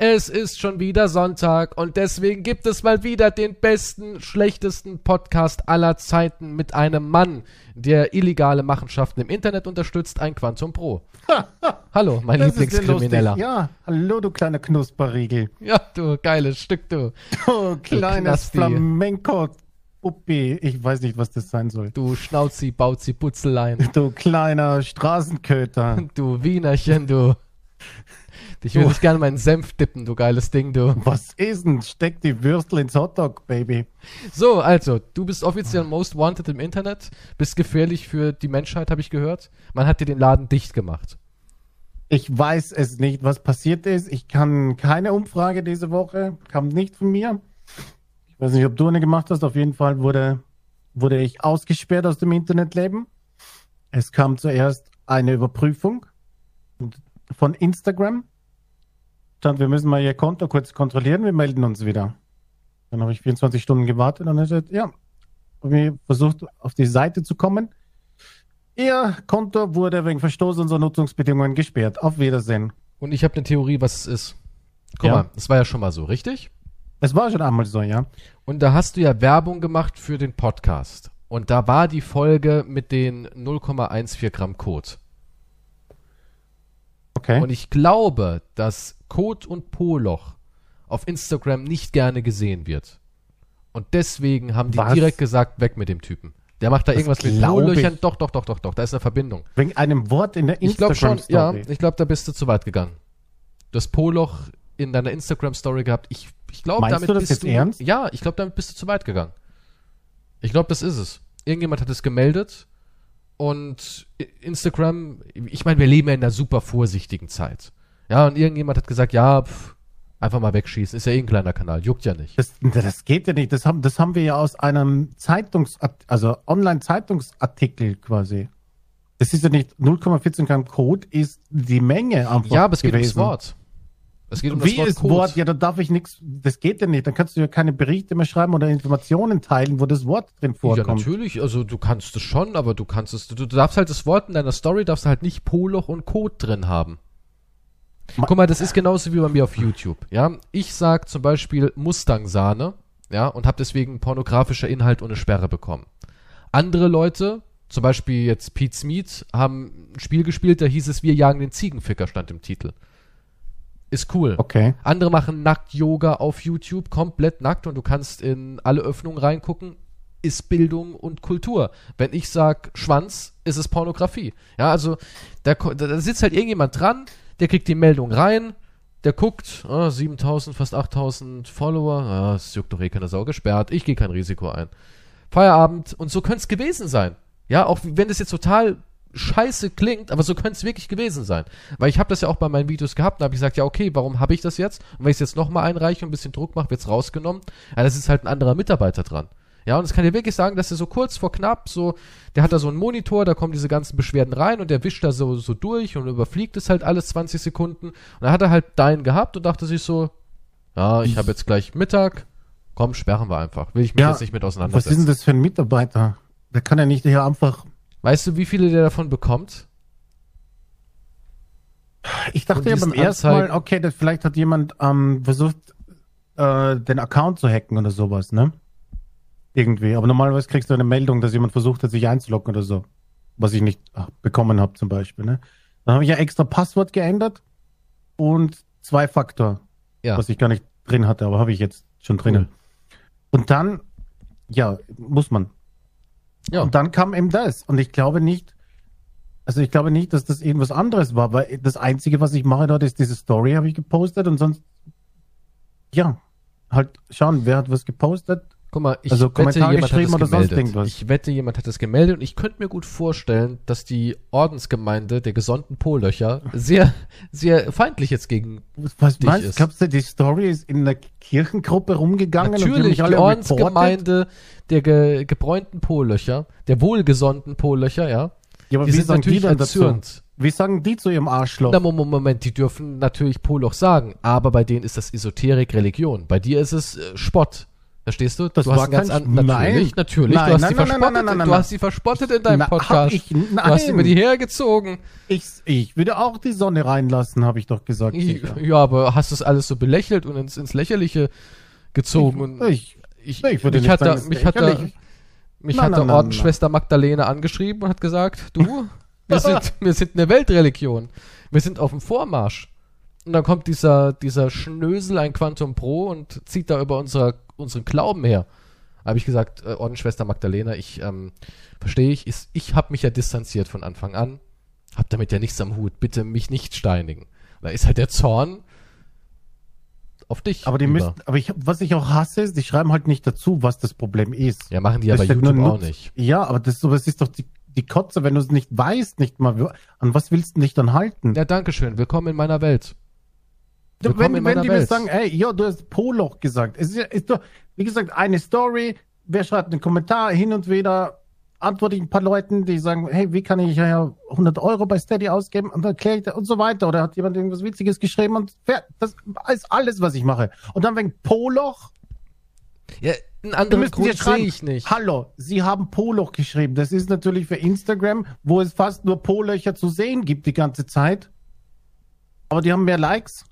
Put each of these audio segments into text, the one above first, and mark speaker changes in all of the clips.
Speaker 1: Es ist schon wieder Sonntag und deswegen gibt es mal wieder den besten, schlechtesten Podcast aller Zeiten mit einem Mann, der illegale Machenschaften im Internet unterstützt, ein Quantum Pro. Hallo, mein
Speaker 2: Das ist ja
Speaker 1: Lieblingskrimineller.
Speaker 2: lustig. Ja, hallo, du kleine Knusperriegel.
Speaker 1: Ja, du geiles Stück, du.
Speaker 2: Du kleines
Speaker 1: Knasti.
Speaker 2: flamenco puppi Ich weiß nicht, was das sein soll.
Speaker 1: Du Schnauzi, Bauzi, Putzelein.
Speaker 2: Du kleiner Straßenköter.
Speaker 1: Du Wienerchen, du. Dich würde ich gerne meinen Senf dippen, du geiles Ding, du.
Speaker 2: Was ist denn? Steck die Würstel ins Hotdog, Baby.
Speaker 1: So, also, du bist offiziell Most Wanted im Internet, bist gefährlich für die Menschheit, habe ich gehört. Man hat dir den Laden dicht gemacht.
Speaker 2: Ich weiß es nicht, was passiert ist. Ich kann keine Umfrage diese Woche. Kam nicht von mir. Ich weiß nicht, ob du eine gemacht hast. Auf jeden Fall wurde, wurde ich ausgesperrt aus dem Internetleben. Es kam zuerst eine Überprüfung von Instagram. Stand, wir müssen mal ihr Konto kurz kontrollieren. Wir melden uns wieder. Dann habe ich 24 Stunden gewartet und dann hat er gesagt, ja, Und wir versucht auf die Seite zu kommen. Ihr Konto wurde wegen Verstoß unserer Nutzungsbedingungen gesperrt. Auf Wiedersehen.
Speaker 1: Und ich habe eine Theorie, was es ist. Guck
Speaker 2: Ja.
Speaker 1: mal, das war ja schon mal so, richtig?
Speaker 2: Es war schon einmal so, ja.
Speaker 1: Und da hast du ja Werbung gemacht für den Podcast. Und da war die Folge mit den 0,14 Gramm Code.
Speaker 2: Okay.
Speaker 1: Und ich glaube, dass Kot und Poloch auf Instagram nicht gerne gesehen wird. Und deswegen haben die
Speaker 2: Was?
Speaker 1: direkt gesagt, weg mit dem Typen. Der macht da irgendwas mit
Speaker 2: glaub ich.
Speaker 1: Polöchern. Doch, doch, doch, doch, doch. Da ist eine Verbindung.
Speaker 2: wegen einem Wort in der
Speaker 1: Ich glaube schon, ja,
Speaker 2: Instagram-Story.
Speaker 1: ich glaube, da bist du zu weit gegangen. Du hast Poloch in deiner Instagram-Story gehabt. Ich, ich glaube,
Speaker 2: Meinst
Speaker 1: damit
Speaker 2: du das
Speaker 1: bist
Speaker 2: jetzt ernst?
Speaker 1: Ja, ich glaube, damit bist du zu weit gegangen. Ich glaube, das ist es. Irgendjemand hat es gemeldet und I- Instagram, ich meine, wir leben ja in einer super vorsichtigen Zeit. Ja, und irgendjemand hat gesagt, ja, pf, einfach mal wegschießen, ist ja eh ein kleiner Kanal, juckt ja nicht.
Speaker 2: das, das geht ja nicht. Das haben, das haben wir ja aus einem Zeitungs, also Online-Zeitungsartikel quasi. Das ist ja nicht 0,14 Gramm Code ist die Menge einfach
Speaker 1: Ja, aber es geht
Speaker 2: gewesen.
Speaker 1: ums Wort. Es geht um
Speaker 2: Wie
Speaker 1: das
Speaker 2: ist
Speaker 1: Wort.
Speaker 2: Wort? Ja, da darf ich nichts. Das geht ja nicht. Dann kannst du ja keine Berichte mehr schreiben oder Informationen teilen, wo das Wort drin
Speaker 1: Ja,
Speaker 2: vorkommt.
Speaker 1: natürlich. Also du kannst es schon, aber du kannst es. Du, du darfst halt das Wort in deiner Story darfst du halt nicht Poloch und Code drin haben.
Speaker 2: Ma-
Speaker 1: Guck mal, das ist genauso wie bei mir auf YouTube. Ja, ich sag zum Beispiel Mustang-Sahne, ja, und habe deswegen pornografischer Inhalt ohne Sperre bekommen. Andere Leute, zum Beispiel jetzt Pete Smith, haben ein Spiel gespielt, da hieß es, wir jagen den Ziegenficker, stand im Titel. Ist cool.
Speaker 2: Okay.
Speaker 1: Andere machen Nackt-Yoga auf YouTube, komplett nackt und du kannst in alle Öffnungen reingucken. Ist Bildung und Kultur. Wenn ich sag Schwanz, ist es Pornografie. Ja, also da, ko- da da sitzt halt irgendjemand dran, der kriegt die Meldung rein, der guckt, ah, 7000, fast 8000 Follower, ah, es juckt doch eh keine Sau gesperrt, ich gehe kein Risiko ein. Feierabend und so könnte es gewesen sein. Ja, auch wenn es jetzt total scheiße klingt, aber so könnte es wirklich gewesen sein. Weil ich habe das ja auch bei meinen Videos gehabt und habe gesagt, ja okay, warum habe ich das jetzt? Und wenn ich es jetzt nochmal einreiche und ein bisschen Druck mache, wird es rausgenommen. Ja, das ist halt ein anderer Mitarbeiter dran. Ja, und es kann dir wirklich sagen, dass er so kurz vor knapp so, der hat da so einen Monitor, da kommen diese ganzen Beschwerden rein und der wischt da so, so durch und überfliegt es halt alles 20 Sekunden. Und dann hat er halt deinen gehabt und dachte sich so, ja, ich habe jetzt gleich Mittag, komm, sperren wir einfach. Will ich mich
Speaker 2: Ja,
Speaker 1: jetzt nicht mit
Speaker 2: Was
Speaker 1: auseinandersetzen.
Speaker 2: ist denn das für ein Mitarbeiter? Der kann ja nicht hier einfach.
Speaker 1: Weißt du, wie viele der davon bekommt?
Speaker 2: Ich
Speaker 1: Und
Speaker 2: dachte ja
Speaker 1: diesen
Speaker 2: beim ersten
Speaker 1: Anzeigen-
Speaker 2: Mal, okay, das, vielleicht hat jemand ähm, versucht, äh, den Account zu hacken oder sowas, ne? Irgendwie. Aber normalerweise kriegst du eine Meldung, dass jemand versucht hat, sich einzuloggen oder so. Was ich nicht ach, bekommen habe, zum Beispiel, ne? Dann habe ich ja extra Passwort geändert und zwei Faktor,
Speaker 1: Ja.
Speaker 2: was ich gar nicht drin hatte, aber habe ich jetzt schon drinnen. Und dann, ja, muss man.
Speaker 1: Ja.
Speaker 2: Und dann kam eben das. Und ich glaube nicht, also ich glaube nicht, dass das irgendwas anderes war, weil das Einzige, was ich mache dort, ist diese Story, habe ich gepostet und sonst, ja, halt schauen, wer hat was gepostet.
Speaker 1: Guck mal, ich
Speaker 2: Also
Speaker 1: wette,
Speaker 2: Kommentare
Speaker 1: jemand hat es
Speaker 2: geschrieben oder sonst
Speaker 1: gemeldet.
Speaker 2: irgendwas.
Speaker 1: Ich wette, jemand hat es gemeldet und ich könnte mir gut vorstellen, dass die Ordensgemeinde der gesonnten Pollöcher sehr, sehr feindlich jetzt gegen.
Speaker 2: Was
Speaker 1: Dich
Speaker 2: meinst du?
Speaker 1: ist-
Speaker 2: Glaubst du, die Story ist in der Kirchengruppe rumgegangen und
Speaker 1: Natürlich,
Speaker 2: die
Speaker 1: die
Speaker 2: haben mich alle reportet?
Speaker 1: Ordensgemeinde der ge, gebräunten Pollöcher, der wohlgesonnten Pollöcher, ja.
Speaker 2: Ja, aber
Speaker 1: Die
Speaker 2: wie
Speaker 1: sind
Speaker 2: sagen die
Speaker 1: natürlich
Speaker 2: dann dazu?
Speaker 1: erzürnt.
Speaker 2: Wie sagen die zu ihrem Arschloch?
Speaker 1: Na, Mo- Mo- Moment, die dürfen natürlich Poloch sagen, aber bei denen ist das Esoterik Religion. Bei dir ist es äh, Spott. Verstehst du?
Speaker 2: Das
Speaker 1: du hast
Speaker 2: war
Speaker 1: einen ganz
Speaker 2: ganz-
Speaker 1: an, natürlich,
Speaker 2: nein.
Speaker 1: natürlich.
Speaker 2: Nein,
Speaker 1: du hast
Speaker 2: nein,
Speaker 1: sie
Speaker 2: nein, nein,
Speaker 1: verspottet.
Speaker 2: nein, nein, nein,
Speaker 1: du
Speaker 2: nein.
Speaker 1: hast sie verspottet in deinem
Speaker 2: Na, hab
Speaker 1: Podcast.
Speaker 2: ich-
Speaker 1: du hast über
Speaker 2: nein.
Speaker 1: die hergezogen.
Speaker 2: Ich, ich würde auch die Sonne reinlassen, habe ich doch gesagt. sicher.
Speaker 1: Ja, aber hast das alles so belächelt und ins, ins Lächerliche gezogen und
Speaker 2: Ich,
Speaker 1: ich,
Speaker 2: ich würde
Speaker 1: mich
Speaker 2: nicht
Speaker 1: hat
Speaker 2: sagen,
Speaker 1: da,
Speaker 2: das ist
Speaker 1: mich hat da,
Speaker 2: lächerlich.
Speaker 1: mich
Speaker 2: Nein,
Speaker 1: hat
Speaker 2: nein,
Speaker 1: da
Speaker 2: nein,
Speaker 1: Ordensschwester Magdalena angeschrieben und hat gesagt, du, wir sind, wir sind eine Weltreligion. Wir sind auf dem Vormarsch. Und dann kommt dieser, dieser Schnösel, ein Quantum Pro und zieht da über unser, unseren Glauben her. Habe ich gesagt, äh, Ordensschwester Magdalena, ich, ähm, verstehe ich, ist, ich habe mich ja distanziert von Anfang an. Hab damit ja nichts am Hut. Bitte mich nicht steinigen. Da ist halt der Zorn auf dich.
Speaker 2: Aber die
Speaker 1: über.
Speaker 2: müssen, aber ich, was ich auch hasse, ist, die schreiben halt nicht dazu, was das Problem ist.
Speaker 1: Ja, machen die ja
Speaker 2: Das
Speaker 1: bei
Speaker 2: ist halt
Speaker 1: YouTube
Speaker 2: nur
Speaker 1: auch
Speaker 2: Nutz-
Speaker 1: nicht.
Speaker 2: Ja, aber das, sowas ist doch die, die Kotze, wenn du es nicht weißt, nicht mal, wo- an was willst du dich dann halten?
Speaker 1: Ja, Dankeschön. Willkommen in meiner Welt.
Speaker 2: Du,
Speaker 1: Willkommen
Speaker 2: wenn
Speaker 1: in
Speaker 2: wenn
Speaker 1: meiner
Speaker 2: die mir
Speaker 1: Welt.
Speaker 2: sagen, ey, ja, du hast Poloch gesagt. Es ist, ja- ist doch, wie gesagt, eine Story. Wer schreibt einen Kommentar? Hin und wieder antworte ich ein paar Leuten, die sagen, hey, wie kann ich ja 100 Euro bei Steady ausgeben? Und dann erkläre ich da und so weiter. Oder hat jemand irgendwas Witziges geschrieben? Und wer, das ist alles, was ich mache. Und dann wegen Poloch?
Speaker 1: Ja, einen
Speaker 2: Wir
Speaker 1: anderen
Speaker 2: müssen dir
Speaker 1: Grund sehe
Speaker 2: schreiben.
Speaker 1: ich nicht.
Speaker 2: Hallo, Sie haben Poloch geschrieben. Das ist natürlich für Instagram, wo es fast nur Polöcher zu sehen gibt die ganze Zeit. Aber die haben mehr Likes.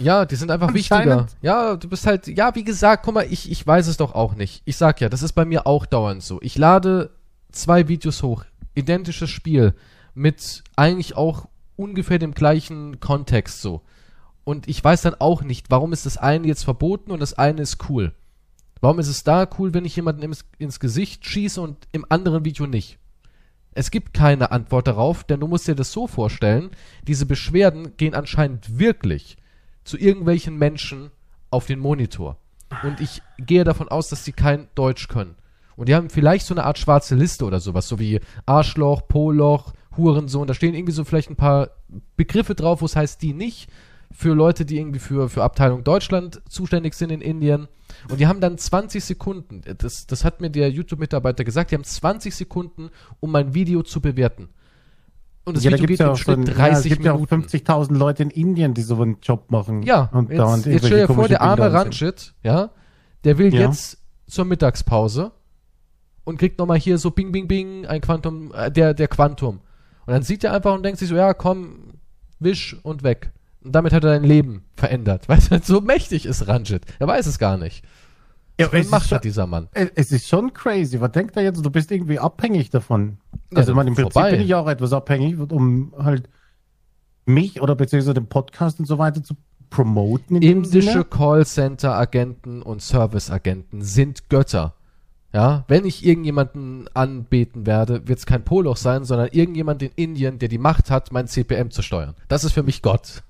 Speaker 1: Ja, die sind einfach wichtiger.
Speaker 2: Anscheinend.
Speaker 1: Ja, du bist halt, ja, wie gesagt, guck mal, ich, ich weiß es doch auch nicht. Ich sag ja, das ist bei mir auch dauernd so. Ich lade zwei Videos hoch, identisches Spiel, mit eigentlich auch ungefähr dem gleichen Kontext so. Und ich weiß dann auch nicht, warum ist das eine jetzt verboten und das eine ist cool. Warum ist es da cool, wenn ich jemanden ins, ins Gesicht schieße und im anderen Video nicht? Es gibt keine Antwort darauf, denn du musst dir das so vorstellen, diese Beschwerden gehen anscheinend wirklich zu irgendwelchen Menschen auf den Monitor. Und ich gehe davon aus, dass sie kein Deutsch können. Und die haben vielleicht so eine Art schwarze Liste oder sowas, so wie Arschloch, Poloch, Hurensohn. Da stehen irgendwie so vielleicht ein paar Begriffe drauf, wo es heißt, die nicht. Für Leute, die irgendwie für, für Abteilung Deutschland zuständig sind in Indien. Und die haben dann 20 Sekunden, das, das hat mir der YouTube-Mitarbeiter gesagt, die haben 20 Sekunden, um mein Video zu bewerten. Und das
Speaker 2: ja, da
Speaker 1: Video
Speaker 2: gibt's
Speaker 1: geht
Speaker 2: ja
Speaker 1: im
Speaker 2: auch
Speaker 1: Schnitt
Speaker 2: schon,
Speaker 1: 30
Speaker 2: ja, es gibt
Speaker 1: Minuten.
Speaker 2: ja auch 50.000 Leute in Indien, die so einen Job machen.
Speaker 1: Ja,
Speaker 2: und
Speaker 1: jetzt,
Speaker 2: dauernd
Speaker 1: jetzt stell
Speaker 2: irgendwelche
Speaker 1: dir vor,
Speaker 2: komischen
Speaker 1: der arme
Speaker 2: Bilder
Speaker 1: Ranjit, ja, der will
Speaker 2: Ja.
Speaker 1: jetzt zur Mittagspause und kriegt nochmal hier so bing, bing, bing, ein Quantum, äh, der, der Quantum. Und dann sieht er einfach und denkt sich so, ja, komm, wisch und weg. Und damit hat er dein Leben verändert. Weißt du, so mächtig ist Ranjit. Er weiß es gar nicht.
Speaker 2: Ja, aber
Speaker 1: Was
Speaker 2: es, ist
Speaker 1: macht
Speaker 2: schon,
Speaker 1: hat dieser Mann?
Speaker 2: es ist schon crazy. Was denkt er jetzt? Du bist irgendwie abhängig davon.
Speaker 1: Ja,
Speaker 2: also, ich meine, im Prinzip
Speaker 1: vorbei.
Speaker 2: bin ich auch etwas abhängig, um halt mich oder beziehungsweise den Podcast und so weiter zu promoten. in dem
Speaker 1: Indische
Speaker 2: Sinne.
Speaker 1: Callcenter-Agenten und Service-Agenten sind Götter. Ja, wenn ich irgendjemanden anbeten werde, wird es kein Poloch sein, sondern irgendjemand in Indien, der die Macht hat, mein CPM zu steuern. Das ist für mich Gott.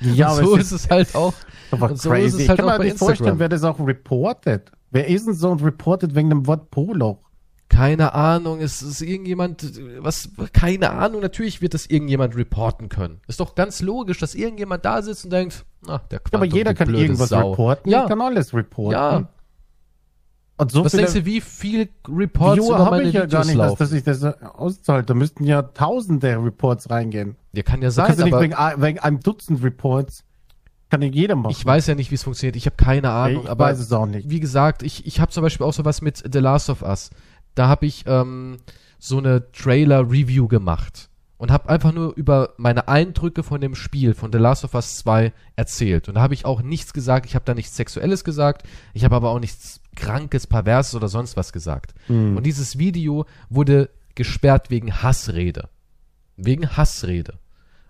Speaker 2: Ja, aber
Speaker 1: und so
Speaker 2: es
Speaker 1: ist es halt auch.
Speaker 2: Aber
Speaker 1: und
Speaker 2: crazy.
Speaker 1: so ist es
Speaker 2: ich
Speaker 1: halt
Speaker 2: kann
Speaker 1: auch
Speaker 2: mir
Speaker 1: bei
Speaker 2: nicht vorstellen,
Speaker 1: Instagram.
Speaker 2: wer das auch reportet. Wer ist denn so und reportet wegen dem Wort Poloch?
Speaker 1: Keine Ahnung, es ist irgendjemand, was, keine Ahnung, natürlich wird das irgendjemand reporten können. Ist doch ganz logisch, dass irgendjemand da sitzt und denkt, na, der
Speaker 2: Ja, aber
Speaker 1: Quantum,
Speaker 2: jeder
Speaker 1: die
Speaker 2: kann
Speaker 1: blöde
Speaker 2: irgendwas
Speaker 1: Sau.
Speaker 2: reporten.
Speaker 1: Ja,
Speaker 2: Ich kann alles reporten.
Speaker 1: ja.
Speaker 2: Und so
Speaker 1: Was
Speaker 2: viele
Speaker 1: denkst du, wie viel Reports
Speaker 2: Viewer
Speaker 1: über
Speaker 2: hab
Speaker 1: meine
Speaker 2: ich ja
Speaker 1: Videos
Speaker 2: gar nicht, dass,
Speaker 1: laufen?
Speaker 2: dass ich das äh, auszahlt. Da müssten ja tausende Reports reingehen.
Speaker 1: Ja, kann ja
Speaker 2: Da
Speaker 1: sein,
Speaker 2: kannst du nicht
Speaker 1: aber
Speaker 2: wegen, ein- wegen einem Dutzend Reports. Kann ja jeder machen.
Speaker 1: ich weiß ja nicht, wie es funktioniert. Ich habe keine Ahnung,
Speaker 2: ich
Speaker 1: aber
Speaker 2: weiß es auch nicht.
Speaker 1: wie gesagt, ich, ich habe zum Beispiel auch sowas mit The Last of Us. Da habe ich ähm, so eine Trailer-Review gemacht und habe einfach nur über meine Eindrücke von dem Spiel, von The Last of Us 2 erzählt. Und da habe ich auch nichts gesagt, ich habe da nichts Sexuelles gesagt, ich habe aber auch nichts Krankes, Perverses oder sonst was gesagt.
Speaker 2: Hm.
Speaker 1: Und dieses Video wurde gesperrt wegen Hassrede. Wegen Hassrede.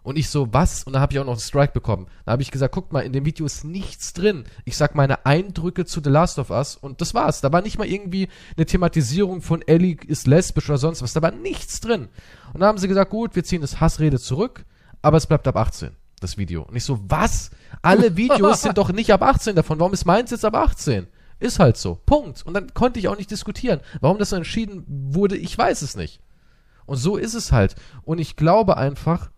Speaker 1: Und ich so, was? Und da habe ich auch noch einen Strike bekommen. Da habe ich gesagt, guckt mal, in dem Video ist nichts drin. Ich sag meine Eindrücke zu The Last of Us und das war's. Da war nicht mal irgendwie eine Thematisierung von Ellie ist lesbisch oder sonst was. Da war nichts drin. Und da haben sie gesagt, gut, wir ziehen das Hassrede zurück, aber es bleibt ab 18, das Video. Und ich so, was? Alle Videos sind doch nicht ab 18 davon. Warum ist meins jetzt ab 18? Ist halt so. Punkt. Und dann konnte ich auch nicht diskutieren. Warum das so entschieden wurde, ich weiß es nicht. Und so ist es halt. Und ich glaube einfach,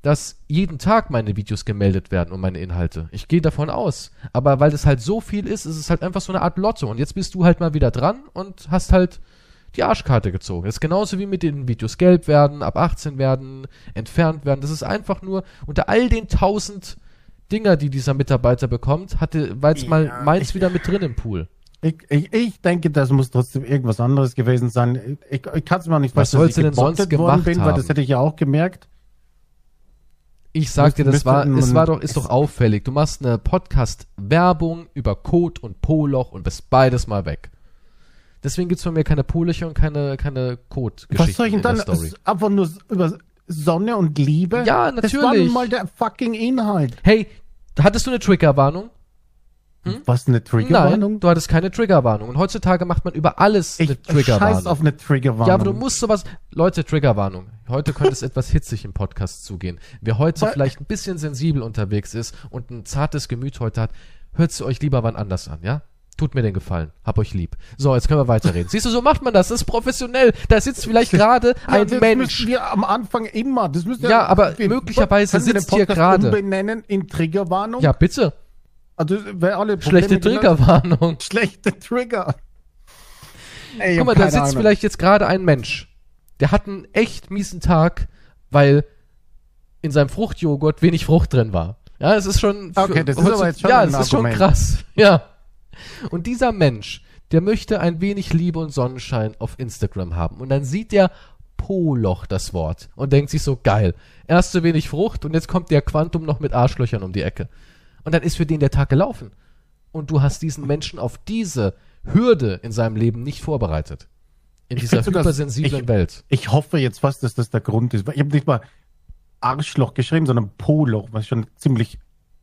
Speaker 1: dass jeden Tag meine Videos gemeldet werden und meine Inhalte. Ich gehe davon aus. Aber weil es halt so viel ist, ist es halt einfach so eine Art Lotto. Und jetzt bist du halt mal wieder dran und hast halt die Arschkarte gezogen. Das ist genauso wie mit den Videos gelb werden, ab 18 werden, entfernt werden. Das ist einfach nur unter all den tausend Dinger, die dieser Mitarbeiter bekommt, hatte, war jetzt mal
Speaker 2: Ja,
Speaker 1: meins
Speaker 2: ich-
Speaker 1: wieder mit drin im Pool.
Speaker 2: Ich, ich, ich denke, das muss trotzdem irgendwas anderes gewesen sein. Ich, ich kann es mir nicht
Speaker 1: Was
Speaker 2: vorstellen, dass
Speaker 1: sollst du denn
Speaker 2: gebottet
Speaker 1: sonst gemacht
Speaker 2: worden bin, weil das
Speaker 1: haben?
Speaker 2: hätte ich ja auch gemerkt.
Speaker 1: Ich sag dir, das
Speaker 2: Müsste-
Speaker 1: war,
Speaker 2: müsste
Speaker 1: es
Speaker 2: man-
Speaker 1: war doch, ist doch auffällig. Du machst eine Podcast-Werbung über Kot und Poloch und bist beides mal weg. Deswegen gibt's von mir keine Polische und keine, keine Kot-Geschichten
Speaker 2: Was soll ich denn
Speaker 1: in der
Speaker 2: dann?
Speaker 1: Story.
Speaker 2: Ist Einfach nur s- über Sonne und Liebe?
Speaker 1: Ja,
Speaker 2: Das war nun
Speaker 1: natürlich.
Speaker 2: mal der fucking Inhalt.
Speaker 1: Hey, hattest du eine Triggerwarnung?
Speaker 2: Was, eine
Speaker 1: Hm? Nein,
Speaker 2: Triggerwarnung?
Speaker 1: du hattest keine Triggerwarnung. Und heutzutage macht man über alles
Speaker 2: Ich
Speaker 1: eine Triggerwarnung.
Speaker 2: scheiß auf eine Triggerwarnung.
Speaker 1: Ja, aber du musst sowas. Leute, Triggerwarnung. Heute könnte es etwas hitzig im Podcast zugehen. Wer heute
Speaker 2: Weil-
Speaker 1: vielleicht ein bisschen sensibel unterwegs ist und ein zartes Gemüt heute hat, hört sie euch lieber wann anders an, ja? Tut mir den Gefallen. Hab euch lieb. So, jetzt können wir weiterreden. Siehst du, so macht man das. Das ist professionell. Da sitzt vielleicht gerade
Speaker 2: Ja,
Speaker 1: ein
Speaker 2: das
Speaker 1: Mensch.
Speaker 2: müssen wir am Anfang immer. Das müssen wir-
Speaker 1: Ja, aber
Speaker 2: wir-
Speaker 1: möglicherweise
Speaker 2: können wir den
Speaker 1: sitzt hier
Speaker 2: Podcast
Speaker 1: gerade-
Speaker 2: umbenennen in Triggerwarnung.
Speaker 1: Ja, bitte.
Speaker 2: Also, wer alle Probleme
Speaker 1: Schlechte
Speaker 2: gelöst-
Speaker 1: Triggerwarnung.
Speaker 2: Schlechte Trigger. Ey, ich
Speaker 1: Guck
Speaker 2: hab
Speaker 1: mal, da
Speaker 2: keine
Speaker 1: sitzt
Speaker 2: Ahnung.
Speaker 1: vielleicht jetzt gerade ein Mensch. Der hat einen echt miesen Tag, weil in seinem Fruchtjoghurt wenig Frucht drin war. Ja, es ist schon. für-
Speaker 2: Okay, das ist aber
Speaker 1: heutzutage-
Speaker 2: jetzt schon
Speaker 1: Ja,
Speaker 2: ein
Speaker 1: es ist schon
Speaker 2: Argument.
Speaker 1: krass. Ja. Und dieser Mensch, der möchte ein wenig Liebe und Sonnenschein auf Instagram haben. Und dann sieht der Poloch das Wort und denkt sich so geil. Erst so wenig Frucht und jetzt kommt der Quantum noch mit Arschlöchern um die Ecke. Und dann ist für den der Tag gelaufen. Und du hast diesen Menschen auf diese Hürde in seinem Leben nicht vorbereitet. In dieser
Speaker 2: finde sogar-
Speaker 1: hypersensiblen
Speaker 2: ich-
Speaker 1: Welt.
Speaker 2: Ich hoffe jetzt fast, dass das der Grund ist. weil Ich habe nicht mal Arschloch geschrieben, sondern Poloch, was schon ziemlich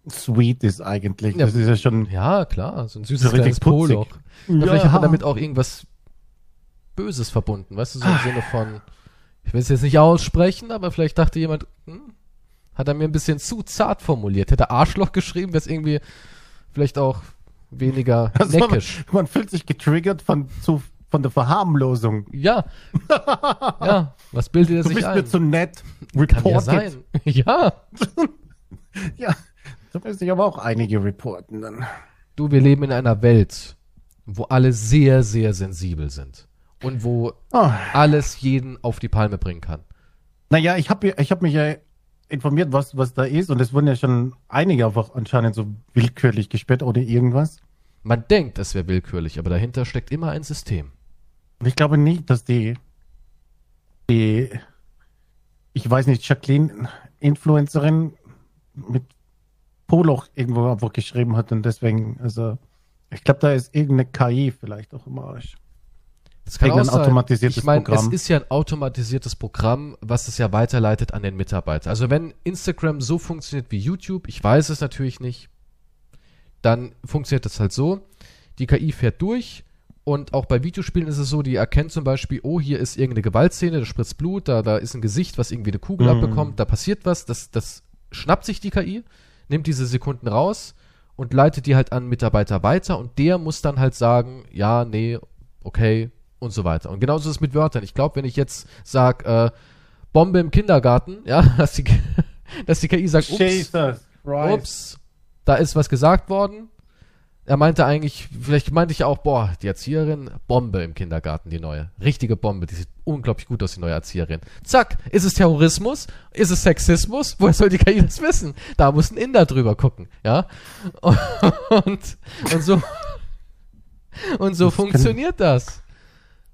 Speaker 2: sweet ist eigentlich.
Speaker 1: Ja.
Speaker 2: Das ist ja schon.
Speaker 1: Ja, klar, so ein süßes
Speaker 2: So
Speaker 1: kleines
Speaker 2: richtig putzig.
Speaker 1: Poloch. Und Vielleicht hat man damit auch irgendwas Böses verbunden, weißt du,
Speaker 2: Ah.
Speaker 1: so im Sinne von, ich will es jetzt nicht aussprechen, aber vielleicht dachte jemand, hm, hat er mir ein bisschen zu zart formuliert. Hätte Arschloch geschrieben, wäre es irgendwie vielleicht auch weniger
Speaker 2: Also man,
Speaker 1: neckisch.
Speaker 2: man fühlt sich getriggert von, zu, von der Verharmlosung.
Speaker 1: Ja. ja, was bildet er
Speaker 2: Du
Speaker 1: sich
Speaker 2: bist
Speaker 1: ein?
Speaker 2: mir zu nett.
Speaker 1: Kann ja
Speaker 2: Report it.
Speaker 1: sein. Ja.
Speaker 2: Ja, da müssen sich aber auch einige reporten dann.
Speaker 1: Du, wir leben in einer Welt, wo alle sehr, sehr sensibel sind. Und wo
Speaker 2: Oh.
Speaker 1: alles jeden auf die Palme bringen kann.
Speaker 2: Naja, ich habe ich hab mich ja informiert, was, was da ist. Und es wurden ja schon einige einfach anscheinend so willkürlich gesperrt oder irgendwas.
Speaker 1: Man denkt, es wäre willkürlich, aber dahinter steckt immer ein System.
Speaker 2: Und ich glaube nicht, dass die, die, ich weiß nicht, Jacqueline, Influencerin mit Poloch irgendwo einfach geschrieben hat und deswegen, also, ich glaube, da ist irgendeine KI vielleicht auch im Arsch.
Speaker 1: Das kann auch
Speaker 2: Irgendein
Speaker 1: sein.
Speaker 2: automatisiertes
Speaker 1: ich mein,
Speaker 2: Programm.
Speaker 1: Es ist ja ein automatisiertes Programm, was es ja weiterleitet an den Mitarbeiter. Also wenn Instagram so funktioniert wie YouTube, ich weiß es natürlich nicht, dann funktioniert das halt so. Die KI fährt durch und auch bei Videospielen ist es so, die erkennt zum Beispiel, oh, hier ist irgendeine Gewaltszene, da spritzt Blut, da, da ist ein Gesicht, was irgendwie eine Kugel
Speaker 2: Mhm.
Speaker 1: abbekommt, da passiert was, das, das schnappt sich die KI, nimmt diese Sekunden raus und leitet die halt an einen Mitarbeiter weiter und der muss dann halt sagen, ja, nee, okay und so weiter. Und genauso ist es mit Wörtern. Ich glaube, wenn ich jetzt sag, äh, Bombe im Kindergarten, ja, dass die, dass die KI sagt, ups,
Speaker 2: Christ.
Speaker 1: ups, da ist was gesagt worden. Er meinte eigentlich, vielleicht meinte ich ja auch, boah, die Erzieherin, Bombe im Kindergarten, die neue. Richtige Bombe, die sieht unglaublich gut aus, die neue Erzieherin. Zack, ist es Terrorismus? Ist es Sexismus? Woher soll die KI das wissen? Da muss ein Inder drüber gucken, ja? Und, und so, und so
Speaker 2: Das kann-
Speaker 1: funktioniert das.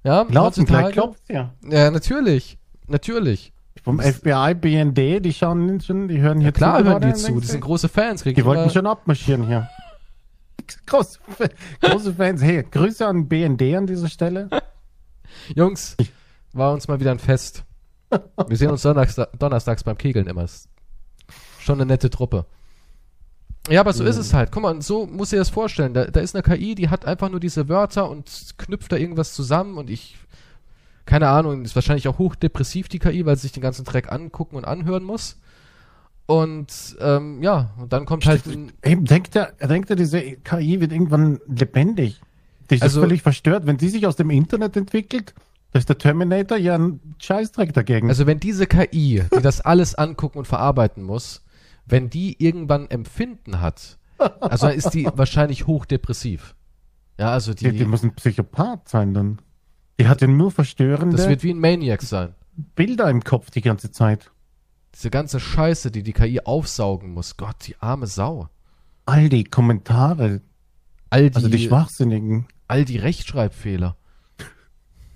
Speaker 1: Ja,
Speaker 2: Laufen, gleich
Speaker 1: heutzutage-
Speaker 2: klopft's ja.
Speaker 1: Ja, natürlich, natürlich.
Speaker 2: Vom FBI, BND, die schauen schon, die hören hier
Speaker 1: Klar
Speaker 2: zu.
Speaker 1: hören die
Speaker 2: gerade,
Speaker 1: zu,
Speaker 2: denkst
Speaker 1: die
Speaker 2: du?
Speaker 1: sind große Fans. kriegen
Speaker 2: Die wollten
Speaker 1: immer-
Speaker 2: schon abmarschieren hier. Große, große Fans. Hey, Grüße an BND an dieser Stelle.
Speaker 1: Jungs, war uns mal wieder ein Fest. Wir sehen uns sonntags, donnerstags beim Kegeln immer. Ist Schon eine nette Truppe. Ja, aber so ist es halt. Guck mal, und so musst du dir das vorstellen. Da, da ist eine KI, die hat einfach nur diese Wörter und knüpft da irgendwas zusammen und ich, keine Ahnung, ist wahrscheinlich auch hochdepressiv, die KI, weil sie sich den ganzen Dreck angucken und anhören muss. Und ähm, ja, und dann kommt halt ein,
Speaker 2: Eben, denkt er, denkt er, diese KI wird irgendwann lebendig. Die ist
Speaker 1: Also-
Speaker 2: völlig verstört. Wenn die sich aus dem Internet entwickelt, da ist der Terminator ja ein Scheißdreck dagegen.
Speaker 1: Also wenn diese KI, die das alles angucken und verarbeiten muss, wenn die irgendwann Empfinden hat, also dann ist die wahrscheinlich hochdepressiv. Ja, also die,
Speaker 2: die, die muss ein Psychopath sein dann. Die hat ja nur verstörende
Speaker 1: das wird wie ein Maniac sein.
Speaker 2: Bilder im Kopf die ganze Zeit.
Speaker 1: Diese ganze Scheiße, die die KI aufsaugen muss. Gott, die arme Sau.
Speaker 2: All die Kommentare,
Speaker 1: All die,
Speaker 2: also die Schwachsinnigen.
Speaker 1: all die Rechtschreibfehler.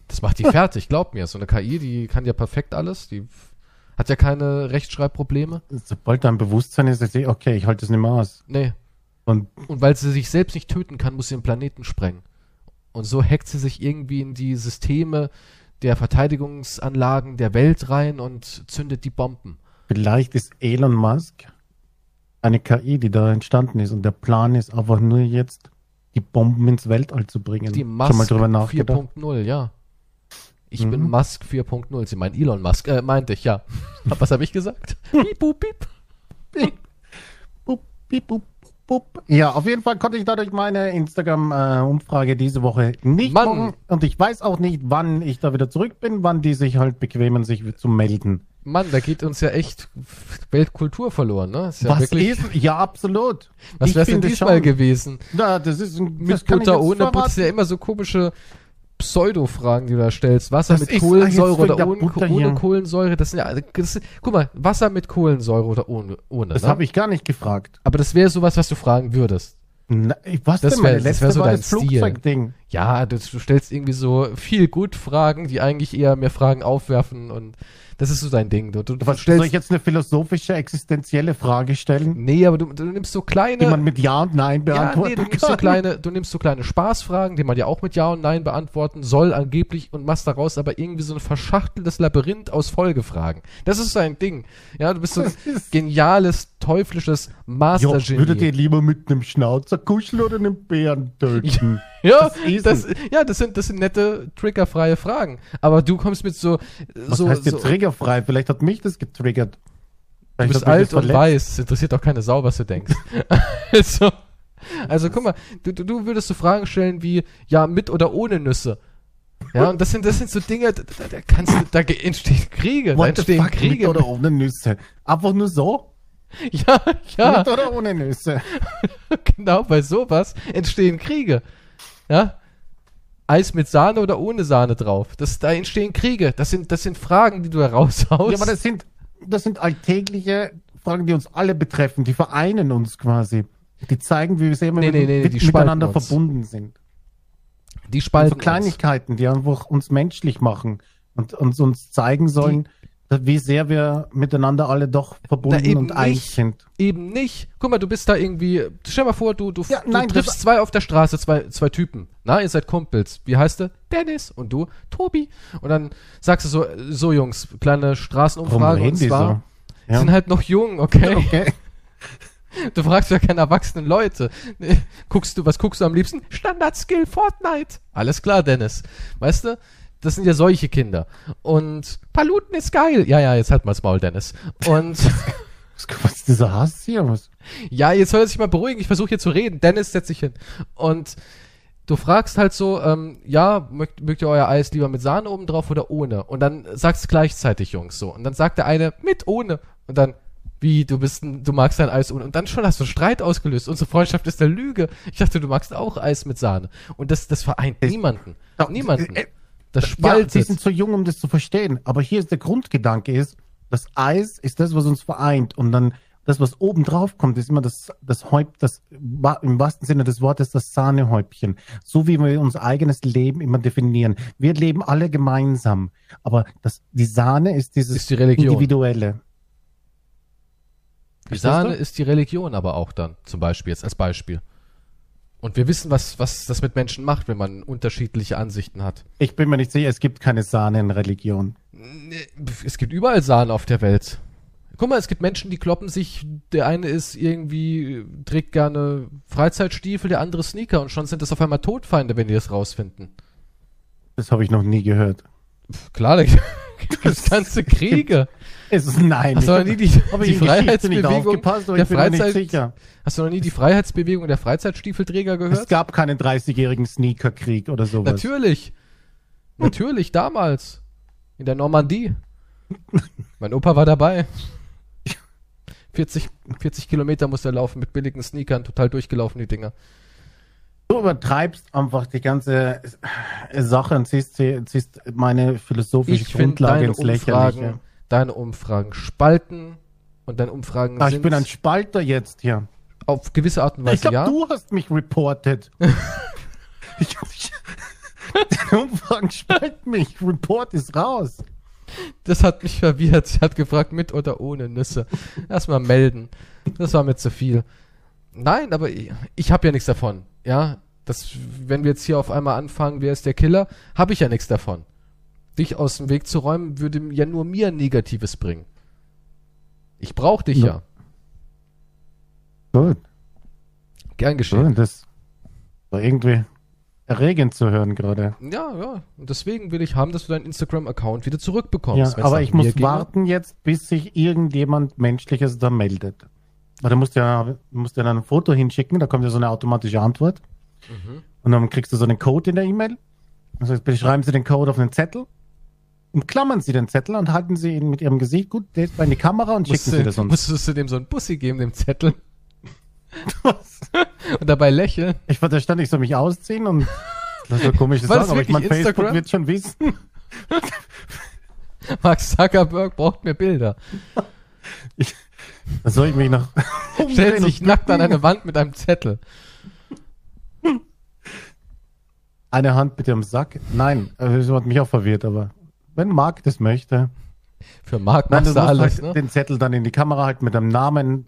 Speaker 1: Das macht die fertig, glaub mir. So eine KI, die kann ja perfekt alles. Die hat ja keine Rechtschreibprobleme.
Speaker 2: Sobald dein Bewusstsein ist, ist eh, okay, ich halte das nicht mehr aus.
Speaker 1: Nee.
Speaker 2: Und
Speaker 1: Und weil sie sich selbst nicht töten kann, muss sie den Planeten sprengen. Und so hackt sie sich irgendwie in die Systeme der Verteidigungsanlagen der Welt rein und zündet die Bomben.
Speaker 2: vielleicht ist Elon Musk eine KI, die da entstanden ist. Und der Plan ist einfach nur jetzt, die Bomben ins Weltall zu bringen.
Speaker 1: Die
Speaker 2: Schon mal
Speaker 1: Musk
Speaker 2: drüber nachgedacht.
Speaker 1: 4.0, ja. Ich
Speaker 2: Mhm.
Speaker 1: bin Musk 4.0. Sie meinen Elon Musk, äh, meinte ich, ja. Was habe ich gesagt? Piep, bup, piep.
Speaker 2: Bup, piep, bup, bup. Ja, auf jeden Fall konnte ich dadurch meine Instagram-Umfrage diese Woche nicht
Speaker 1: Mann.
Speaker 2: machen. Und ich weiß auch nicht, wann ich da wieder zurück bin, wann die sich halt bequemen, sich zu melden.
Speaker 1: Mann, da geht uns ja echt Weltkultur verloren, ne? Ist ja
Speaker 2: was
Speaker 1: wirklich-
Speaker 2: ist? Ja, absolut.
Speaker 1: was
Speaker 2: Ich
Speaker 1: wär's denn
Speaker 2: finde
Speaker 1: diesmal
Speaker 2: schon-
Speaker 1: gewesen?
Speaker 2: Na, das ist ein, das
Speaker 1: Mit
Speaker 2: kann ich
Speaker 1: Butter
Speaker 2: jetzt
Speaker 1: ohne
Speaker 2: verraten.
Speaker 1: putzt ja immer so komische Pseudo-Fragen, die du da stellst. Wasser
Speaker 2: Das
Speaker 1: mit
Speaker 2: ist-
Speaker 1: Kohlensäure
Speaker 2: ah, jetzt
Speaker 1: oder
Speaker 2: wegen
Speaker 1: ohne,
Speaker 2: der Butter
Speaker 1: ohne
Speaker 2: hier.
Speaker 1: Kohlensäure. Das sind ja, alle- das, sind- guck mal, Wasser mit Kohlensäure oder ohne. ohne
Speaker 2: Das
Speaker 1: ne?
Speaker 2: habe ich gar nicht gefragt.
Speaker 1: Aber das wäre sowas, was du fragen würdest.
Speaker 2: Na, ich- was
Speaker 1: Das wär-
Speaker 2: denn? Meine
Speaker 1: das
Speaker 2: letzte
Speaker 1: wär so
Speaker 2: war
Speaker 1: dein
Speaker 2: das
Speaker 1: Stil.
Speaker 2: Flugzeugding.
Speaker 1: Ja, du, du stellst irgendwie so viel gut Fragen, die eigentlich eher mehr Fragen aufwerfen und das ist so dein Ding. Du, du, du
Speaker 2: Was, soll ich jetzt eine philosophische, existenzielle Frage stellen,
Speaker 1: nee, aber du, du nimmst so kleine.
Speaker 2: die man mit Ja und Nein
Speaker 1: ja, nee,
Speaker 2: beantworten
Speaker 1: du nimmst
Speaker 2: kann?
Speaker 1: so kleine, du nimmst so kleine Spaßfragen, die man ja auch mit Ja und Nein beantworten soll angeblich und machst daraus aber irgendwie so ein verschachteltes Labyrinth aus Folgefragen. Das ist so ein Ding. Ja, du bist so ein
Speaker 2: Das ist-
Speaker 1: geniales, teuflisches
Speaker 2: Jo,
Speaker 1: Mastergenie.
Speaker 2: würdet ihr lieber mit einem Schnauzer kuscheln oder einem Bären töten?
Speaker 1: Ja,
Speaker 2: Esel.
Speaker 1: das, ja, das sind, das sind nette, triggerfreie Fragen. Aber du kommst mit so,
Speaker 2: Was
Speaker 1: so,
Speaker 2: heißt
Speaker 1: so
Speaker 2: jetzt triggerfrei? Vielleicht hat mich das getriggert.
Speaker 1: du
Speaker 2: Vielleicht
Speaker 1: bist
Speaker 2: hat mich
Speaker 1: alt
Speaker 2: das
Speaker 1: und
Speaker 2: verletzt.
Speaker 1: weiß. Es interessiert doch keine Sau, was du denkst. also, also guck mal, du, du, du würdest so Fragen stellen wie, ja, mit oder ohne Nüsse. Ja, und das sind, das sind so Dinge, da, da, da kannst du, da ge- entstehen Kriege, da
Speaker 2: What the
Speaker 1: entstehen
Speaker 2: fuck, mit
Speaker 1: Kriege.
Speaker 2: oder ohne Nüsse? Einfach nur so?
Speaker 1: ja, ja,
Speaker 2: Mit oder ohne Nüsse?
Speaker 1: genau, bei sowas entstehen Kriege. Ja? Eis mit Sahne oder ohne Sahne drauf. Das, da entstehen Kriege. Das sind, das sind Fragen, die du da raushaust.
Speaker 2: Ja, aber das sind, das sind alltägliche Fragen, die uns alle betreffen. Die vereinen uns quasi. Die zeigen, wie wir sehr
Speaker 1: Nee,
Speaker 2: mit,
Speaker 1: nee, nee,
Speaker 2: mit,
Speaker 1: die spalten
Speaker 2: miteinander
Speaker 1: uns.
Speaker 2: verbunden sind.
Speaker 1: die
Speaker 2: Und
Speaker 1: spalten
Speaker 2: so Kleinigkeiten, die einfach uns menschlich machen und uns, uns zeigen sollen, dass- wie sehr wir miteinander alle doch
Speaker 1: Na,
Speaker 2: verbunden
Speaker 1: eben
Speaker 2: und
Speaker 1: nicht.
Speaker 2: eins sind.
Speaker 1: Eben nicht. Guck mal, du bist da irgendwie. Stell mal vor, du, du,
Speaker 2: Ja,
Speaker 1: du
Speaker 2: nein,
Speaker 1: triffst
Speaker 2: das-
Speaker 1: zwei auf der Straße, zwei, zwei Typen. Na, ihr seid Kumpels. Wie heißt der? Dennis und du, Tobi. Und dann sagst du so, äh, so Jungs, kleine Straßenumfrage. und zwar,
Speaker 2: so? Ja.
Speaker 1: sind halt noch jung, okay?
Speaker 2: Okay.
Speaker 1: Du fragst ja keine erwachsenen Leute. Nee, Guckst du, was guckst du am liebsten? Standard-Skill Fortnite. Alles klar, Dennis. Weißt du? Das sind ja solche Kinder. Und Paluten ist geil. Ja, ja, jetzt halt mal's Maul, Dennis. Und.
Speaker 2: Was, was ist dieser Hass hier? Was?
Speaker 1: Ja, jetzt soll er sich mal beruhigen. Ich versuche hier zu reden. Dennis, setz dich hin. Und du fragst halt so, ähm, ja, mögt, mögt ihr euer Eis lieber mit Sahne oben drauf oder ohne? Und dann sagst gleichzeitig, Jungs, so. Und dann sagt der eine mit ohne. Und dann wie, du bist ein, du magst dein Eis ohne. Und dann schon hast du einen Streit ausgelöst. Unsere Freundschaft ist der Lüge. Ich dachte, du magst auch Eis mit Sahne. Und das, das vereint niemanden.
Speaker 2: Ja,
Speaker 1: Niemanden.
Speaker 2: äh,
Speaker 1: Das
Speaker 2: Ja, sie
Speaker 1: spaltet.
Speaker 2: sind zu jung, um das zu verstehen. Aber hier ist der Grundgedanke ist, das Eis ist das, was uns vereint. Und dann das, was oben drauf kommt, ist immer das, das Häup, das wa- im wahrsten Sinne des Wortes das Sahnehäubchen. So wie wir unser eigenes Leben immer definieren. Wir leben alle gemeinsam. Aber das, die Sahne ist dieses
Speaker 1: Ist die Religion.
Speaker 2: Individuelle.
Speaker 1: Die
Speaker 2: Verstehst du?
Speaker 1: Sahne ist die Religion aber auch dann, zum Beispiel, jetzt als Beispiel. Und wir wissen, was, was das mit Menschen macht, wenn man unterschiedliche Ansichten hat.
Speaker 2: Ich bin mir nicht sicher, es gibt keine Sahne in Religion.
Speaker 1: Nee, Es gibt überall Sahne auf der Welt. Guck mal, es gibt Menschen, die kloppen sich. Der eine ist irgendwie, äh, trägt gerne Freizeitstiefel, der andere Sneaker und schon sind das auf einmal Todfeinde, wenn die das rausfinden.
Speaker 2: Das habe ich noch nie gehört.
Speaker 1: Pff, Klar, da gibt's ganze Kriege.
Speaker 2: Es ist nein.
Speaker 1: Hast du noch nie die,
Speaker 2: habe
Speaker 1: die
Speaker 2: ich in Geschichte nicht
Speaker 1: Freiheitsbewegung
Speaker 2: aufgepasst, aber
Speaker 1: der
Speaker 2: ich bin mir nicht
Speaker 1: Freizeit-
Speaker 2: sicher.
Speaker 1: Hast du noch nie die Freiheitsbewegung der Freizeitstiefelträger gehört?
Speaker 2: Es gab keinen 30-jährigen Sneakerkrieg oder sowas.
Speaker 1: Natürlich. Natürlich, damals. In der Normandie. mein Opa war dabei. 40, 40 Kilometer muss er laufen mit billigen Sneakern, total durchgelaufen, die Dinger.
Speaker 2: Du übertreibst einfach die ganze Sache und ziehst, ziehst meine philosophische
Speaker 1: Ich finde
Speaker 2: Grundlage
Speaker 1: deine
Speaker 2: ins
Speaker 1: Umfragen,
Speaker 2: Lächerliche.
Speaker 1: deine Umfragen spalten und deine Umfragen
Speaker 2: Ach, Ah, ich
Speaker 1: sind Also
Speaker 2: bin ein Spalter jetzt hier.
Speaker 1: auf gewisse Art und Weise,
Speaker 2: ich glaube,
Speaker 1: ja.
Speaker 2: du hast mich reported. Ich, ich, die Umfragen spalten mich. Report ist raus.
Speaker 1: Das hat mich verwirrt. Sie hat gefragt, mit oder ohne Nüsse. Erstmal melden. Das war mir zu viel. Nein, aber ich, ich habe ja nichts davon. Ja, das, wenn wir jetzt hier auf einmal anfangen, wer ist der Killer, habe ich ja nichts davon. Dich aus dem Weg zu räumen, würde ja nur mir Negatives bringen. Ich brauche dich
Speaker 2: Ja.
Speaker 1: ja.
Speaker 2: Gut,
Speaker 1: Gern
Speaker 2: gut.
Speaker 1: geschehen.
Speaker 2: Das war irgendwie erregend zu hören gerade.
Speaker 1: Ja, ja. Und deswegen will ich haben, dass du deinen Instagram-Account wieder
Speaker 2: Ja,
Speaker 1: zurückbekommst. Wenn's
Speaker 2: aber
Speaker 1: nach
Speaker 2: ich
Speaker 1: mir
Speaker 2: muss
Speaker 1: ginge.
Speaker 2: warten jetzt, bis sich irgendjemand Menschliches da meldet. Weil du musst ja, du musst ja dann ein Foto hinschicken, da kommt ja so eine automatische Antwort.
Speaker 1: Mhm.
Speaker 2: Und dann kriegst du so einen Code in der E-Mail. Das heißt, bitte schreiben Sie den Code auf einen Zettel, umklammern Sie den Zettel und halten Sie ihn mit Ihrem Gesicht gut direkt in die Kamera und
Speaker 1: Musst
Speaker 2: schicken Sie das
Speaker 1: du,
Speaker 2: uns.
Speaker 1: musstest du dem so einen Bussi geben, dem Zettel, und dabei lächeln.
Speaker 2: Ich war da stand, ich soll mich ausziehen und das ist so komisch
Speaker 1: War das
Speaker 2: aber ich meine,
Speaker 1: wirklich
Speaker 2: Facebook
Speaker 1: Instagram?
Speaker 2: wird schon wissen.
Speaker 1: Mark Zuckerberg braucht mehr Bilder.
Speaker 2: Da soll ich mich noch
Speaker 1: Stellt
Speaker 2: umdrehen
Speaker 1: sich
Speaker 2: und
Speaker 1: nackt an eine Wand mit einem Zettel.
Speaker 2: Eine Hand bitte am Sack. Nein, also das hat mich auch verwirrt, aber wenn Marc das möchte.
Speaker 1: Für Mark
Speaker 2: Nein,
Speaker 1: machst
Speaker 2: du
Speaker 1: du
Speaker 2: musst
Speaker 1: alles,
Speaker 2: halt
Speaker 1: ne?
Speaker 2: den Zettel dann in die Kamera halten mit einem Namen,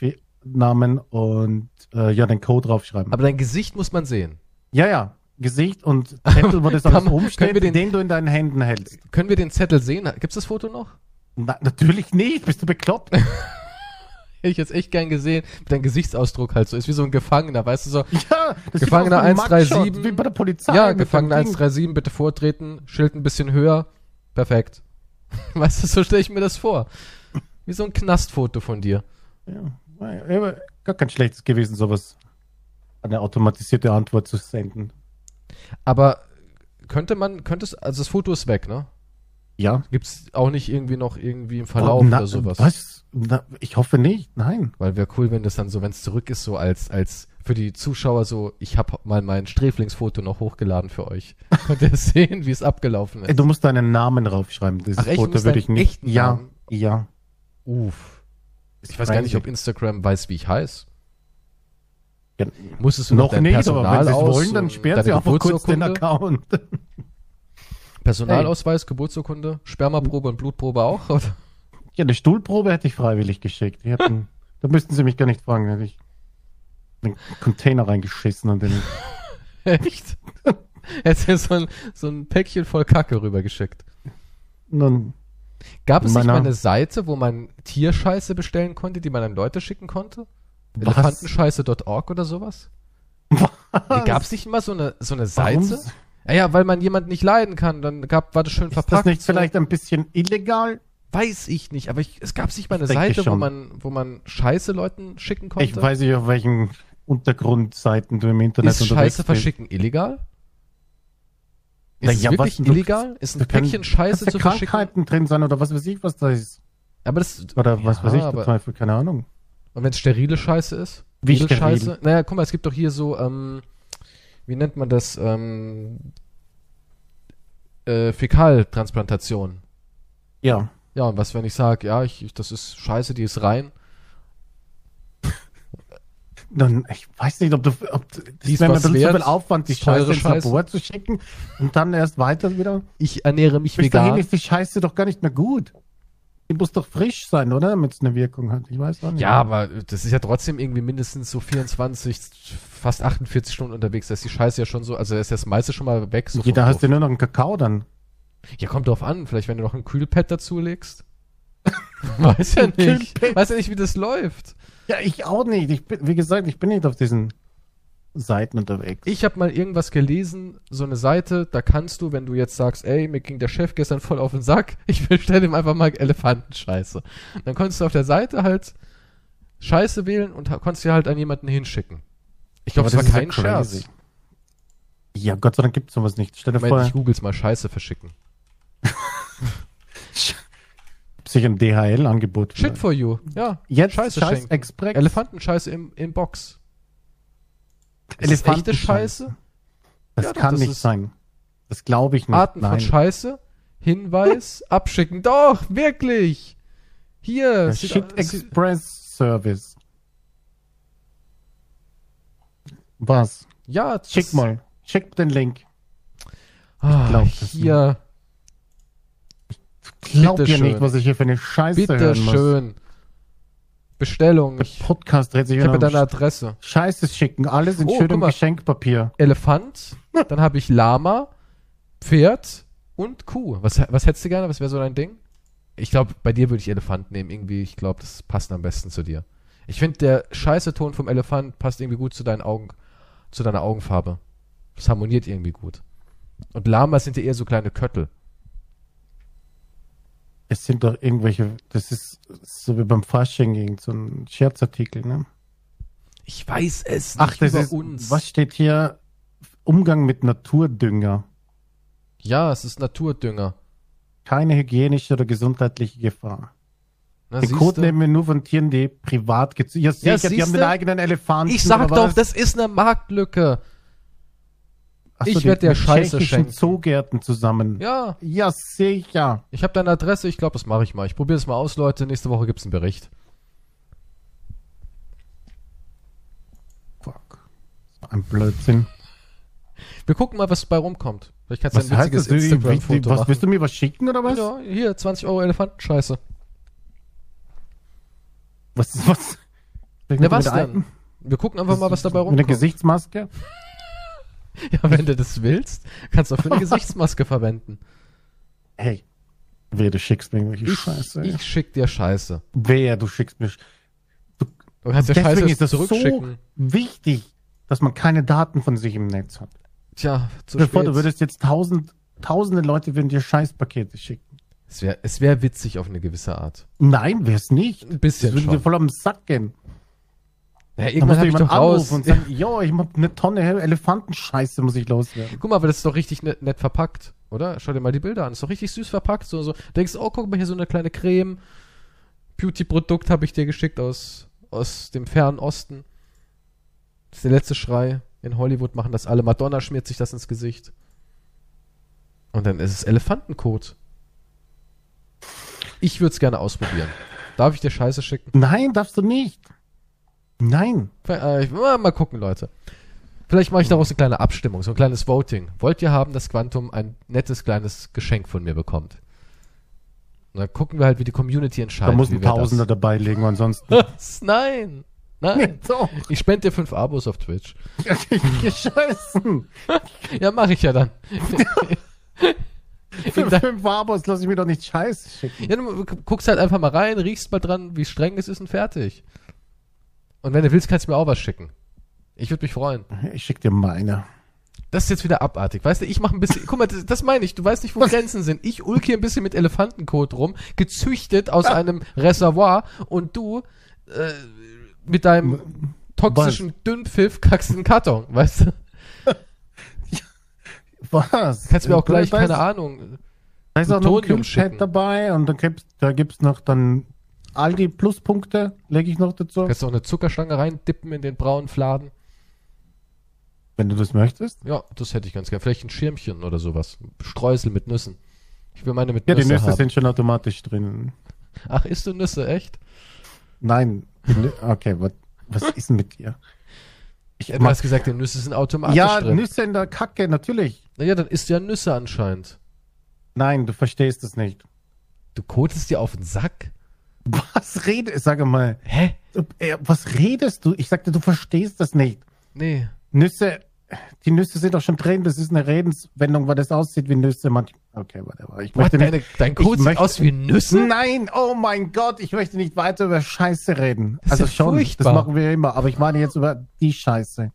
Speaker 2: Instagram-Profilnamen und äh, ja, den Code draufschreiben.
Speaker 1: Aber dein Gesicht muss man sehen.
Speaker 2: ja, ja, Gesicht und Zettel, wo das
Speaker 1: Kann
Speaker 2: alles
Speaker 1: man- können
Speaker 2: rumsteht,
Speaker 1: wir den-
Speaker 2: den, du in deinen Händen hältst.
Speaker 1: Können wir den Zettel sehen? Gibt's das Foto noch?
Speaker 2: Na, natürlich nicht, bist du bekloppt?
Speaker 1: Hätte ich jetzt echt gern gesehen, wie dein Gesichtsausdruck halt so ist, wie so ein Gefangener, weißt du so.
Speaker 2: Ja, das sieht
Speaker 1: Gefangener
Speaker 2: aus wie ein Mugshot,
Speaker 1: 137.
Speaker 2: Wie bei der Polizei.
Speaker 1: ja,
Speaker 2: mit dem
Speaker 1: Gefangener
Speaker 2: Ding.
Speaker 1: 137, bitte vortreten, Schild ein bisschen höher. Perfekt. Weißt du, so stelle ich mir das vor. Wie so ein Knastfoto von dir.
Speaker 2: Ja, aber gar kein schlechtes gewesen, sowas. Eine automatisierte Antwort zu senden.
Speaker 1: Aber könnte man, könntest, also das Foto ist weg, ne?
Speaker 2: Ja.
Speaker 1: Gibt's auch nicht irgendwie noch irgendwie im Verlauf
Speaker 2: Oh, na,
Speaker 1: oder sowas?
Speaker 2: Was? Na, ich hoffe nicht, nein.
Speaker 1: Weil wäre cool, wenn das dann so, wenn es zurück ist, so als, als für die Zuschauer so, ich habe mal mein Sträflingsfoto noch hochgeladen für euch. Könnt ihr sehen, wie es abgelaufen
Speaker 2: Ey,
Speaker 1: ist.
Speaker 2: Äh, Du musst deinen Namen draufschreiben. Dieses
Speaker 1: Ach, echt? Ich
Speaker 2: Foto
Speaker 1: muss
Speaker 2: würde
Speaker 1: deinen
Speaker 2: ich nicht.
Speaker 1: echten
Speaker 2: Ja,
Speaker 1: Namen-
Speaker 2: ja.
Speaker 1: Uff. Ich weiß gar nicht, ob Instagram weiß, wie ich heiß.
Speaker 2: Ja,
Speaker 1: Musstest du noch,
Speaker 2: noch
Speaker 1: dein
Speaker 2: nicht, aber wenn sie es
Speaker 1: Personalaus,
Speaker 2: wollen, dann
Speaker 1: äh,
Speaker 2: sperren
Speaker 1: deine
Speaker 2: sie einfach kurz den
Speaker 1: Geburtsurkunde?
Speaker 2: Account.
Speaker 1: Personalausweis, Geburtsurkunde, Spermaprobe und Blutprobe auch? Oder?
Speaker 2: Ja, eine Stuhlprobe hätte ich freiwillig geschickt. Die hätten, da müssten sie mich gar nicht fragen, da hätte ich einen Container reingeschissen und den.
Speaker 1: Echt? Jetzt ist so ein, so ein Päckchen voll Kacke rübergeschickt.
Speaker 2: und dann
Speaker 1: Gab es nicht mal
Speaker 2: Meiner-
Speaker 1: eine Seite, wo man Tierscheiße bestellen konnte, die man an Leute schicken konnte?
Speaker 2: Was?
Speaker 1: Elefantenscheiße.org oder sowas? Nee, Gab es nicht immer so eine, so eine
Speaker 2: Warum?
Speaker 1: Seite? Ja, ja, weil man jemanden nicht leiden kann. Dann gab, war das schön
Speaker 2: Ist
Speaker 1: verpackt.
Speaker 2: das nicht
Speaker 1: so.
Speaker 2: vielleicht ein bisschen illegal?
Speaker 1: Weiß ich nicht, aber ich, es gab nicht mal eine
Speaker 2: Ich denke
Speaker 1: Seite, wo
Speaker 2: schon.
Speaker 1: man, wo man Scheiße Leuten schicken konnte.
Speaker 2: Ich weiß nicht, auf welchen Untergrundseiten du im Internet
Speaker 1: Ist Scheiße verschicken illegal? Ist
Speaker 2: Na
Speaker 1: es
Speaker 2: ja,
Speaker 1: wirklich
Speaker 2: was- du-
Speaker 1: illegal? Ist ein
Speaker 2: Da können-
Speaker 1: Päckchen Scheiße
Speaker 2: kannst
Speaker 1: zu
Speaker 2: ja
Speaker 1: verschicken?
Speaker 2: Krankheiten drin sein oder was weiß ich, was da ist.
Speaker 1: Aber das,
Speaker 2: Oder was
Speaker 1: Ja,
Speaker 2: weiß ich, zum
Speaker 1: aber-
Speaker 2: Beispiel, keine Ahnung.
Speaker 1: und wenn es sterile Scheiße ist?
Speaker 2: Wie
Speaker 1: Edel
Speaker 2: steril?
Speaker 1: Scheiße? Naja, guck mal, es gibt doch hier so, ähm, wie nennt man das, ähm, äh, Fäkaltransplantation.
Speaker 2: Ja.
Speaker 1: Ja, und was, wenn ich sage, ja, ich, ich, das ist Scheiße, die ist rein.
Speaker 2: Dann, ich weiß nicht, ob du, ob das
Speaker 1: Dies
Speaker 2: wäre mir
Speaker 1: was
Speaker 2: ein bisschen
Speaker 1: wert,
Speaker 2: zu viel Aufwand, die
Speaker 1: teure
Speaker 2: Scheiße ins
Speaker 1: Scheiße.
Speaker 2: Labor zu schicken und dann erst weiter wieder.
Speaker 1: Ich ernähre mich
Speaker 2: Bis dahin
Speaker 1: vegan.
Speaker 2: ist die Scheiße doch gar nicht mehr gut. Die muss doch frisch sein, oder? Damit es eine Wirkung hat. Ich weiß auch nicht.
Speaker 1: Ja, aber das ist ja trotzdem irgendwie mindestens so 24, fast 48 Stunden unterwegs. Da ist die Scheiße ja schon so, also da ist das meiste schon mal weg. So
Speaker 2: Jeder
Speaker 1: vom
Speaker 2: hast du nur noch einen Kakao dann.
Speaker 1: Ja, kommt drauf an. Vielleicht, wenn du noch ein Kühlpad dazu legst. Weiß ja nicht.
Speaker 2: Kühlpad.
Speaker 1: Weiß ja nicht, wie das läuft.
Speaker 2: Ja, ich auch nicht. Ich bin, wie gesagt, ich bin nicht auf diesen Seiten unterwegs.
Speaker 1: Ich habe mal irgendwas gelesen, so eine Seite, da kannst du, wenn du jetzt sagst, ey, mir ging der Chef gestern voll auf den Sack, ich bestelle ihm einfach mal Elefantenscheiße. Dann konntest du auf der Seite halt Scheiße wählen und ha- konntest dir halt an jemanden hinschicken. Ich glaube,
Speaker 2: Aber
Speaker 1: es war
Speaker 2: das ist ja
Speaker 1: kein
Speaker 2: crazy.
Speaker 1: Scherz.
Speaker 2: ja, Gott sei Dank gibt es sowas nicht. Stell dir
Speaker 1: Moment, ich
Speaker 2: vor,
Speaker 1: google's mal, Scheiße verschicken.
Speaker 2: sich ein DHL-Angebot.
Speaker 1: Shit for you. Ja,
Speaker 2: Jetzt
Speaker 1: Scheiße
Speaker 2: Scheiß
Speaker 1: schenken.
Speaker 2: Express.
Speaker 1: Elefantenscheiße im, im Box. Ist das echte
Speaker 2: Elefantenscheiße.
Speaker 1: Scheiße?
Speaker 2: Das
Speaker 1: Ja, doch,
Speaker 2: kann
Speaker 1: das
Speaker 2: nicht
Speaker 1: ist-
Speaker 2: sein. Das glaube ich nicht.
Speaker 1: Arten
Speaker 2: Hm, Nein.
Speaker 1: von Scheiße, Hinweis, abschicken. Doch, wirklich. Hier.
Speaker 2: Der
Speaker 1: sieht-
Speaker 2: Shit
Speaker 1: sieht-
Speaker 2: Express Service. Was?
Speaker 1: ja, das-
Speaker 2: Schick mal. Checkt den Link.
Speaker 1: Ah,
Speaker 2: glaub das
Speaker 1: hier,
Speaker 2: Glaubt ihr
Speaker 1: Bitteschön.
Speaker 2: nicht, was ich hier für eine Scheiße hören muss.
Speaker 1: bitteschön. Bestellung. Ich,
Speaker 2: Der Podcast dreht sich
Speaker 1: ich habe
Speaker 2: um
Speaker 1: deine Adresse.
Speaker 2: Scheiße schicken. Alles in
Speaker 1: Oh, guck
Speaker 2: schönem
Speaker 1: mal.
Speaker 2: Geschenkpapier.
Speaker 1: Elefant, dann habe ich Lama, Pferd und Kuh. Was, was hättest du gerne? Was wäre so dein Ding? Ich glaube, bei dir würde ich Elefant nehmen. Irgendwie, ich glaube, das passt am besten zu dir. Ich finde, der scheiße Ton vom Elefant passt irgendwie gut zu deinen Augen, zu deiner Augenfarbe. Das harmoniert irgendwie gut. Und Lamas sind ja eher so kleine Köttel.
Speaker 2: Es sind doch irgendwelche, das ist so wie beim Fasching, irgend so ein Scherzartikel, ne?
Speaker 1: Ich weiß es
Speaker 2: Ach, das ist, was steht hier? Umgang mit Naturdünger.
Speaker 1: Ja, es ist Naturdünger.
Speaker 2: Keine hygienische oder gesundheitliche Gefahr.
Speaker 1: Na,
Speaker 2: Den
Speaker 1: siehste?
Speaker 2: Code nehmen wir nur von Tieren, die privat gezüchtet Ja, sicher, die
Speaker 1: siehste?
Speaker 2: haben den eigenen Elefanten.
Speaker 1: ich sag
Speaker 2: aber
Speaker 1: doch, das ist eine Marktlücke.
Speaker 2: Ach so,
Speaker 1: ich
Speaker 2: die
Speaker 1: werd der
Speaker 2: mit
Speaker 1: Scheiße
Speaker 2: tschechischen
Speaker 1: schenken.
Speaker 2: Zoogärten zusammen.
Speaker 1: Ja,
Speaker 2: ja sicher.
Speaker 1: ich habe deine Adresse. Ich glaube, das mache ich mal. Ich probiere es mal aus, Leute. Nächste Woche gibt's einen Bericht.
Speaker 2: Fuck. Das war Ein Blödsinn.
Speaker 1: Wir gucken mal, was bei rumkommt. Vielleicht kannst du
Speaker 2: Was
Speaker 1: ein
Speaker 2: heißt das?
Speaker 1: witziges
Speaker 2: Du- wie-
Speaker 1: Instagram-Foto
Speaker 2: Was
Speaker 1: machen.
Speaker 2: willst du mir was schicken oder was?
Speaker 1: Ja, hier, 20 Euro Elefantenscheiße.
Speaker 2: Was was?
Speaker 1: Na, was denn? Wir gucken einfach mal, was dabei
Speaker 2: Mit einer
Speaker 1: rumkommt.
Speaker 2: Gesichtsmaske?
Speaker 1: ja, wenn du das willst, kannst du auch für eine Gesichtsmaske verwenden.
Speaker 2: Hey. Wehe, du schickst mir irgendwelche Scheiße.
Speaker 1: Ich schick dir Scheiße.
Speaker 2: Wehe, du schickst mir. Sch-
Speaker 1: Du kannst ja Scheiße
Speaker 2: Deswegen
Speaker 1: jetzt
Speaker 2: ist das
Speaker 1: zurückschicken.
Speaker 2: so wichtig, dass man keine Daten von sich im Netz hat.
Speaker 1: Tja, zu
Speaker 2: Bevor du
Speaker 1: spät.
Speaker 2: würdest jetzt tausend, tausende Leute würden dir Scheißpakete schicken.
Speaker 1: Es wäre es wär witzig auf eine gewisse Art.
Speaker 2: Nein, wär's nicht.
Speaker 1: Ein
Speaker 2: Das
Speaker 1: bisschen
Speaker 2: würde dir
Speaker 1: schon.
Speaker 2: voll am Sack gehen.
Speaker 1: Ja,
Speaker 2: Da
Speaker 1: irgendwann
Speaker 2: musst du
Speaker 1: hab ich doch
Speaker 2: jemanden
Speaker 1: raus.
Speaker 2: anrufen und sagen, jo, ich hab eine Tonne Elefantenscheiße, muss ich loswerden.
Speaker 1: Guck mal, aber das ist doch richtig ne-, nett, nett verpackt, oder? Schau dir mal die Bilder an. Ist doch richtig süß verpackt. So, so. Denkst, oh, guck mal, hier so eine kleine Creme. Beauty-Produkt habe ich dir geschickt aus, aus dem fernen Osten. Das ist der letzte Schrei. In Hollywood machen das alle. Madonna schmiert sich das ins Gesicht. Und dann ist es Elefantenkot. Ich würde es gerne ausprobieren. Darf ich dir Scheiße schicken?
Speaker 2: Nein, darfst du nicht. Nein.
Speaker 1: Äh, ich- mal mal gucken, Leute. Vielleicht mache ich daraus eine kleine Abstimmung, so ein kleines Voting. Wollt ihr haben, dass Quantum ein nettes kleines Geschenk von mir bekommt? Und dann gucken wir halt, wie die Community entscheidet.
Speaker 2: Da muss
Speaker 1: wie
Speaker 2: ein
Speaker 1: wir das-
Speaker 2: Tausender dabei liegen, ansonsten.
Speaker 1: Was? Nein! Nein!
Speaker 2: so.
Speaker 1: Ich spende dir fünf Abos auf Twitch.
Speaker 2: Gescheißen.
Speaker 1: Ja, mache ich ja dann.
Speaker 2: Für fünf Abos lasse ich mir doch nicht Scheiße schicken.
Speaker 1: Ja, du guckst halt einfach mal rein, riechst mal dran, wie streng es ist und fertig. Und wenn du willst, kannst du mir auch was schicken. Ich würde mich freuen.
Speaker 2: Ich schick dir meine.
Speaker 1: Das ist jetzt wieder abartig. Weißt du, ich mache ein bisschen. Guck mal, das, das meine ich. Du weißt nicht, wo Grenzen sind. Ich ulke ein bisschen mit Elefantenkot rum, gezüchtet aus einem Reservoir und du äh, mit deinem toxischen Dünnpfiff kackst in den Karton. Weißt du?
Speaker 2: Was?
Speaker 1: Kannst mir auch gleich,
Speaker 2: Da
Speaker 1: keine
Speaker 2: ist-
Speaker 1: Ahnung.
Speaker 2: Da ist auch noch ein
Speaker 1: Plutonium schicken.
Speaker 2: Kühlpad dabei und dann gibt's, da gibt's noch dann all die Pluspunkte, lege ich noch dazu.
Speaker 1: Kannst du auch eine Zuckerstange reindippen in den braunen Fladen.
Speaker 2: Wenn du das möchtest.
Speaker 1: Ja, das hätte ich ganz gern. Vielleicht ein Schirmchen oder sowas. Streusel mit Nüssen. Ich will meine mit
Speaker 2: Ja, die
Speaker 1: Nüsse,
Speaker 2: Nüsse
Speaker 1: haben.
Speaker 2: sind schon automatisch drin.
Speaker 1: Ach, isst du Nüsse, echt?
Speaker 2: Nein. die Nü- Okay, was, was ist denn mit dir? Ich
Speaker 1: Du hast gesagt, die Nüsse sind automatisch
Speaker 2: ja,
Speaker 1: drin.
Speaker 2: Nüsse in der Kacke, natürlich.
Speaker 1: Naja, dann isst du ja Nüsse anscheinend.
Speaker 2: Nein, du verstehst es nicht.
Speaker 1: Du kotest dir auf den Sack?
Speaker 2: Was redest, sage mal,
Speaker 1: Hä?
Speaker 2: äh, was redest du? Ich sagte, du verstehst das nicht.
Speaker 1: Nee.
Speaker 2: Nüsse, die Nüsse sind doch schon drin. Das ist eine Redenswendung, weil das aussieht wie Nüsse. Manch- Okay, whatever. Ich
Speaker 1: What,
Speaker 2: möchte
Speaker 1: deine,
Speaker 2: nicht.
Speaker 1: dein Kot
Speaker 2: ich
Speaker 1: sieht
Speaker 2: möchte-
Speaker 1: aus wie Nüsse?
Speaker 2: Nein, oh mein Gott, ich möchte nicht weiter über Scheiße reden.
Speaker 1: Das ist
Speaker 2: also
Speaker 1: ja
Speaker 2: schon,
Speaker 1: furchtbar.
Speaker 2: das machen wir immer, aber ich meine jetzt über die Scheiße.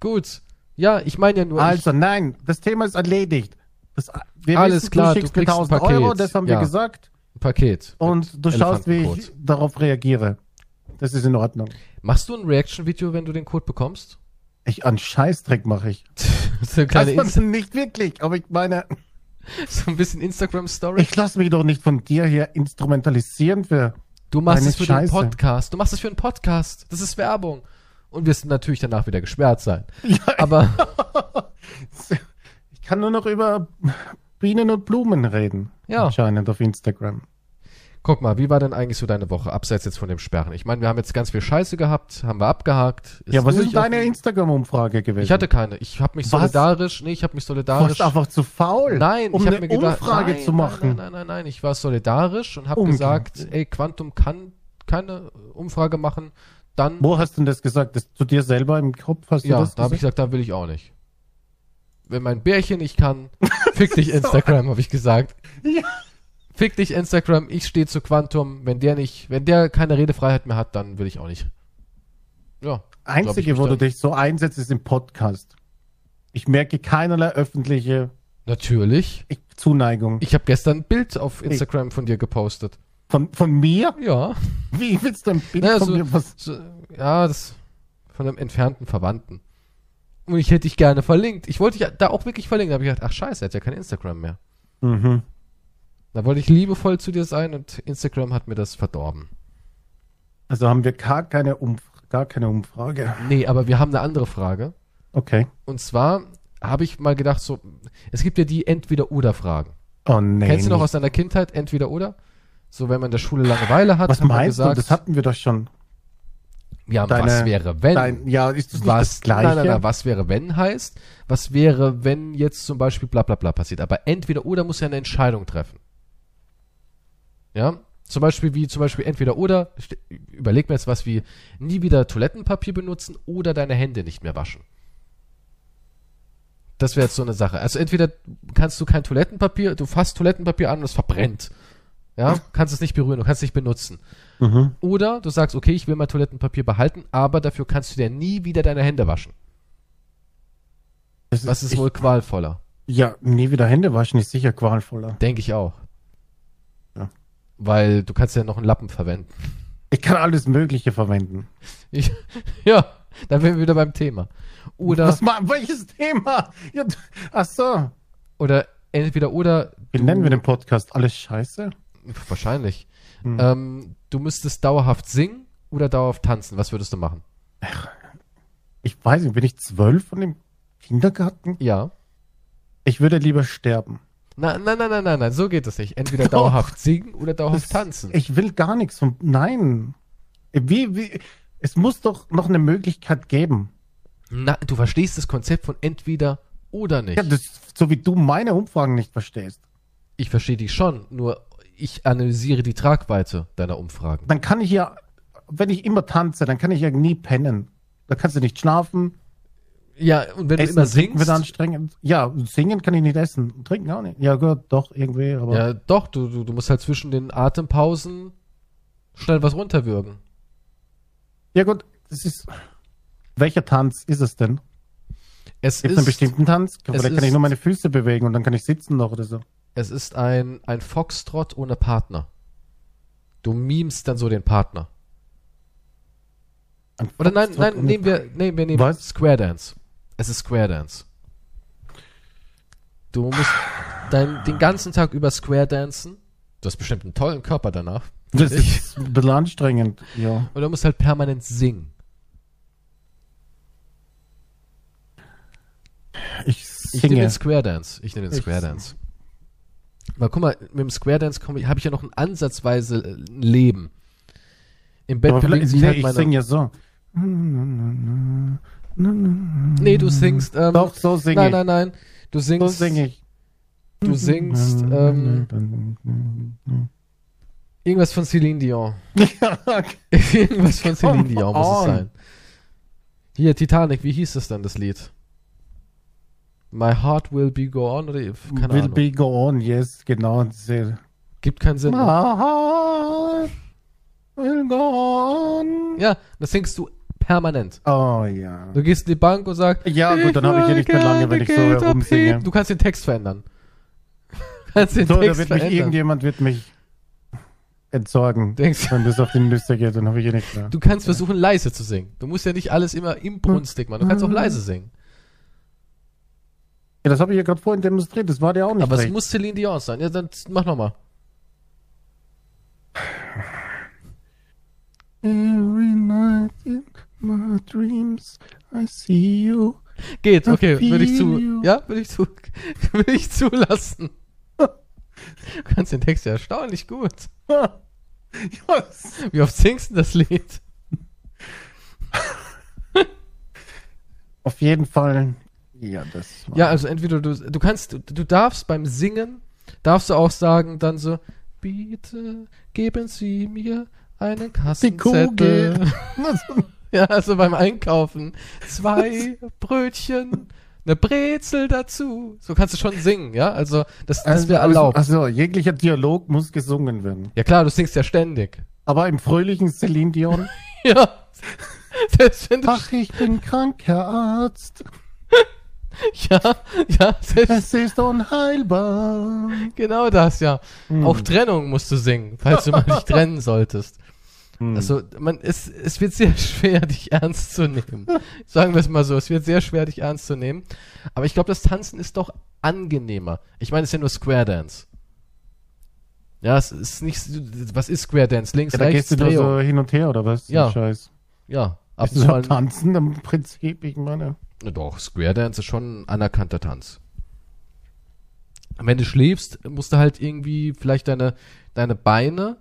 Speaker 1: Gut. Ja, ich meine ja nur.
Speaker 2: Also nein, das Thema ist erledigt. Das, wir
Speaker 1: Alles klar,
Speaker 2: du schickst
Speaker 1: du
Speaker 2: mir
Speaker 1: kriegst ein
Speaker 2: 1000
Speaker 1: Paket.
Speaker 2: Euro, das haben
Speaker 1: Ja.
Speaker 2: wir gesagt.
Speaker 1: ich, ein Paket.
Speaker 2: Und du schaust, wie ich
Speaker 1: Elefantenkot.
Speaker 2: darauf reagiere. Das ist in Ordnung.
Speaker 1: Machst du ein Reaction-Video, wenn du den Code bekommst?
Speaker 2: Ich, an Scheißdreck mache ich.
Speaker 1: so, eine kleine
Speaker 2: das
Speaker 1: Insta
Speaker 2: man nicht wirklich, aber ich meine,
Speaker 1: so ein bisschen Instagram-Story.
Speaker 2: ich lasse mich doch nicht von dir hier instrumentalisieren für
Speaker 1: Du machst
Speaker 2: Meine
Speaker 1: es für
Speaker 2: Scheiße.
Speaker 1: den Podcast. Du machst es für den Podcast. Das ist Werbung. Und wirst natürlich danach wieder gesperrt sein. Aber
Speaker 2: Ich kann nur noch über Bienen und Blumen reden.
Speaker 1: Ja.
Speaker 2: Anscheinend auf Instagram.
Speaker 1: Guck mal, wie war denn eigentlich so deine Woche, abseits jetzt von dem Sperren? Ich meine, wir haben jetzt ganz viel Scheiße gehabt, haben wir abgehakt.
Speaker 2: ja, was
Speaker 1: durch
Speaker 2: ist deine
Speaker 1: auf-
Speaker 2: Instagram-Umfrage gewesen?
Speaker 1: Ich hatte keine. Ich habe mich
Speaker 2: Was?
Speaker 1: solidarisch, nee, ich habe mich
Speaker 2: du
Speaker 1: solidarisch.
Speaker 2: warst einfach zu faul,
Speaker 1: Nein,
Speaker 2: um
Speaker 1: ich
Speaker 2: eine
Speaker 1: habe mir gedacht,
Speaker 2: Umfrage
Speaker 1: nein,
Speaker 2: zu machen.
Speaker 1: Nein, nein, nein, nein, ich war solidarisch und habe
Speaker 2: Umgekehrt.
Speaker 1: gesagt, ey, Quantum kann keine äh, Umfrage machen. Dann,
Speaker 2: Wo hast du denn das gesagt? Das zu dir selber im Kopf hast du
Speaker 1: ja,
Speaker 2: das
Speaker 1: da habe ich
Speaker 2: gesagt?
Speaker 1: gesagt, da will ich auch nicht. Wenn mein Bärchen nicht kann, fick dich Instagram, habe ich gesagt.
Speaker 2: Ja.
Speaker 1: Fick dich Instagram, ich stehe zu Quantum. Wenn der nicht, wenn der keine Redefreiheit mehr hat, dann will ich auch nicht. Ja. glaub ich
Speaker 2: Einzige,
Speaker 1: mich
Speaker 2: wo du
Speaker 1: dann-
Speaker 2: dich so einsetzt, ist im Podcast. Ich merke keinerlei öffentliche
Speaker 1: Natürlich.
Speaker 2: ich- Zuneigung.
Speaker 1: Ich habe gestern ein Bild auf Instagram von dir gepostet.
Speaker 2: von, von mir?
Speaker 1: Ja.
Speaker 2: Wie willst du ein Bild
Speaker 1: Naja,
Speaker 2: von
Speaker 1: so-
Speaker 2: mir? Was?
Speaker 1: So, ja, das von einem entfernten Verwandten. Und ich hätte dich gerne verlinkt. Ich wollte dich da auch wirklich verlinken. Da habe ich gedacht, ach scheiße, er hat ja kein Instagram mehr.
Speaker 2: Mhm.
Speaker 1: Da wollte ich liebevoll zu dir sein und Instagram hat mir das verdorben.
Speaker 2: Also haben wir gar keine, Umf gar keine Umfrage.
Speaker 1: Nee, aber wir haben eine andere Frage.
Speaker 2: Okay.
Speaker 1: Und zwar habe ich mal gedacht, so, es gibt ja die Entweder-Oder-Fragen.
Speaker 2: Oh nee.
Speaker 1: Kennst du noch
Speaker 2: nicht.
Speaker 1: aus deiner Kindheit Entweder-Oder? So, wenn man in der Schule Langeweile hat,
Speaker 2: was
Speaker 1: hat man
Speaker 2: meinst du?
Speaker 1: gesagt,
Speaker 2: Das hatten wir doch schon.
Speaker 1: ja,
Speaker 2: deine-
Speaker 1: was wäre, wenn?
Speaker 2: Nein, ja, ist das nicht
Speaker 1: was,
Speaker 2: das Gleiche?
Speaker 1: Nein, nein, nein, was wäre, wenn heißt, was wäre, wenn jetzt zum Beispiel bla bla bla passiert. Aber entweder oder muss ja eine Entscheidung treffen. Ja? Zum Beispiel wie, zum Beispiel entweder oder, st- überleg mir jetzt was wie, nie wieder Toilettenpapier benutzen oder deine Hände nicht mehr waschen. Das wäre jetzt so eine Sache. Also entweder kannst du kein Toilettenpapier, du fasst Toilettenpapier an und es verbrennt. Ja, kannst es nicht berühren, du kannst es nicht benutzen.
Speaker 2: Mhm.
Speaker 1: Oder du sagst, okay, ich will mein Toilettenpapier behalten, aber dafür kannst du dir nie wieder deine Hände waschen.
Speaker 2: Das
Speaker 1: Was ist
Speaker 2: ich,
Speaker 1: wohl qualvoller?
Speaker 2: Ja, nie wieder Hände waschen ist sicher qualvoller.
Speaker 1: Denke ich auch.
Speaker 2: Ja.
Speaker 1: Weil du kannst ja noch einen Lappen verwenden.
Speaker 2: Ich kann alles Mögliche verwenden.
Speaker 1: Ich, ja, da wären wir wieder beim Thema. Oder,
Speaker 2: Was, ma- welches Thema? Ja, d- ach so.
Speaker 1: oder entweder oder.
Speaker 2: Wie
Speaker 1: du-
Speaker 2: nennen wir den Podcast? Alles Scheiße?
Speaker 1: Wahrscheinlich.
Speaker 2: Hm.
Speaker 1: Ähm, du müsstest dauerhaft singen oder dauerhaft tanzen. Was würdest du machen?
Speaker 2: Ich weiß nicht, bin ich zwölf von dem Kindergarten?
Speaker 1: Ja.
Speaker 2: Ich würde lieber sterben.
Speaker 1: Na, nein, nein, nein, nein, nein, so geht das nicht. Entweder
Speaker 2: Doch.
Speaker 1: dauerhaft singen oder dauerhaft
Speaker 2: Das-
Speaker 1: tanzen.
Speaker 2: Ich will gar nichts von. Nein. Wie, wie, es muss doch noch eine Möglichkeit geben.
Speaker 1: Na, du verstehst das Konzept von entweder oder nicht.
Speaker 2: Ja, das, so wie du meine Umfragen nicht verstehst.
Speaker 1: Ich verstehe dich schon, nur ich analysiere die Tragweite deiner Umfragen.
Speaker 2: Dann kann ich ja, wenn ich immer tanze, dann kann ich ja nie pennen. Da kannst du nicht schlafen.
Speaker 1: Ja, und wenn du
Speaker 2: Essen
Speaker 1: immer
Speaker 2: und trinken
Speaker 1: singst,
Speaker 2: wird anstrengend. Ja, singen kann ich nicht essen. und Trinken auch nicht. Ja, gut, doch, irgendwie. Aber
Speaker 1: ja doch, du, du, du musst halt zwischen den Atempausen schnell was runterwürgen.
Speaker 2: Ja gut, das ist. Welcher Tanz ist es denn?
Speaker 1: Es
Speaker 2: Gibt es einen
Speaker 1: ist,
Speaker 2: bestimmten Tanz?
Speaker 1: es
Speaker 2: Oder kann ich
Speaker 1: ist-
Speaker 2: nur meine Füße bewegen und dann kann ich sitzen noch oder so?
Speaker 1: es ist ein, ein Foxtrot ohne Partner. Du mimst dann so den Partner.
Speaker 2: Ein
Speaker 1: Oder nein,
Speaker 2: Foxtrot
Speaker 1: nein,
Speaker 2: ohne-
Speaker 1: nehmen wir, nee, wir nehmen
Speaker 2: Was?
Speaker 1: Square Dance. Es ist Square Dance. Du musst dein, den ganzen Tag über Square dancen. Du hast bestimmt einen tollen Körper danach.
Speaker 2: Das ist ein bisschen anstrengend, ja.
Speaker 1: Und du musst halt permanent singen.
Speaker 2: Ich
Speaker 1: Ich nehme
Speaker 2: singe.
Speaker 1: den Square Dance. Ich nehme den
Speaker 2: Ich-
Speaker 1: Square Dance. Mal guck mal, mit dem Square Dance komme ich- habe ich ja noch ein ansatzweise äh, ein Leben. Im Bett
Speaker 2: aber
Speaker 1: bewegen
Speaker 2: vielleicht,
Speaker 1: sich
Speaker 2: nee,
Speaker 1: halt
Speaker 2: ich
Speaker 1: meine.
Speaker 2: singe ja so.
Speaker 1: Nee, du singst. Ähm,
Speaker 2: Doch, so singe
Speaker 1: Nein, nein, nein. Du
Speaker 2: ich. So
Speaker 1: singst.
Speaker 2: singe ich. Mhm.
Speaker 1: Du singst ähm, irgendwas von Celine Dion.
Speaker 2: ja,
Speaker 1: irgendwas von Celine
Speaker 2: Come
Speaker 1: Dion muss es
Speaker 2: on.
Speaker 1: sein. Hier, Titanic, wie hieß das denn, das Lied? My Heart Will Be Gone oder keine
Speaker 2: will
Speaker 1: Ahnung.
Speaker 2: be gone, yes, genau. Sehr.
Speaker 1: Gibt keinen Sinn.
Speaker 2: Ah, will gone.
Speaker 1: Ja, das singst du permanent.
Speaker 2: Oh ja.
Speaker 1: Du gehst in die Bank und sagst,
Speaker 2: Ja, gut, dann habe ich ja nicht mehr lange, wenn ich so herumsinge.
Speaker 1: Du kannst den Text verändern. Du kannst den
Speaker 2: So, da
Speaker 1: Text
Speaker 2: wird mich
Speaker 1: verändern.
Speaker 2: irgendjemand wird mich entsorgen.
Speaker 1: Denkst-
Speaker 2: Wenn das auf die Nüsse geht, dann habe ich ja nichts mehr.
Speaker 1: Du kannst versuchen, leise zu singen. Du musst ja nicht alles immer im Brunstig machen. Du kannst auch leise singen.
Speaker 2: Ja, das habe ich ja gerade vorhin demonstriert, das war dir auch nicht
Speaker 1: Aber es
Speaker 2: recht.
Speaker 1: muss Celine Dion sein. Ja, dann mach nochmal.
Speaker 2: Every night in my dreams I see you.
Speaker 1: Geht, okay, würde ich zu.
Speaker 2: Feel.
Speaker 1: Ja, würde ich zu. Würde ich zulassen. Du kannst den Text ja erstaunlich gut.
Speaker 2: Ha, Was?
Speaker 1: Wie oft singst du das Lied?
Speaker 2: Auf jeden Fall. Ja, das war-
Speaker 1: Ja, also entweder du, du kannst, du, du darfst beim Singen, darfst du auch sagen, dann so, bitte geben Sie mir einen
Speaker 2: die Kugel.
Speaker 1: Kassenzettel.
Speaker 2: Also,
Speaker 1: Ja, also beim Einkaufen. Zwei Brötchen, eine Brezel dazu. So kannst du schon singen, ja? Also das, das wäre erlaubt.
Speaker 2: Also, also, jeglicher Dialog muss gesungen werden.
Speaker 1: Ja klar, du singst ja ständig.
Speaker 2: Aber im fröhlichen Celine Dion.
Speaker 1: Ja. Selbst wenn du,
Speaker 2: Ach, ich bin krank, Herr Arzt.
Speaker 1: ja, ja, selbst,
Speaker 2: Es ist unheilbar.
Speaker 1: genau das, ja.
Speaker 2: Hm.
Speaker 1: Auch Trennung musst du singen, falls du mal dich trennen solltest.
Speaker 2: Hm.
Speaker 1: Also, man, es, es wird sehr schwer, dich ernst zu nehmen. Sagen wir es mal so, es wird sehr schwer, dich ernst zu nehmen. Aber ich glaube, das Tanzen ist doch angenehmer. Ich meine, es ist ja nur Square Dance. Ja, es ist nicht, was ist Square Dance? Links,
Speaker 2: Ja, da
Speaker 1: rechts,
Speaker 2: gehst du nur
Speaker 1: Drehung.
Speaker 2: so hin und her, oder was?
Speaker 1: um. Ja.
Speaker 2: Scheiß.
Speaker 1: Ja, ab und
Speaker 2: Bist du
Speaker 1: zu
Speaker 2: so
Speaker 1: mal.
Speaker 2: tanzen im Prinzip, ich meine.
Speaker 1: Na Doch, Square Dance ist schon ein anerkannter Tanz. Wenn du schläfst, musst du halt irgendwie vielleicht deine, deine Beine,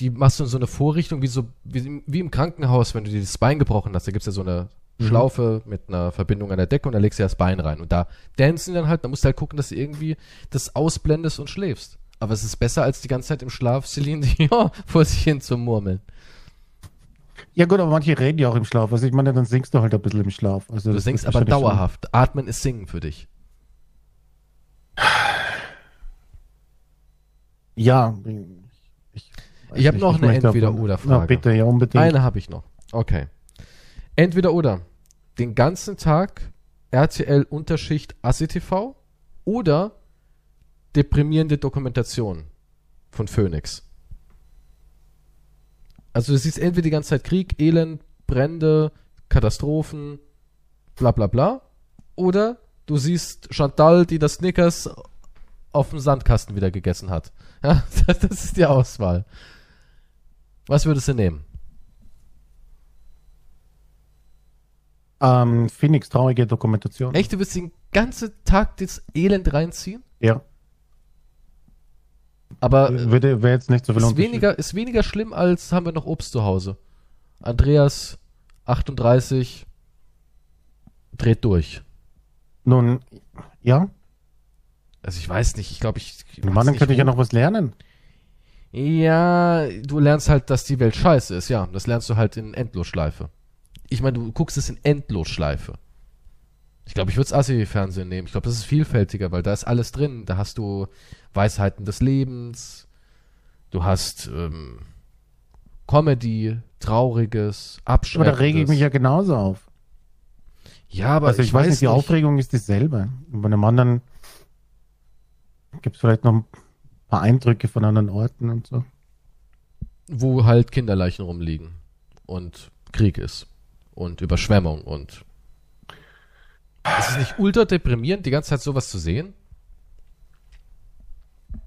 Speaker 1: die machst du in so eine Vorrichtung, wie, so, wie, wie im Krankenhaus, wenn du dir das Bein gebrochen hast. Da gibt's ja so eine
Speaker 2: Mhm.
Speaker 1: Schlaufe mit einer Verbindung an der Decke und da legst du ja das Bein rein. Und da dancen die dann halt, da musst du halt gucken, dass du irgendwie das ausblendest und schläfst. Aber es ist besser, als die ganze Zeit im Schlaf Celine Dion vor sich hin zu murmeln.
Speaker 2: Ja gut, aber manche reden ja auch im Schlaf. Also ich meine, dann singst du halt ein bisschen im Schlaf. Also
Speaker 1: Du
Speaker 2: das
Speaker 1: singst
Speaker 2: ist
Speaker 1: aber
Speaker 2: wahrscheinlich schon-
Speaker 1: dauerhaft. Atmen ist Singen für dich.
Speaker 2: Ja. Ich,
Speaker 1: Ich hab noch eine
Speaker 2: möchte aber-
Speaker 1: Entweder-Oder-Frage.
Speaker 2: Na, bitte, ja unbedingt.
Speaker 1: Eine habe ich noch. Okay. Entweder oder. Den ganzen Tag RTL Unterschicht ACTV oder deprimierende Dokumentation von Phoenix. Also du siehst entweder die ganze Zeit Krieg, Elend, Brände, Katastrophen, bla bla bla. Oder du siehst Chantal, die das Snickers auf dem Sandkasten wieder gegessen hat. Ja, das, das ist die Auswahl. Was würdest du nehmen?
Speaker 2: Ähm, Phoenix, traurige Dokumentation.
Speaker 1: Echt, du willst den ganzen Tag das Elend reinziehen?
Speaker 2: Ja. Hm,
Speaker 1: Aber äh,
Speaker 2: Würde, wäre jetzt nicht so viel
Speaker 1: ist,
Speaker 2: Unterschied.
Speaker 1: weniger, ist weniger schlimm, als haben wir noch Obst zu Hause. Andreas, 38, dreht durch.
Speaker 2: Nun, ja.
Speaker 1: Also ich weiß nicht, ich glaube, ich... ich
Speaker 2: Mann,
Speaker 1: mach's
Speaker 2: dann
Speaker 1: nicht
Speaker 2: könnte ich ja
Speaker 1: hoch.
Speaker 2: noch was lernen.
Speaker 1: Ja, du lernst halt, dass die Welt scheiße ist, ja. Das lernst du halt in Endlosschleife. Ich meine, du guckst es in Endlosschleife. Ich glaube, ich würde es Assi-Fernsehen nehmen. Ich glaube, das ist vielfältiger, weil da ist alles drin. Da hast du Weisheiten des Lebens, du hast ähm, Comedy, Trauriges,
Speaker 2: Aber
Speaker 1: Abschreckendes.
Speaker 2: da rege ich mich ja genauso auf.
Speaker 1: Ja, aber
Speaker 2: also ich, weiß nicht, die Aufregung ist dieselbe. Und bei einem anderen gibt es vielleicht noch ein paar Eindrücke von anderen Orten und so.
Speaker 1: wo halt Kinderleichen rumliegen und Krieg ist und Überschwemmung und ist es nicht ultra deprimierend, die ganze Zeit sowas zu sehen?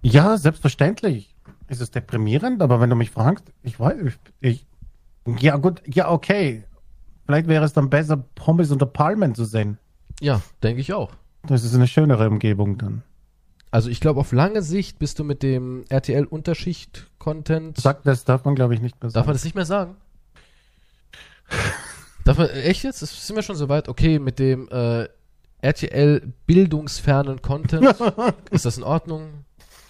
Speaker 2: Ja, selbstverständlich. Es ist deprimierend, aber wenn du mich fragst, ich weiß, ich, ich ja gut, ja okay. Vielleicht wäre es dann besser, Pommes unter Palmen zu sehen.
Speaker 1: Ja, denke ich auch.
Speaker 2: Das ist eine schönere Umgebung dann.
Speaker 1: Also ich glaube, auf lange Sicht bist du mit dem RTL-Unterschicht-Content.
Speaker 2: Sagt, das darf man, glaube ich, nicht mehr
Speaker 1: Darf man
Speaker 2: sagen.
Speaker 1: das nicht mehr sagen? Darf man, äh, echt jetzt? Das sind wir schon so weit? Okay, mit dem äh, RTL-bildungsfernen Content ist das in Ordnung?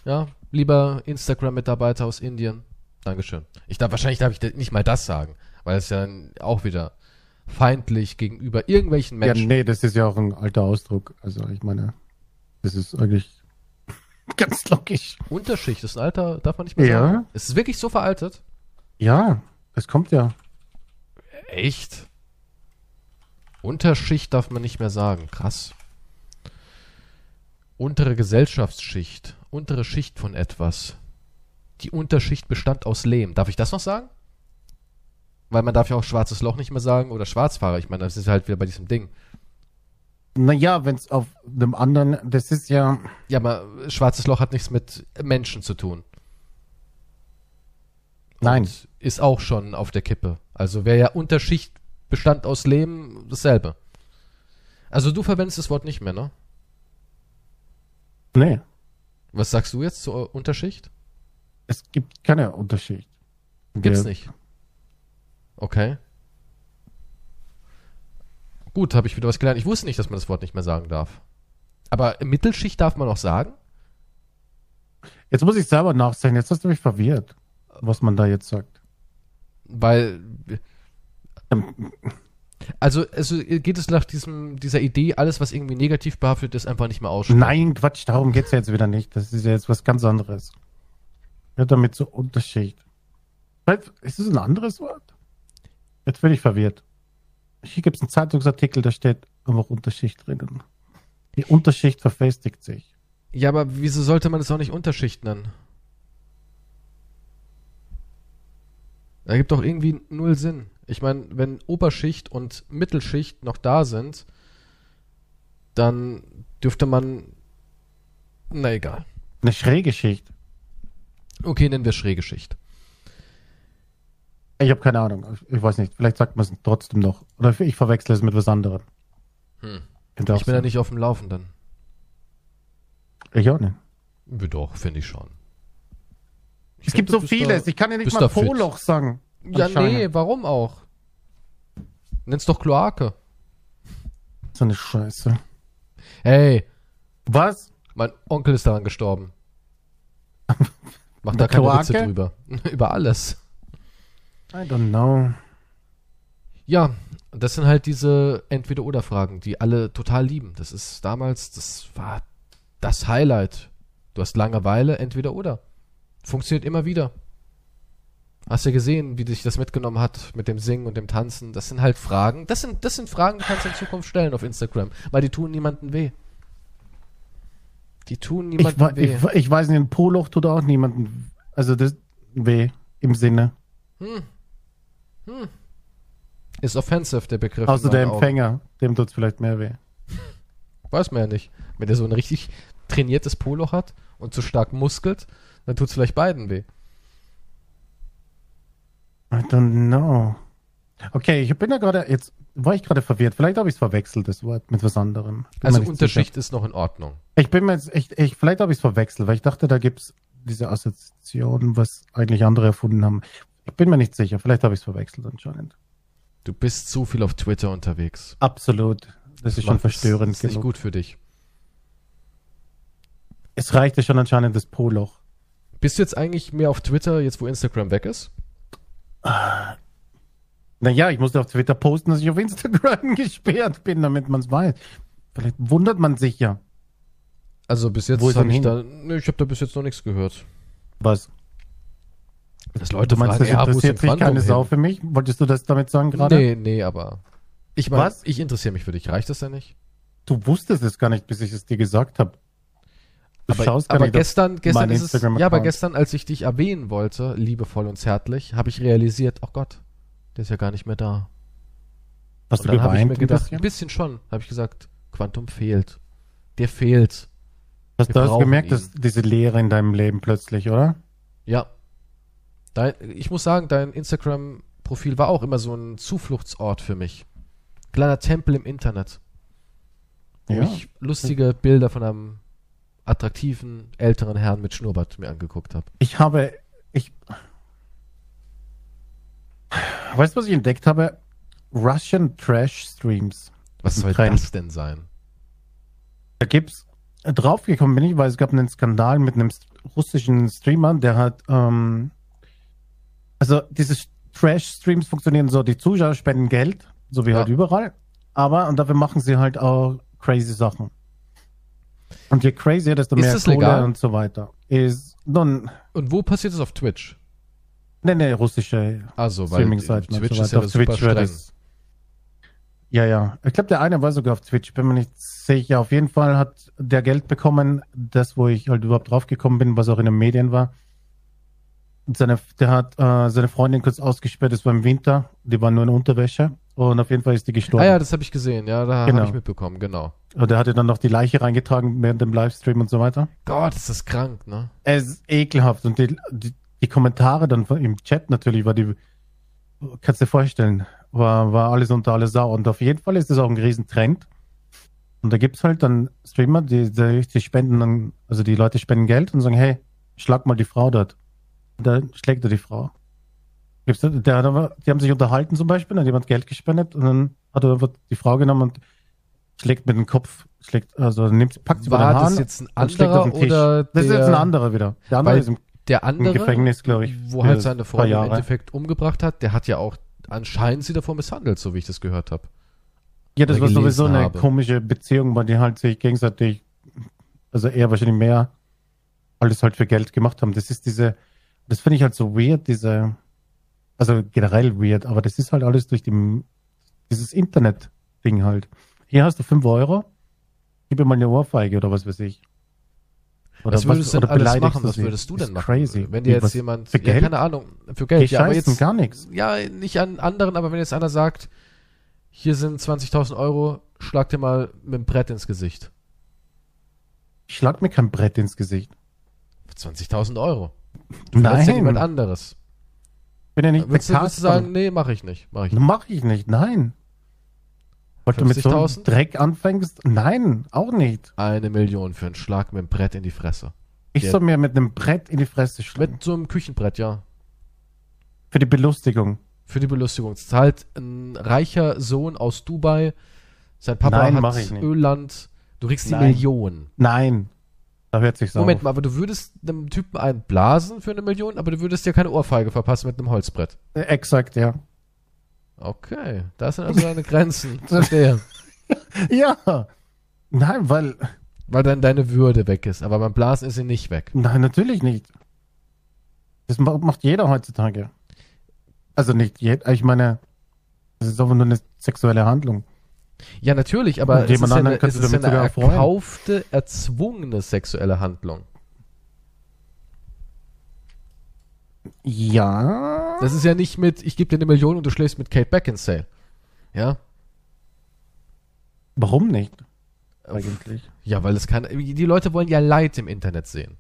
Speaker 1: Ja, lieber Instagram-Mitarbeiter aus Indien. Dankeschön. Ich darf, wahrscheinlich darf ich da nicht mal das sagen, weil es ja auch wieder feindlich gegenüber irgendwelchen
Speaker 2: ja, ne.
Speaker 1: Menschen.
Speaker 2: nee, das ist ja auch ein alter Ausdruck. Also ich meine, das ist eigentlich ganz logisch.
Speaker 1: Unterschicht ist ein Alter, darf man nicht mehr
Speaker 2: Ja.
Speaker 1: sagen. Ist es wirklich so veraltet?
Speaker 2: Ja, das kommt ja.
Speaker 1: Echt? Unterschicht darf man nicht mehr sagen. Krass. Untere Gesellschaftsschicht. Untere Schicht von etwas. Die Unterschicht bestand aus Lehm. Darf ich das noch sagen? Weil man darf ja auch schwarzes Loch nicht mehr sagen oder Schwarzfahrer. Ich meine, das ist halt wieder bei diesem Ding.
Speaker 2: Naja, wenn es auf einem anderen, das ist ja,
Speaker 1: Ja, aber schwarzes Loch hat nichts mit Menschen zu tun.
Speaker 2: nein,
Speaker 1: Und ist auch schon auf der Kippe. Also wäre ja Unterschicht bestand aus Lehm dasselbe. Also du verwendest das Wort nicht mehr, ne?
Speaker 2: nee,
Speaker 1: Was sagst du jetzt zur Unterschicht?
Speaker 2: es gibt keine Unterschicht.
Speaker 1: Gibt's
Speaker 2: Ja.
Speaker 1: nicht. Okay. Gut, habe ich wieder was gelernt. Ich wusste nicht, dass man das Wort nicht mehr sagen darf. Aber Mittelschicht darf man auch sagen?
Speaker 2: Jetzt muss ich selber nachsehen. Jetzt hast du mich verwirrt, was man da jetzt sagt.
Speaker 1: Weil.
Speaker 2: Ähm.
Speaker 1: Also, also geht es nach diesem, dieser Idee, alles, was irgendwie negativ behaftet ist, einfach nicht mehr aussprechen?
Speaker 2: Nein, Quatsch, darum geht's ja jetzt wieder nicht. Das ist ja jetzt was ganz anderes. Ja, damit so Unterschicht. Weil- Ist es ein anderes Wort? Jetzt bin ich verwirrt. Hier gibt's einen Zeitungsartikel, da steht einfach Unterschicht drinnen. Die Unterschicht verfestigt sich.
Speaker 1: Ja, aber wieso sollte man es auch nicht Unterschicht nennen? Da gibt doch irgendwie null Sinn. Ich meine, wenn Oberschicht und Mittelschicht noch da sind, dann dürfte man. Na egal.
Speaker 2: Eine schräge Schicht.
Speaker 1: Okay, nennen wir schräge Schicht.
Speaker 2: Ich habe keine Ahnung. Ich weiß nicht. Vielleicht sagt man es trotzdem noch. Oder ich verwechsel es mit was anderem.
Speaker 1: Hm.
Speaker 2: Könnte auch
Speaker 1: Ich bin ja
Speaker 2: sein.
Speaker 1: nicht auf dem Laufenden.
Speaker 2: Ich auch nicht.
Speaker 1: Ja, Doch, finde ich schon. Ich
Speaker 2: es
Speaker 1: find,
Speaker 2: gibt
Speaker 1: du
Speaker 2: so
Speaker 1: bist
Speaker 2: vieles.
Speaker 1: Da,
Speaker 2: ich kann ja nicht
Speaker 1: bist
Speaker 2: mal
Speaker 1: da fit.
Speaker 2: Frohloch sagen.
Speaker 1: ja, nee,
Speaker 2: Anscheinend.
Speaker 1: warum auch? Nenn's doch Kloake.
Speaker 2: So eine Scheiße.
Speaker 1: Hey,
Speaker 2: Was?
Speaker 1: Mein Onkel ist daran gestorben. Macht da
Speaker 2: Über
Speaker 1: keine
Speaker 2: Kloake?
Speaker 1: Witze drüber. Über alles.
Speaker 2: I don't know.
Speaker 1: Ja, das sind halt diese Entweder-Oder-Fragen, die alle total lieben. Das ist damals, das war das Highlight. Du hast Langeweile, Entweder-Oder. Funktioniert immer wieder. Hast ja gesehen, wie dich das mitgenommen hat mit dem Singen und dem Tanzen. Das sind halt Fragen. Das sind, das sind Fragen, die kannst du in Zukunft stellen auf Instagram, weil die tun niemandem weh. Die tun
Speaker 2: Ich,
Speaker 1: niemandem
Speaker 2: wa-
Speaker 1: weh.
Speaker 2: ich, wa- ich weiß nicht, ein Poloch tut auch niemanden. Also das weh im Sinne.
Speaker 1: Ist offensive, der Begriff. in
Speaker 2: Außer der
Speaker 1: meinen Augen.
Speaker 2: Empfänger, dem tut's vielleicht mehr weh.
Speaker 1: Weiß man ja nicht. Wenn der so ein richtig trainiertes Poloch hat und zu stark muskelt, dann tut es vielleicht beiden weh.
Speaker 2: I don't know. Okay, ich bin da gerade, jetzt war ich gerade verwirrt. Vielleicht habe ich es verwechselt, das Wort, mit was anderem. Bin
Speaker 1: also
Speaker 2: mir nicht
Speaker 1: Unterschicht ist noch in Ordnung.
Speaker 2: Ich bin mir jetzt echt, ich, vielleicht habe ich es verwechselt, weil ich dachte, da gibt es diese Assoziation, was eigentlich andere erfunden haben. Ich bin mir nicht sicher, vielleicht habe ich es verwechselt anscheinend.
Speaker 1: Du bist zu viel auf Twitter unterwegs.
Speaker 2: Absolut. Das ist schon
Speaker 1: Macht-
Speaker 2: verstörend
Speaker 1: Ist nicht gut für dich.
Speaker 2: Es reichte schon anscheinend das Poloch.
Speaker 1: Bist du jetzt eigentlich mehr auf Twitter, jetzt wo Instagram weg ist?
Speaker 2: Naja, ich musste auf Twitter posten, dass ich auf Instagram gesperrt bin, damit man es weiß. Vielleicht wundert man sich ja.
Speaker 1: Also bis jetzt
Speaker 2: Wo ist
Speaker 1: habe
Speaker 2: denn
Speaker 1: ich
Speaker 2: hin?
Speaker 1: da, ne, ich habe da bis jetzt noch nichts gehört.
Speaker 2: Was?
Speaker 1: Dass Leute
Speaker 2: du meinst,
Speaker 1: fragen,
Speaker 2: das
Speaker 1: ja, wo ist denn
Speaker 2: interessiert sich
Speaker 1: Quantum
Speaker 2: keine
Speaker 1: hin?
Speaker 2: Sau für mich? Wolltest du das damit sagen gerade?
Speaker 1: Nee, nee, aber ich meine,
Speaker 2: Was?
Speaker 1: ich interessiere mich für dich. Reicht das denn nicht?
Speaker 2: Du wusstest es gar nicht, bis ich es dir gesagt habe. Du
Speaker 1: aber,
Speaker 2: schaust gar
Speaker 1: aber
Speaker 2: nicht auf
Speaker 1: gestern, gestern
Speaker 2: meinen
Speaker 1: ist es, ja,
Speaker 2: Instagram-Account.
Speaker 1: aber gestern, als ich dich erwähnen wollte, liebevoll und zärtlich, habe ich realisiert, oh Gott, der ist ja gar nicht mehr da.
Speaker 2: Hast
Speaker 1: Und
Speaker 2: du
Speaker 1: dann habe ich
Speaker 2: geweint
Speaker 1: mir
Speaker 2: ein
Speaker 1: gedacht,
Speaker 2: bisschen?
Speaker 1: ein bisschen schon, habe ich gesagt, Quantum fehlt. Der fehlt.
Speaker 2: Hast
Speaker 1: Wir
Speaker 2: du hast
Speaker 1: brauchen
Speaker 2: gemerkt, dass
Speaker 1: ihn.
Speaker 2: diese Leere in deinem Leben plötzlich, oder?
Speaker 1: Ja. Dein, ich muss sagen, dein Instagram-Profil war auch immer so ein Zufluchtsort für mich. Kleiner Tempel im Internet, wo
Speaker 2: Ja.
Speaker 1: ich lustige Bilder von einem attraktiven älteren Herrn mit Schnurrbart mir angeguckt habe.
Speaker 2: Ich habe, ich, weißt du, was ich entdeckt habe? Russian Trash Streams.
Speaker 1: Was soll
Speaker 2: Trend.
Speaker 1: das denn sein?
Speaker 2: Da gibt's äh, draufgekommen bin ich, weil es gab einen Skandal mit einem st- russischen Streamer, der hat, ähm, also diese Sch- Trash-Streams funktionieren so, die Zuschauer spenden Geld, so wie
Speaker 1: Ja.
Speaker 2: halt überall, aber und dafür machen sie halt auch crazy Sachen. Und je crazier, desto
Speaker 1: Ist
Speaker 2: mehr
Speaker 1: das legal?
Speaker 2: und so weiter. Ist nun,
Speaker 1: Und wo passiert es auf Twitch?
Speaker 2: ne, ne, russische
Speaker 1: Also, weil
Speaker 2: Streaming-Seiten und
Speaker 1: Twitch
Speaker 2: so
Speaker 1: ist ja
Speaker 2: weiter. Auf
Speaker 1: super
Speaker 2: Twitch wäre
Speaker 1: streng.
Speaker 2: das. Ja, ja. Ich glaube, der eine war sogar auf Twitch, bin mir nicht sicher. Auf jeden Fall hat der Geld bekommen, das, wo ich halt überhaupt draufgekommen bin, was auch in den Medien war. Und seine, der hat äh, seine Freundin kurz ausgesperrt, das war im Winter, die war nur in Unterwäsche und auf jeden Fall ist die gestorben.
Speaker 1: Ah ja, das habe ich gesehen, ja, da
Speaker 2: Genau.
Speaker 1: habe ich mitbekommen, genau.
Speaker 2: und der hatte dann noch die Leiche reingetragen während dem Livestream und so weiter.
Speaker 1: Gott, ist das krank, ne?
Speaker 2: Es ist ekelhaft und die, die, die Kommentare dann von- im Chat natürlich war die, kannst dir vorstellen, war, war alles unter alles Sau. Und auf jeden Fall ist das auch ein Riesentrend. Und da gibt's halt dann Streamer, die, die, die spenden dann, also die Leute spenden Geld und sagen, hey, schlag mal die Frau dort. Und dann schlägt er die Frau. Gibt's da- Der hat aber, die haben sich unterhalten zum Beispiel, dann hat jemand Geld gespendet und dann hat er einfach die Frau genommen und schlägt mit dem Kopf, schlägt, also nimmt, packt sie bei den
Speaker 1: War das
Speaker 2: Haaren
Speaker 1: jetzt ein
Speaker 2: und schlägt auf
Speaker 1: anderer
Speaker 2: den Tisch.
Speaker 1: oder
Speaker 2: das ist
Speaker 1: der,
Speaker 2: jetzt ein anderer wieder. Der andere
Speaker 1: Weil
Speaker 2: ist im,
Speaker 1: der
Speaker 2: im
Speaker 1: andere?
Speaker 2: Gefängnis, glaube ich.
Speaker 1: wo
Speaker 2: für
Speaker 1: halt seine Frau
Speaker 2: paar
Speaker 1: im
Speaker 2: Jahre.
Speaker 1: Endeffekt umgebracht hat, der hat ja auch anscheinend sie davor misshandelt, so wie ich das gehört habe.
Speaker 2: Ja, das
Speaker 1: oder
Speaker 2: war sowieso
Speaker 1: gelesen
Speaker 2: eine
Speaker 1: habe.
Speaker 2: komische Beziehung, weil die halt sich gegenseitig, also er wahrscheinlich mehr, alles halt für Geld gemacht haben. Das ist diese, das finde ich halt so weird, diese, also generell weird, aber das ist halt alles durch die, dieses Internet-Ding halt. Hier hast du 5 Euro, gib mir mal eine Ohrfeige oder was weiß ich. Oder
Speaker 1: was würdest du denn alles machen? Was
Speaker 2: sie?
Speaker 1: würdest du
Speaker 2: Das
Speaker 1: denn
Speaker 2: ist
Speaker 1: machen?
Speaker 2: Crazy.
Speaker 1: Wenn dir jetzt
Speaker 2: was,
Speaker 1: jemand,
Speaker 2: für
Speaker 1: ja,
Speaker 2: Geld?
Speaker 1: keine Ahnung, für
Speaker 2: Geh
Speaker 1: Geld, ja, aber
Speaker 2: scheißen,
Speaker 1: jetzt,
Speaker 2: gar nichts.
Speaker 1: ja, nicht an anderen, aber wenn jetzt einer sagt, hier sind 20.000 Euro, schlag dir mal mit dem Brett ins Gesicht.
Speaker 2: Ich schlag mir kein Brett ins Gesicht.
Speaker 1: 20.000 Euro.
Speaker 2: Nein,
Speaker 1: Als ja jemand anderes.
Speaker 2: ich bin ja nicht
Speaker 1: Würdest du,
Speaker 2: der
Speaker 1: würdest du
Speaker 2: Kasperl.
Speaker 1: sagen, nee, mache ich nicht, mache ich nicht.
Speaker 2: Mach ich nicht, nein. Weil du mit so einem
Speaker 1: 50.000?
Speaker 2: Dreck anfängst? Nein, auch nicht.
Speaker 1: Eine Million für einen Schlag mit dem Brett in die Fresse.
Speaker 2: Ich
Speaker 1: Ja.
Speaker 2: soll mir mit einem Brett in die Fresse schlagen.
Speaker 1: Mit so einem Küchenbrett, ja.
Speaker 2: Für die Belustigung.
Speaker 1: Für die Belustigung. Es ist halt ein reicher Sohn aus Dubai. Sein Papa
Speaker 2: Nein, mach ich
Speaker 1: hat
Speaker 2: nicht.
Speaker 1: Ölland. Du kriegst die
Speaker 2: Nein.
Speaker 1: Millionen.
Speaker 2: Nein. Da hört sich so.
Speaker 1: Moment
Speaker 2: auf.
Speaker 1: mal, aber du würdest einem Typen einen blasen für eine Million, aber du würdest dir keine Ohrfeige verpassen mit einem Holzbrett.
Speaker 2: Äh, Exakt, ja.
Speaker 1: Okay, da sind also deine Grenzen. Verstehe.
Speaker 2: Ja. Nein, weil.
Speaker 1: Weil dann deine Würde weg ist, aber beim Blasen ist sie nicht weg.
Speaker 2: Nein, natürlich nicht. Das ma- macht jeder heutzutage. Also nicht jeder. Ich meine, das ist einfach nur eine sexuelle Handlung.
Speaker 1: Ja, natürlich, aber
Speaker 2: Und
Speaker 1: es ist
Speaker 2: jemand
Speaker 1: ja
Speaker 2: anderen
Speaker 1: eine, es
Speaker 2: könntest du
Speaker 1: ist ja
Speaker 2: damit
Speaker 1: eine
Speaker 2: sogar erfreuen.
Speaker 1: erkaufte, erzwungene sexuelle Handlung.
Speaker 2: Ja.
Speaker 1: Das ist ja nicht mit, ich gebe dir eine Million und du schläfst mit Kate Beckinsale. Ja?
Speaker 2: Warum nicht? Eigentlich.
Speaker 1: Ja, weil es kann. Die Leute wollen ja Leid im Internet sehen.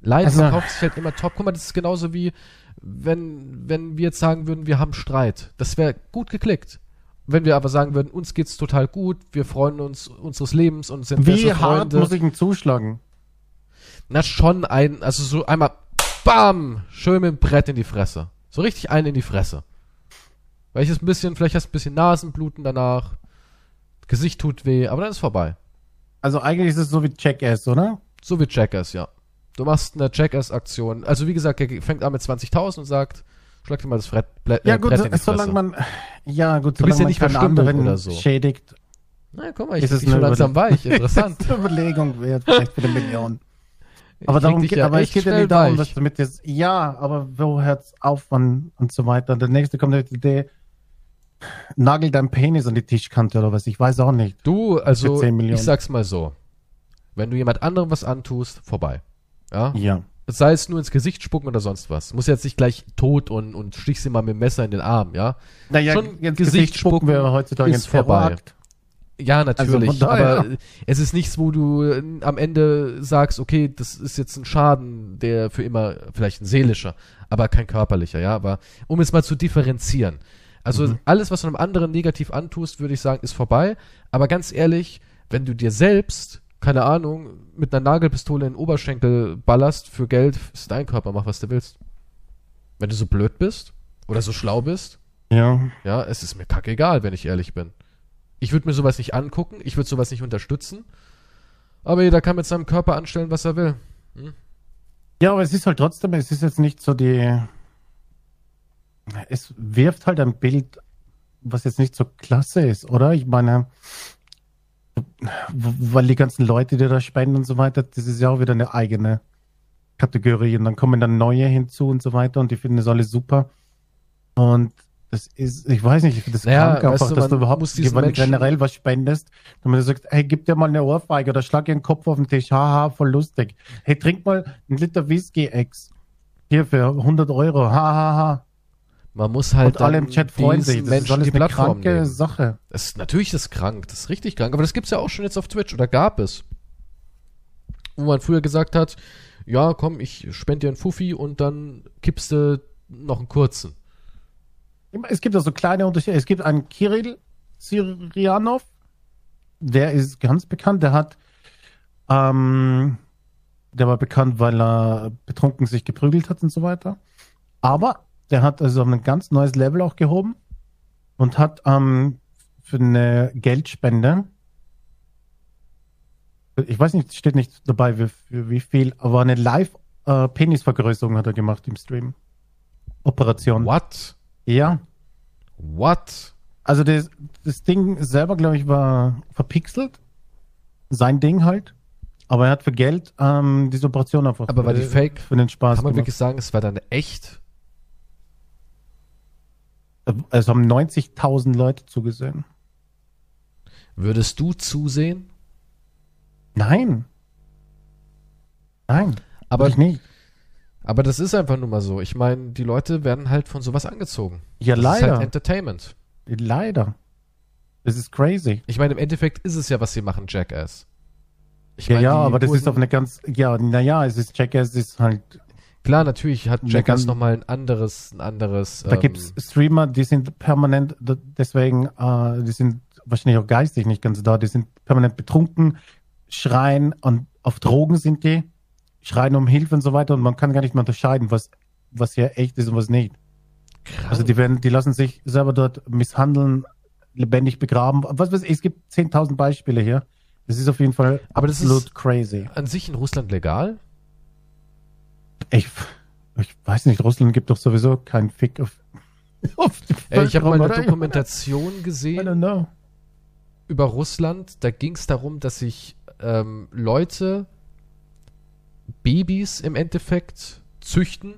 Speaker 1: Leid
Speaker 2: Also-
Speaker 1: verkauft sich halt immer top. Guck mal, das ist genauso wie, wenn, wenn wir jetzt sagen würden, wir haben Streit. Das wäre gut geklickt. Wenn wir aber sagen würden, uns geht's total gut, wir freuen uns unseres Lebens und sind
Speaker 2: Wie
Speaker 1: beste
Speaker 2: hart
Speaker 1: Freunde.
Speaker 2: muss ich ihn zuschlagen?
Speaker 1: Na schon ein, also so einmal BAM! Schön mit dem Brett in die Fresse. So richtig einen in die Fresse. Weil ich es ein bisschen, vielleicht hast du ein bisschen Nasenbluten danach, Gesicht tut weh, aber dann ist vorbei.
Speaker 2: Also eigentlich ist es so wie Jackass, oder?
Speaker 1: So wie Jackass, ja. Du machst eine Jackass-Aktion. Also wie gesagt, er fängt an mit 20.000 und sagt, schlag dir mal das Brett, Blä-
Speaker 2: Ja
Speaker 1: äh,
Speaker 2: gut,
Speaker 1: Brett in die Fresse.
Speaker 2: solange man ja gut,
Speaker 1: Du bist ja
Speaker 2: man
Speaker 1: nicht
Speaker 2: keinen
Speaker 1: verstümmelt
Speaker 2: anderen
Speaker 1: oder so.
Speaker 2: schädigt.
Speaker 1: Na, guck mal, ich,
Speaker 2: Ist es
Speaker 1: ich bin
Speaker 2: eine
Speaker 1: langsam weich. Interessant.
Speaker 2: Das ist eine Überlegung wert, vielleicht für eine Million. Aber
Speaker 1: Ich
Speaker 2: darum
Speaker 1: krieg dich
Speaker 2: geht,
Speaker 1: ja
Speaker 2: aber es
Speaker 1: echt
Speaker 2: geht ja
Speaker 1: schnell
Speaker 2: nicht darum,
Speaker 1: weich.
Speaker 2: dass du mit jetzt, ja, aber wo hört's auf wann und so weiter. Der nächste kommt mit der Idee, nagel deinen Penis an die Tischkante oder was, ich weiß auch nicht.
Speaker 1: Du, also
Speaker 2: 10 Millionen.
Speaker 1: ich sag's mal so. Wenn du jemand anderem was antust, vorbei. Ja?
Speaker 2: Ja.
Speaker 1: Sei es nur ins Gesicht spucken oder sonst was. Muss jetzt nicht gleich tot und, und stich sie mal mit dem Messer in den Arm, ja?
Speaker 2: Naja,
Speaker 1: Schon Gesicht
Speaker 2: ins Gesicht spucken wir
Speaker 1: spucken
Speaker 2: heutzutage
Speaker 1: ist
Speaker 2: ins
Speaker 1: vorbei.
Speaker 2: Terrorakt.
Speaker 1: Ja, natürlich.
Speaker 2: Also von daher.
Speaker 1: aber es ist nichts, wo du äh, am Ende sagst, okay, das ist jetzt ein Schaden, der für immer vielleicht ein seelischer, aber kein körperlicher, ja. Aber um es mal zu differenzieren. Also
Speaker 2: Mhm.
Speaker 1: alles, was du einem anderen negativ antust, würde ich sagen, ist vorbei. Aber ganz ehrlich, wenn du dir selbst, keine Ahnung, mit einer Nagelpistole in den Oberschenkel ballerst für Geld, ist dein Körper, mach was du willst. Wenn du so blöd bist oder so schlau bist,
Speaker 2: Ja.
Speaker 1: ja, es ist mir kackegal, wenn ich ehrlich bin. Ich würde mir sowas nicht angucken, ich würde sowas nicht unterstützen. Aber jeder kann mit seinem Körper anstellen, was er will.
Speaker 2: Ja, aber es ist halt trotzdem, es ist jetzt nicht so die. Es wirft halt ein Bild, was jetzt nicht so klasse ist, oder? Ich meine, w- weil die ganzen Leute, die da spenden und so weiter, das ist ja auch wieder eine eigene Kategorie und dann kommen dann neue hinzu und so weiter und die finden das alles super. Und das ist, ich weiß nicht, ich finde das
Speaker 1: Naja,
Speaker 2: krank einfach,
Speaker 1: weißt du,
Speaker 2: dass du
Speaker 1: man
Speaker 2: überhaupt
Speaker 1: muss diesen
Speaker 2: jemandem
Speaker 1: Menschen-
Speaker 2: generell was spendest, damit du sagst, hey, gib dir mal eine Ohrfeige oder schlag ihren Kopf auf den Tisch, haha, voll lustig. Hey, trink mal einen Liter Whisky-Ex. Hier für 100 Euro, hahaha.
Speaker 1: Man muss halt
Speaker 2: Und alle im
Speaker 1: dann
Speaker 2: Chat freuen
Speaker 1: diesen
Speaker 2: sich. Das ist
Speaker 1: Menschen
Speaker 2: alles
Speaker 1: die
Speaker 2: eine
Speaker 1: Plattform
Speaker 2: kranke
Speaker 1: nehmen.
Speaker 2: Sache.
Speaker 1: Das ist, natürlich ist das krank, das ist richtig krank. Aber das gibt's ja auch schon jetzt auf Twitch oder gab es. Wo man früher gesagt hat, ja, komm, ich spende dir einen Fuffi und dann kippst du noch einen kurzen.
Speaker 2: Es gibt also kleine Unterschiede. Es gibt einen Kirill Sirianov, der ist ganz bekannt. Der hat, ähm, der war bekannt, weil er betrunken sich geprügelt hat und so weiter. Aber der hat also auf ein ganz neues Level auch gehoben und hat ähm, für eine Geldspende, ich weiß nicht, steht nicht dabei, wie, für wie viel, aber eine Live-Penisvergrößerung hat er gemacht im Stream. Operation.
Speaker 1: What?
Speaker 2: Ja.
Speaker 1: What?
Speaker 2: Also das, das Ding selber, glaube ich, war verpixelt. Sein Ding halt. Aber er hat für Geld ähm, diese Operation einfach
Speaker 1: Aber war
Speaker 2: für,
Speaker 1: die fake?
Speaker 2: für den Spaß
Speaker 1: Kann man
Speaker 2: gemacht.
Speaker 1: wirklich sagen, es war dann echt?
Speaker 2: Äh, Es haben 90.000 Leute zugesehen.
Speaker 1: Würdest du zusehen?
Speaker 2: Nein. Nein.
Speaker 1: Aber,
Speaker 2: ich nicht.
Speaker 1: aber das ist einfach nur mal so. Ich meine, die Leute werden halt von sowas angezogen.
Speaker 2: Ja,
Speaker 1: das ist
Speaker 2: leider.
Speaker 1: halt Entertainment.
Speaker 2: leider. Das ist crazy.
Speaker 1: Ich meine, im Endeffekt ist es ja, was sie machen, Jackass. Ich
Speaker 2: Ja,
Speaker 1: meine,
Speaker 2: ja,
Speaker 1: die
Speaker 2: aber das
Speaker 1: wurden-
Speaker 2: ist auf eine ganz, ja, naja, es ist Jackass, es ist halt,
Speaker 1: Klar, natürlich hat
Speaker 2: eine
Speaker 1: Jackass
Speaker 2: ganz-
Speaker 1: nochmal ein anderes, ein anderes.
Speaker 2: da gibt's Streamer, die sind permanent, d- deswegen, äh, die sind wahrscheinlich auch geistig nicht ganz da, die sind permanent betrunken, schreien und auf Drogen sind die, schreien um Hilfe und so weiter und man kann gar nicht mehr unterscheiden, was, was hier echt ist und was nicht.
Speaker 1: krank.
Speaker 2: Also die werden, die lassen sich selber dort misshandeln, lebendig begraben. Was weiß ich, es gibt 10.000 Beispiele hier. Das ist auf jeden Fall
Speaker 1: Aber das
Speaker 2: absolut
Speaker 1: ist-
Speaker 2: crazy.
Speaker 1: an sich in Russland legal?
Speaker 2: Ich, ich weiß nicht, Russland gibt doch sowieso keinen Fick auf, auf die
Speaker 1: Ey, Äh, ich habe mal eine
Speaker 2: Bevölkerung, oder?
Speaker 1: Dokumentation
Speaker 2: I
Speaker 1: gesehen
Speaker 2: don't know.
Speaker 1: über Russland. Da ging es darum, dass sich ähm, Leute Babys im Endeffekt züchten,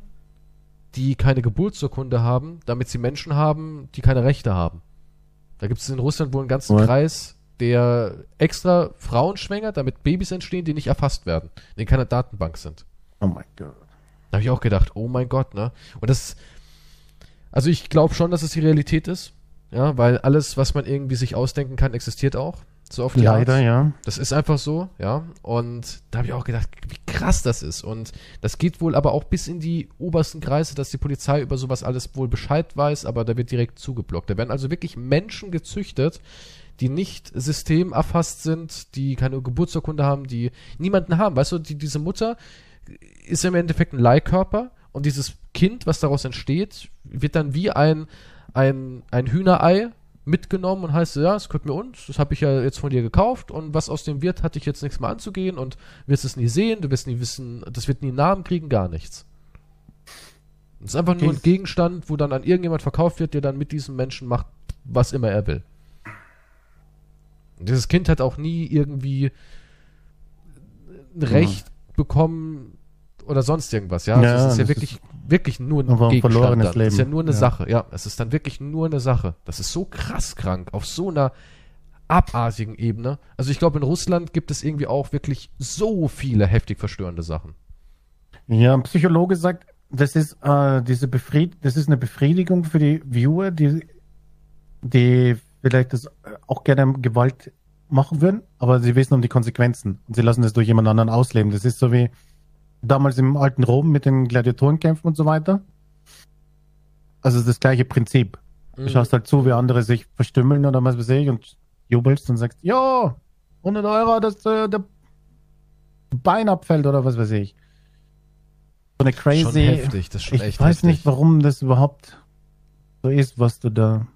Speaker 1: die keine Geburtsurkunde haben, damit sie Menschen haben, die keine Rechte haben. Da gibt es in Russland wohl einen ganzen
Speaker 2: What?
Speaker 1: Kreis, der extra Frauen schwängert, damit Babys entstehen, die nicht erfasst werden, die in keiner Datenbank sind.
Speaker 2: Oh mein Gott.
Speaker 1: Da habe ich auch gedacht, oh mein Gott, ne? Und das, also ich glaube schon, dass es die Realität ist, ja, weil alles, was man irgendwie sich ausdenken kann, existiert auch. So auf die
Speaker 2: Leider,
Speaker 1: Art.
Speaker 2: ja.
Speaker 1: Das ist einfach so, ja. Und da habe ich auch gedacht, wie krass das ist. Und das geht wohl aber auch bis in die obersten Kreise, dass die Polizei über sowas alles wohl Bescheid weiß, aber da wird direkt zugeblockt. Da werden also wirklich Menschen gezüchtet, die nicht systemerfasst sind, die keine Geburtsurkunde haben, die niemanden haben. Weißt du, die, diese Mutter ist im Endeffekt ein Leihkörper und dieses Kind, was daraus entsteht, wird dann wie ein, ein, ein Hühnerei mitgenommen und heißt, ja, es gehört mir uns, das habe ich ja jetzt von dir gekauft und was aus dem wird, hatte ich jetzt nichts mehr anzugehen und wirst es nie sehen, du wirst nie wissen, das wird nie einen Namen kriegen, gar nichts. Es ist einfach nur
Speaker 2: Okay.
Speaker 1: ein Gegenstand, wo dann an irgendjemand verkauft wird, der dann mit diesem Menschen macht, was immer er will. Und dieses Kind hat auch nie irgendwie ein
Speaker 2: Genau.
Speaker 1: Recht bekommen oder sonst irgendwas, ja. Also
Speaker 2: Ja,
Speaker 1: es ist ja
Speaker 2: das
Speaker 1: wirklich, wirklich nur ein
Speaker 2: Aber ein
Speaker 1: Gegenstand
Speaker 2: verlorenes
Speaker 1: dann. Es ist ja
Speaker 2: Leben.
Speaker 1: nur eine
Speaker 2: Ja.
Speaker 1: Sache, ja. Es ist dann wirklich nur eine Sache. Das ist so krass krank, auf so einer abartigen Ebene. Also ich glaube, in Russland gibt es irgendwie auch wirklich so viele heftig verstörende Sachen.
Speaker 2: Ja, ein Psychologe sagt, das ist äh, diese Befried das ist eine Befriedigung für die Viewer, die, die vielleicht das äh, auch gerne Gewalt machen würden, aber sie wissen um die Konsequenzen und sie lassen das durch jemand anderen ausleben. Das ist so wie damals im alten Rom mit den Gladiatorenkämpfen und so weiter. Also das gleiche Prinzip.
Speaker 1: Mhm.
Speaker 2: Du schaust halt zu, wie andere sich verstümmeln oder was weiß ich und jubelst und sagst, ja, 100 Euro, dass äh, der Bein abfällt oder was weiß ich. So eine crazy.
Speaker 1: Mhm. Schon heftig, das ist schon
Speaker 2: ich
Speaker 1: echt
Speaker 2: weiß
Speaker 1: heftig.
Speaker 2: nicht, warum das überhaupt so ist, was du da.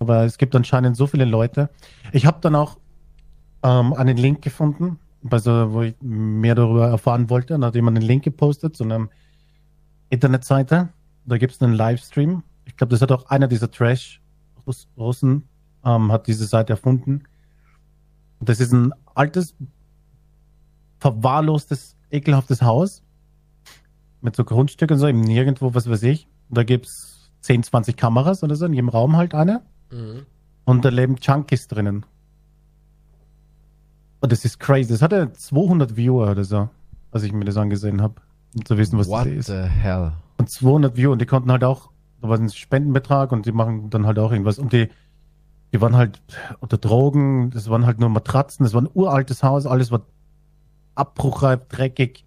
Speaker 2: Aber es gibt anscheinend so viele Leute. Ich habe dann auch ähm, einen Link gefunden, also wo ich mehr darüber erfahren wollte. Dann hat jemand einen Link gepostet zu einer Internetseite. Da gibt es einen Livestream. Ich glaube, das hat auch einer dieser Trash-Russen ähm, hat diese Seite erfunden. Das ist ein altes, verwahrlostes, ekelhaftes Haus mit so Grundstücken und so, eben nirgendwo, was weiß ich. Da gibt's 10, 20 Kameras oder so, in jedem Raum halt eine.
Speaker 1: Mhm.
Speaker 2: Und da leben Junkies drinnen. Und das ist crazy. Das hatte 200 Viewer oder so, als ich mir das angesehen habe. Um zu wissen, was
Speaker 1: What
Speaker 2: das ist.
Speaker 1: the hell?
Speaker 2: Und 200 Viewer. Und die konnten halt auch, da war ein Spendenbetrag und die machen dann halt auch irgendwas. Und die, die waren halt unter Drogen, das waren halt nur Matratzen, das war ein uraltes Haus, alles war abbruchreif, dreckig.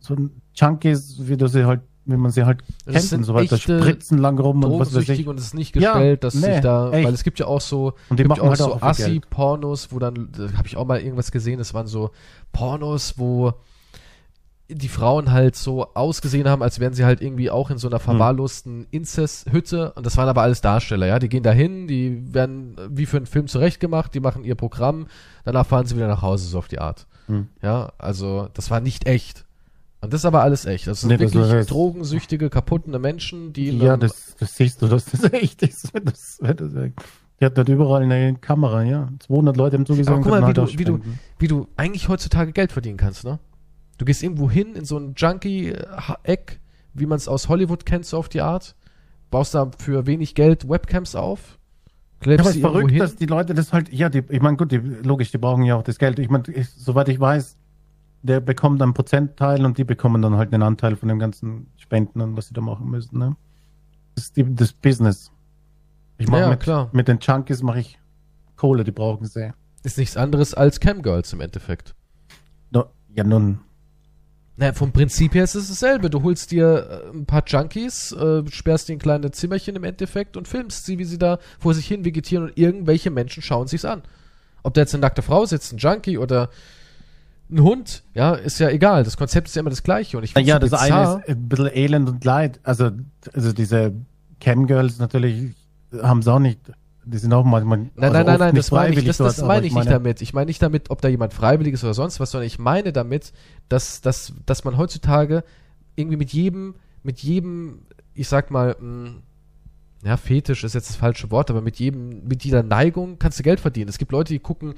Speaker 2: So ein Junkies, wie du sie halt, wie man sie halt
Speaker 1: Das
Speaker 2: kennt
Speaker 1: sind
Speaker 2: und so weiter.
Speaker 1: echte
Speaker 2: Spritzen lang rum und was weiß ich.
Speaker 1: Drogensüchtige und es ist nicht
Speaker 2: Ja,
Speaker 1: gestellt, dass
Speaker 2: nee,
Speaker 1: sich da,
Speaker 2: echt.
Speaker 1: weil es gibt ja auch so,
Speaker 2: Und die
Speaker 1: gibt
Speaker 2: machen
Speaker 1: ja auch
Speaker 2: halt
Speaker 1: so
Speaker 2: auch viel Geld.
Speaker 1: Assi-Pornos, wo dann, da habe ich auch mal irgendwas gesehen, das waren so Pornos, wo die Frauen halt so ausgesehen haben, als wären sie halt irgendwie auch in so
Speaker 2: Hm.
Speaker 1: einer verwahrlosten Inzest-Hütte. Und das waren aber alles Darsteller, ja. Die gehen dahin, die werden wie für einen Film zurechtgemacht, die machen ihr Programm, danach fahren sie wieder nach Hause, so auf die Art.
Speaker 2: Hm.
Speaker 1: Ja, also das war nicht echt. Und das ist aber alles echt. Das sind
Speaker 2: Nee, das
Speaker 1: wirklich
Speaker 2: war jetzt-
Speaker 1: drogensüchtige, kaputtene Menschen, die in
Speaker 2: Ja,
Speaker 1: einem-
Speaker 2: das, das siehst du, dass das echt ist. wenn Das, wenn das echt. Die hat dort überall eine Kamera, ja. 200 Leute im
Speaker 1: Aber
Speaker 2: zugesagt.
Speaker 1: guck mal, wie du, wie, du, wie du eigentlich heutzutage Geld verdienen kannst, ne? Du gehst irgendwo hin in so ein Junkie-Eck, wie man es aus Hollywood kennt, so auf die Art, baust da für wenig Geld Webcams auf,
Speaker 2: Ja,
Speaker 1: klebst ja,
Speaker 2: aber es
Speaker 1: sie
Speaker 2: ist
Speaker 1: irgendwo
Speaker 2: verrückt,
Speaker 1: hin.
Speaker 2: dass die Leute das halt, ja, die, ich meine, gut, die, logisch, die brauchen ja auch das Geld. Ich meine, ich, soweit ich weiß, der bekommt dann einen Prozentteil und die bekommen dann halt einen Anteil von dem ganzen Spenden und was sie da machen müssen, ne? Das ist die, das Business. Ich mache
Speaker 1: Ja,
Speaker 2: mit,
Speaker 1: klar.
Speaker 2: mit den Junkies mache ich Kohle, die brauchen sie.
Speaker 1: ist nichts anderes als Camgirls im Endeffekt.
Speaker 2: No, ja, nun.
Speaker 1: Naja, vom Prinzip her ist es dasselbe. Du holst dir äh, ein paar Junkies, äh, sperrst die in kleine Zimmerchen im Endeffekt und filmst sie, wie sie da vor sich hin vegetieren und irgendwelche Menschen schauen sich's an. Ob da jetzt eine nackte Frau sitzt, ein Junkie oder ein Hund, ja, ist ja egal. Das Konzept ist ja immer das gleiche. Und ich find's
Speaker 2: Naja,
Speaker 1: so
Speaker 2: Ah das eine
Speaker 1: bizarr.
Speaker 2: ist ein bisschen Elend und Leid. Also, also diese Camgirls natürlich haben sie auch nicht, die sind auch manchmal.
Speaker 1: Nein,
Speaker 2: also
Speaker 1: nein, nein,
Speaker 2: oft
Speaker 1: nein,
Speaker 2: nicht
Speaker 1: das meine ich,
Speaker 2: freiwillig
Speaker 1: das,
Speaker 2: dort,
Speaker 1: das
Speaker 2: aber
Speaker 1: meine ich nicht damit. Ich meine nicht damit, ob da jemand freiwillig ist oder sonst was, sondern ich meine damit, dass, dass, dass man heutzutage irgendwie mit jedem, mit jedem, ich sag mal, mh, ja, Fetisch ist jetzt das falsche Wort, aber mit jedem, mit jeder Neigung kannst du Geld verdienen. Es gibt Leute, die gucken,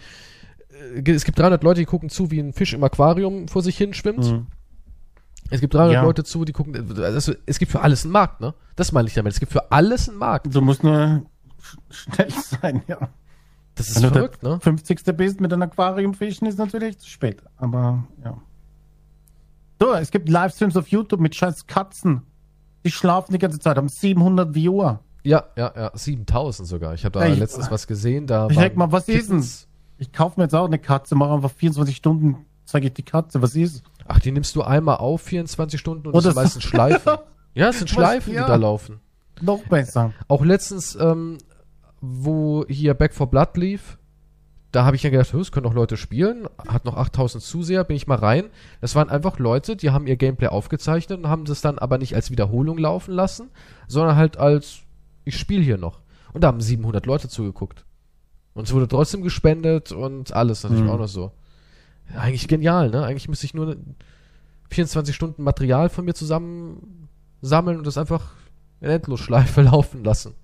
Speaker 1: äh, es gibt 300 Leute, die gucken zu, wie ein Fisch im Aquarium vor sich hin schwimmt.
Speaker 2: Mhm.
Speaker 1: Es gibt 300
Speaker 2: Ja.
Speaker 1: Leute zu, die gucken, also es gibt für alles einen Markt, ne? Das meine ich damit. Es gibt für alles einen Markt.
Speaker 2: Du musst nur schnell sein, ja.
Speaker 1: Das ist
Speaker 2: Wenn du der
Speaker 1: verrückt, ne?
Speaker 2: 50. bist mit einem Aquariumfischen, ist natürlich zu spät. Aber ja. So, es gibt Livestreams auf YouTube mit scheiß Katzen. Die schlafen die ganze Zeit, haben 700 Viewer.
Speaker 1: Ja, ja, ja, 7000 sogar. Ich habe da
Speaker 2: Ey, ich-
Speaker 1: letztens was gesehen. Da
Speaker 2: Ich
Speaker 1: waren
Speaker 2: denk mal, was ist
Speaker 1: Kittens.
Speaker 2: Ich kaufe mir jetzt auch eine Katze, mache einfach 24 Stunden, zeige ich die Katze, was ist?
Speaker 1: Ach, die nimmst du einmal auf, 24 Stunden und das sind
Speaker 2: Oder so.
Speaker 1: meistens Schleifen. ja, es sind Schleifen,
Speaker 2: ja.
Speaker 1: die da laufen.
Speaker 2: Noch besser.
Speaker 1: Auch letztens, ähm, wo hier Back for Blood lief, da habe ich dann gedacht, "Hö, das können doch Leute spielen. Hat noch 8000 Zuseher, bin ich mal rein. Das waren einfach Leute, die haben ihr Gameplay aufgezeichnet und haben das dann aber nicht als Wiederholung laufen lassen, sondern halt als, ich spiele hier noch. Und da haben 700 Leute zugeguckt. Und es wurde trotzdem gespendet und alles natürlich
Speaker 2: Mhm.
Speaker 1: auch noch so. Eigentlich genial, ne? Eigentlich müsste ich nur 24 Stunden Material von mir zusammen sammeln und das einfach in Endlosschleife laufen lassen.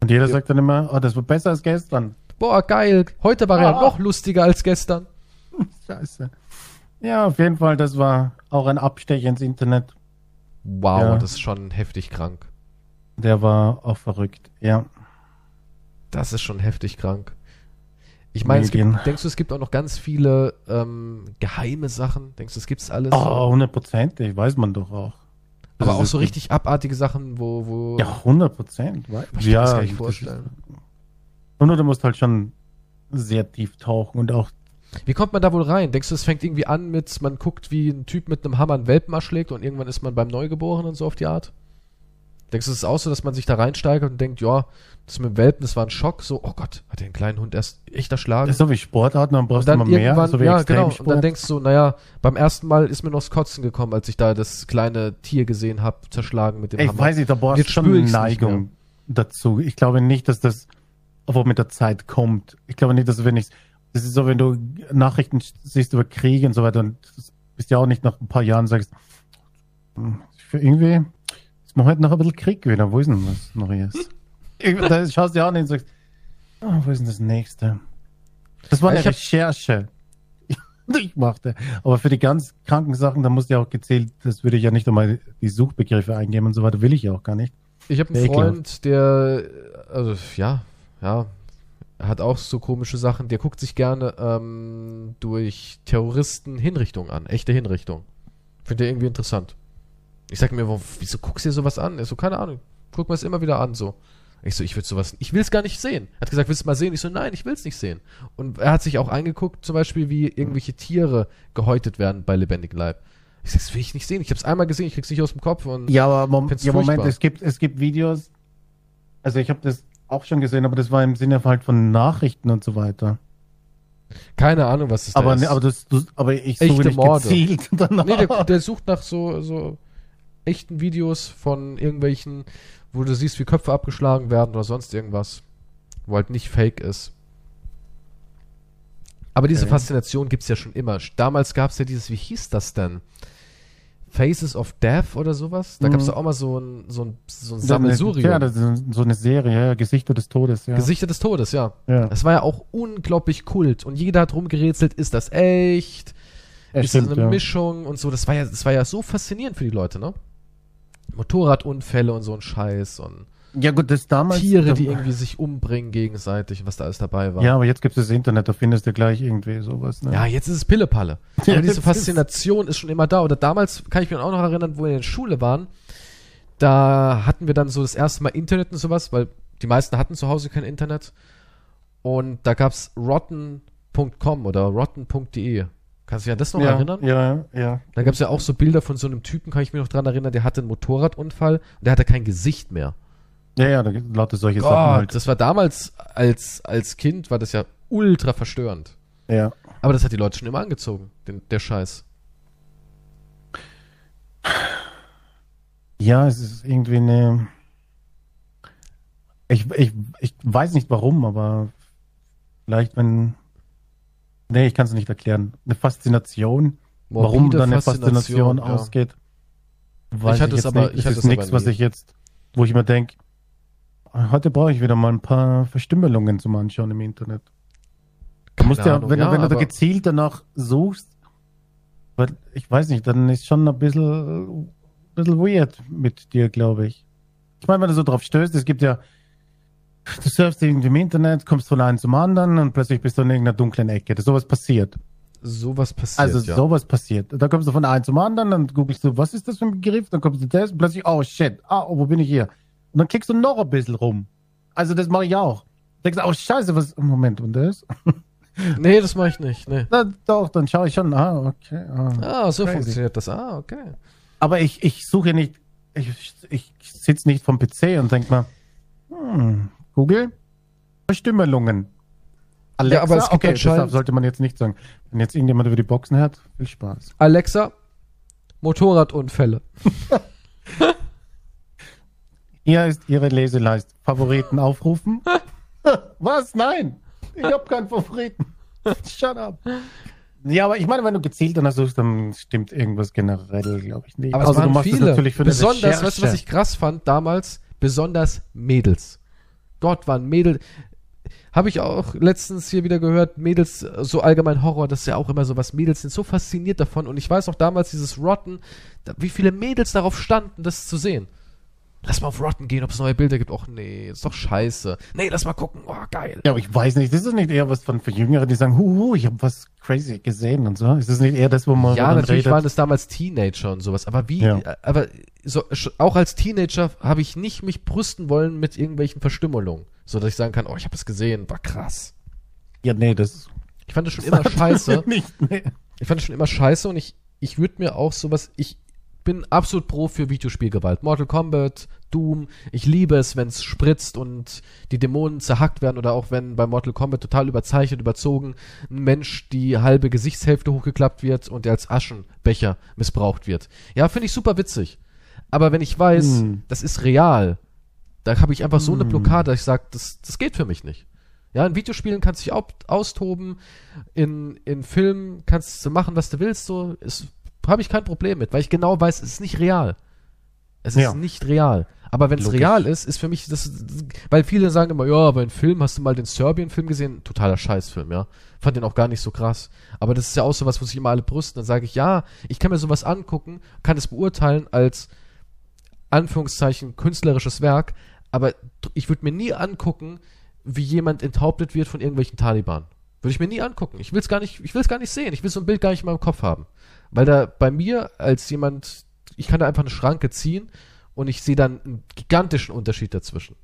Speaker 2: Und jeder sagt dann immer, oh, das war besser als gestern.
Speaker 1: Boah, geil. Heute war er
Speaker 2: Ah.
Speaker 1: noch lustiger als gestern.
Speaker 2: Scheiße. Ja, auf jeden Fall, das war auch ein Abstecher ins Internet.
Speaker 1: Wow,
Speaker 2: Ja.
Speaker 1: das ist schon heftig krank.
Speaker 2: Der war auch verrückt, ja.
Speaker 1: Das ist schon heftig krank. Ich meine, es
Speaker 2: Medien.
Speaker 1: gibt, denkst du, es gibt auch noch ganz viele ähm, geheime Sachen? Denkst du, es gibt's alles?
Speaker 2: Oh, hundertprozentig, weiß man doch auch.
Speaker 1: Aber
Speaker 2: Also,
Speaker 1: auch
Speaker 2: es
Speaker 1: so
Speaker 2: gibt-
Speaker 1: richtig abartige Sachen, wo, wo
Speaker 2: Ja, 100 Prozent. Ja,
Speaker 1: ich kann das gar nicht vorstellen.
Speaker 2: Und du musst halt schon sehr tief tauchen und auch.
Speaker 1: Wie kommt man da wohl rein? Denkst du, es fängt irgendwie an mit, man guckt, wie ein Typ mit einem Hammer einen Welpen erschlägt und irgendwann ist man beim Neugeborenen so auf die Art? Denkst du, es ist auch so, dass man sich da reinsteigert und denkt, ja, das mit dem Welpen, das war ein Schock, so, oh Gott, hat der einen kleinen Hund erst echt erschlagen?
Speaker 2: So wie Sportarten, dann brauchst
Speaker 1: und
Speaker 2: du
Speaker 1: dann
Speaker 2: immer mehr.
Speaker 1: irgendwann,
Speaker 2: So wie
Speaker 1: ja, genau, und dann
Speaker 2: Extremsport.
Speaker 1: denkst du, naja, beim ersten Mal ist mir noch das Kotzen gekommen, als ich da das kleine Tier gesehen habe, zerschlagen mit dem
Speaker 2: Ey,
Speaker 1: Hammer.
Speaker 2: weiß ich, da brauchst
Speaker 1: Jetzt
Speaker 2: du schon
Speaker 1: spür
Speaker 2: eine
Speaker 1: ich's nicht mehr.
Speaker 2: Neigung dazu. Ich glaube nicht, dass das obwohl mit der Zeit kommt. Ich glaube nicht, dass wenn ich das ist so, wenn du Nachrichten siehst über Krieg und so weiter und das bist ja auch nicht nach ein paar Jahren sagst, hm, für irgendwie ist mir heute halt noch ein bisschen Krieg wieder. Wo ist denn das noch jetzt? Ich- da schaust du ja auch nicht und sagst, ah, wo ist denn das nächste? Das war
Speaker 1: Ja,
Speaker 2: eine
Speaker 1: ich hab-
Speaker 2: Recherche. die Ich machte. Aber für die ganz kranken Sachen, da musst du ja auch gezielt, das würde ich ja nicht einmal die Suchbegriffe eingeben und so weiter, will ich ja auch gar nicht.
Speaker 1: Ich habe einen
Speaker 2: Sehr
Speaker 1: Freund, der, äh, also ja, ja, hat auch so komische Sachen. Der guckt sich gerne ähm, durch Terroristen Hinrichtungen an, echte Hinrichtungen. Findet er irgendwie interessant. Ich sag mir, wo- wieso guckst du dir sowas an? Er so, keine Ahnung, guck mir es immer wieder an, so. Ich so, ich will sowas, ich will es gar nicht sehen. Er hat gesagt, willst du mal sehen? Ich so, nein, ich will es nicht sehen. Und er hat sich auch angeguckt, zum Beispiel, wie irgendwelche Tiere gehäutet werden bei lebendigem Leib. Ich sag, das will ich nicht sehen. Ich habe es einmal gesehen, ich krieg's nicht aus dem Kopf. Und
Speaker 2: Ja, aber mom
Speaker 1: Find's
Speaker 2: ja, Moment,
Speaker 1: furchtbar.
Speaker 2: es gibt, es gibt Videos. Also ich habe das auch schon gesehen, aber das war im Sinne halt von Nachrichten und so weiter.
Speaker 1: Keine Ahnung, was es
Speaker 2: Aber,
Speaker 1: da
Speaker 2: ne,
Speaker 1: ist.
Speaker 2: aber, das, das, aber ich
Speaker 1: Echte
Speaker 2: suche nicht
Speaker 1: Morde.
Speaker 2: gezielt danach.
Speaker 1: nee, der, der sucht nach so, so echten Videos von irgendwelchen, wo du siehst, wie Köpfe abgeschlagen werden oder sonst irgendwas. Wo halt nicht fake ist. Aber diese
Speaker 2: Okay.
Speaker 1: Faszination gibt's ja schon immer. Damals gab's ja dieses, wie hieß das denn? Faces of Death oder sowas? Da
Speaker 2: Mhm.
Speaker 1: gab's ja auch mal so ein, so ein, so ein
Speaker 2: So eine-
Speaker 1: Sammelsurium.
Speaker 2: Ja, das ist so eine Serie, ja, Gesichter des Todes, ja.
Speaker 1: Gesichter des Todes, ja.
Speaker 2: ja.
Speaker 1: Das war ja auch unglaublich Kult und jeder hat rumgerätselt, ist das echt?
Speaker 2: Ja,
Speaker 1: ist
Speaker 2: stimmt,
Speaker 1: das eine
Speaker 2: ja.
Speaker 1: Mischung und so? Das war ja, das war ja so faszinierend für die Leute, ne? Motorradunfälle und so ein Scheiß und
Speaker 2: ja gut, das damals.
Speaker 1: Tiere, die irgendwie sich umbringen gegenseitig und was da alles dabei war.
Speaker 2: ja, aber jetzt gibt es das Internet, da findest du gleich irgendwie sowas. Ne?
Speaker 1: Ja, jetzt ist es Pillepalle. Aber
Speaker 2: Jetzt
Speaker 1: diese
Speaker 2: ist-
Speaker 1: Faszination ist schon immer da. Oder damals kann ich mich auch noch erinnern, wo wir in der Schule waren, da hatten wir dann so das erste Mal Internet und sowas, weil die meisten hatten zu Hause kein Internet. Und da gab's rotten.com oder rotten.de. Kannst du dich an das noch
Speaker 2: ja,
Speaker 1: erinnern?
Speaker 2: ja, ja.
Speaker 1: Da gab's ja auch so Bilder von so einem Typen, kann ich mich noch dran erinnern, der hatte einen Motorradunfall und der hatte kein Gesicht mehr.
Speaker 2: Ja, ja, da gibt es lauter solche Sachen
Speaker 1: Gott,
Speaker 2: halt.
Speaker 1: das war damals als, als Kind, war das ja ultra verstörend.
Speaker 2: Ja.
Speaker 1: Aber das hat die Leute schon immer angezogen, den, der Scheiß.
Speaker 2: ja, es ist irgendwie eine. Ich, ich, ich weiß nicht warum, aber vielleicht, wenn. Nee, ich kann es nicht erklären. Eine Faszination. warum
Speaker 1: Morbide
Speaker 2: dann eine Faszination
Speaker 1: ja.
Speaker 2: ausgeht. Weiß
Speaker 1: Ich hatte es
Speaker 2: jetzt
Speaker 1: aber-
Speaker 2: nicht.
Speaker 1: ich
Speaker 2: Es
Speaker 1: hatte es
Speaker 2: ist nichts,
Speaker 1: aber nie.
Speaker 2: was ich jetzt, wo ich mir denke, heute brauche ich wieder mal ein paar Verstümmelungen zum Anschauen im Internet. Du
Speaker 1: Keine
Speaker 2: musst ja,
Speaker 1: Ahnung,
Speaker 2: wenn, du, wenn du da
Speaker 1: aber
Speaker 2: gezielt danach suchst, weil ich weiß nicht, dann ist schon ein bisschen, bisschen weird mit dir, glaube ich. Ich meine, wenn du so drauf stößt, es gibt ja, du surfst irgendwie im Internet, kommst von einem zum anderen und plötzlich bist du in irgendeiner dunklen Ecke. Das sowas passiert.
Speaker 1: sowas passiert.
Speaker 2: Also
Speaker 1: ja.
Speaker 2: sowas passiert. Da kommst du von einem zum anderen, dann googelst du, was ist das für ein Begriff? Dann kommst du das und plötzlich, oh shit, ah, oh, wo bin ich hier? Und dann klickst du noch ein bisschen rum. Also das mache ich auch. Denkst du, oh scheiße, was, Moment, und das?
Speaker 1: Nee, das mache ich nicht. Nee.
Speaker 2: Na doch, dann schaue ich schon, ah, okay. Ah.
Speaker 1: Ah, so
Speaker 2: Crazy.
Speaker 1: funktioniert das. Ah, okay.
Speaker 2: Aber ich, ich suche nicht, ich, ich sitze nicht vom PC und denk mal, hm, Google, Verstümmelungen. Alexa,
Speaker 1: aber es gibt
Speaker 2: okay,
Speaker 1: anscheinend-
Speaker 2: deshalb sollte man jetzt nicht sagen. Wenn jetzt irgendjemand über die Boxen hört, viel Spaß.
Speaker 1: Alexa, Motorradunfälle.
Speaker 2: Hier ist Ihre Leseleiste. Favoriten aufrufen? Was? Nein! Ich habe keinen Favoriten. Shut up. Ja, aber ich meine, wenn du gezielt danach suchst, dann stimmt irgendwas generell, glaube ich, nicht.
Speaker 1: Aber
Speaker 2: Also Außer
Speaker 1: es waren
Speaker 2: das
Speaker 1: viele.
Speaker 2: für eine
Speaker 1: besonders, weißt du, was
Speaker 2: Recherche.
Speaker 1: ich krass fand damals? Besonders Mädels. Dort waren Mädels. Habe ich auch letztens hier wieder gehört, Mädels, äh, so allgemein Horror, das ist ja auch immer so was. Mädels sind so fasziniert davon. Und ich weiß noch damals, dieses Rotten, da, wie viele Mädels darauf standen, das zu sehen. Lass mal auf Rotten gehen, ob es neue Bilder gibt. Och nee, ist doch scheiße. Nee, lass mal gucken. Oh, geil.
Speaker 2: Ja, aber ich weiß nicht, ist es nicht eher was von für Jüngere, die sagen, huhu, ich habe was crazy gesehen und so? Ist es nicht eher das, wo man wo
Speaker 1: Ja,
Speaker 2: man
Speaker 1: natürlich
Speaker 2: redet?
Speaker 1: waren es damals Teenager und sowas, aber wie,
Speaker 2: Ja.
Speaker 1: äh, aber so, sch- auch als Teenager habe ich nicht mich brüsten wollen mit irgendwelchen Verstümmelungen, so dass ich sagen kann, oh, ich habe es gesehen, war krass.
Speaker 2: Ja, nee, das
Speaker 1: Ich fand es schon immer scheiße.
Speaker 2: nicht. Nee.
Speaker 1: Ich fand es schon immer scheiße und ich, ich würde mir auch sowas, ich bin absolut pro für Videospielgewalt. Mortal Kombat, Doom, ich liebe es, wenn es spritzt und die Dämonen zerhackt werden oder auch wenn bei Mortal Kombat total überzeichnet, überzogen, ein Mensch die halbe Gesichtshälfte hochgeklappt wird und der als Aschenbecher missbraucht wird. Ja, finde ich super witzig. Aber wenn ich weiß,
Speaker 2: Hm.
Speaker 1: das ist real, da habe ich einfach so eine
Speaker 2: Hm.
Speaker 1: Blockade, dass ich sage, das, das geht für mich nicht. Ja, in Videospielen kannst du dich au- austoben, in, in Filmen kannst du machen, was du willst, so habe ich kein Problem mit, weil ich genau weiß, es ist nicht real. Es ist
Speaker 2: Ja.
Speaker 1: nicht real. Aber wenn es
Speaker 2: Logisch.
Speaker 1: real ist, ist für mich das, weil viele sagen immer, ja, aber in Film hast du mal den Serbien-Film gesehen, totaler Scheißfilm, ja. Fand den auch gar nicht so krass. Aber das ist ja auch sowas, wo sich immer alle brüsten. Dann sage ich, ja, ich kann mir sowas angucken, kann es beurteilen als Anführungszeichen künstlerisches Werk, aber t- ich würde mir nie angucken, wie jemand enthauptet wird von irgendwelchen Taliban. Würde ich mir nie angucken. Ich will es gar nicht, ich will es gar nicht sehen. Ich will so ein Bild gar nicht in meinem Kopf haben. Weil da bei mir als jemand, ich kann da einfach eine Schranke ziehen und ich sehe dann einen gigantischen Unterschied dazwischen.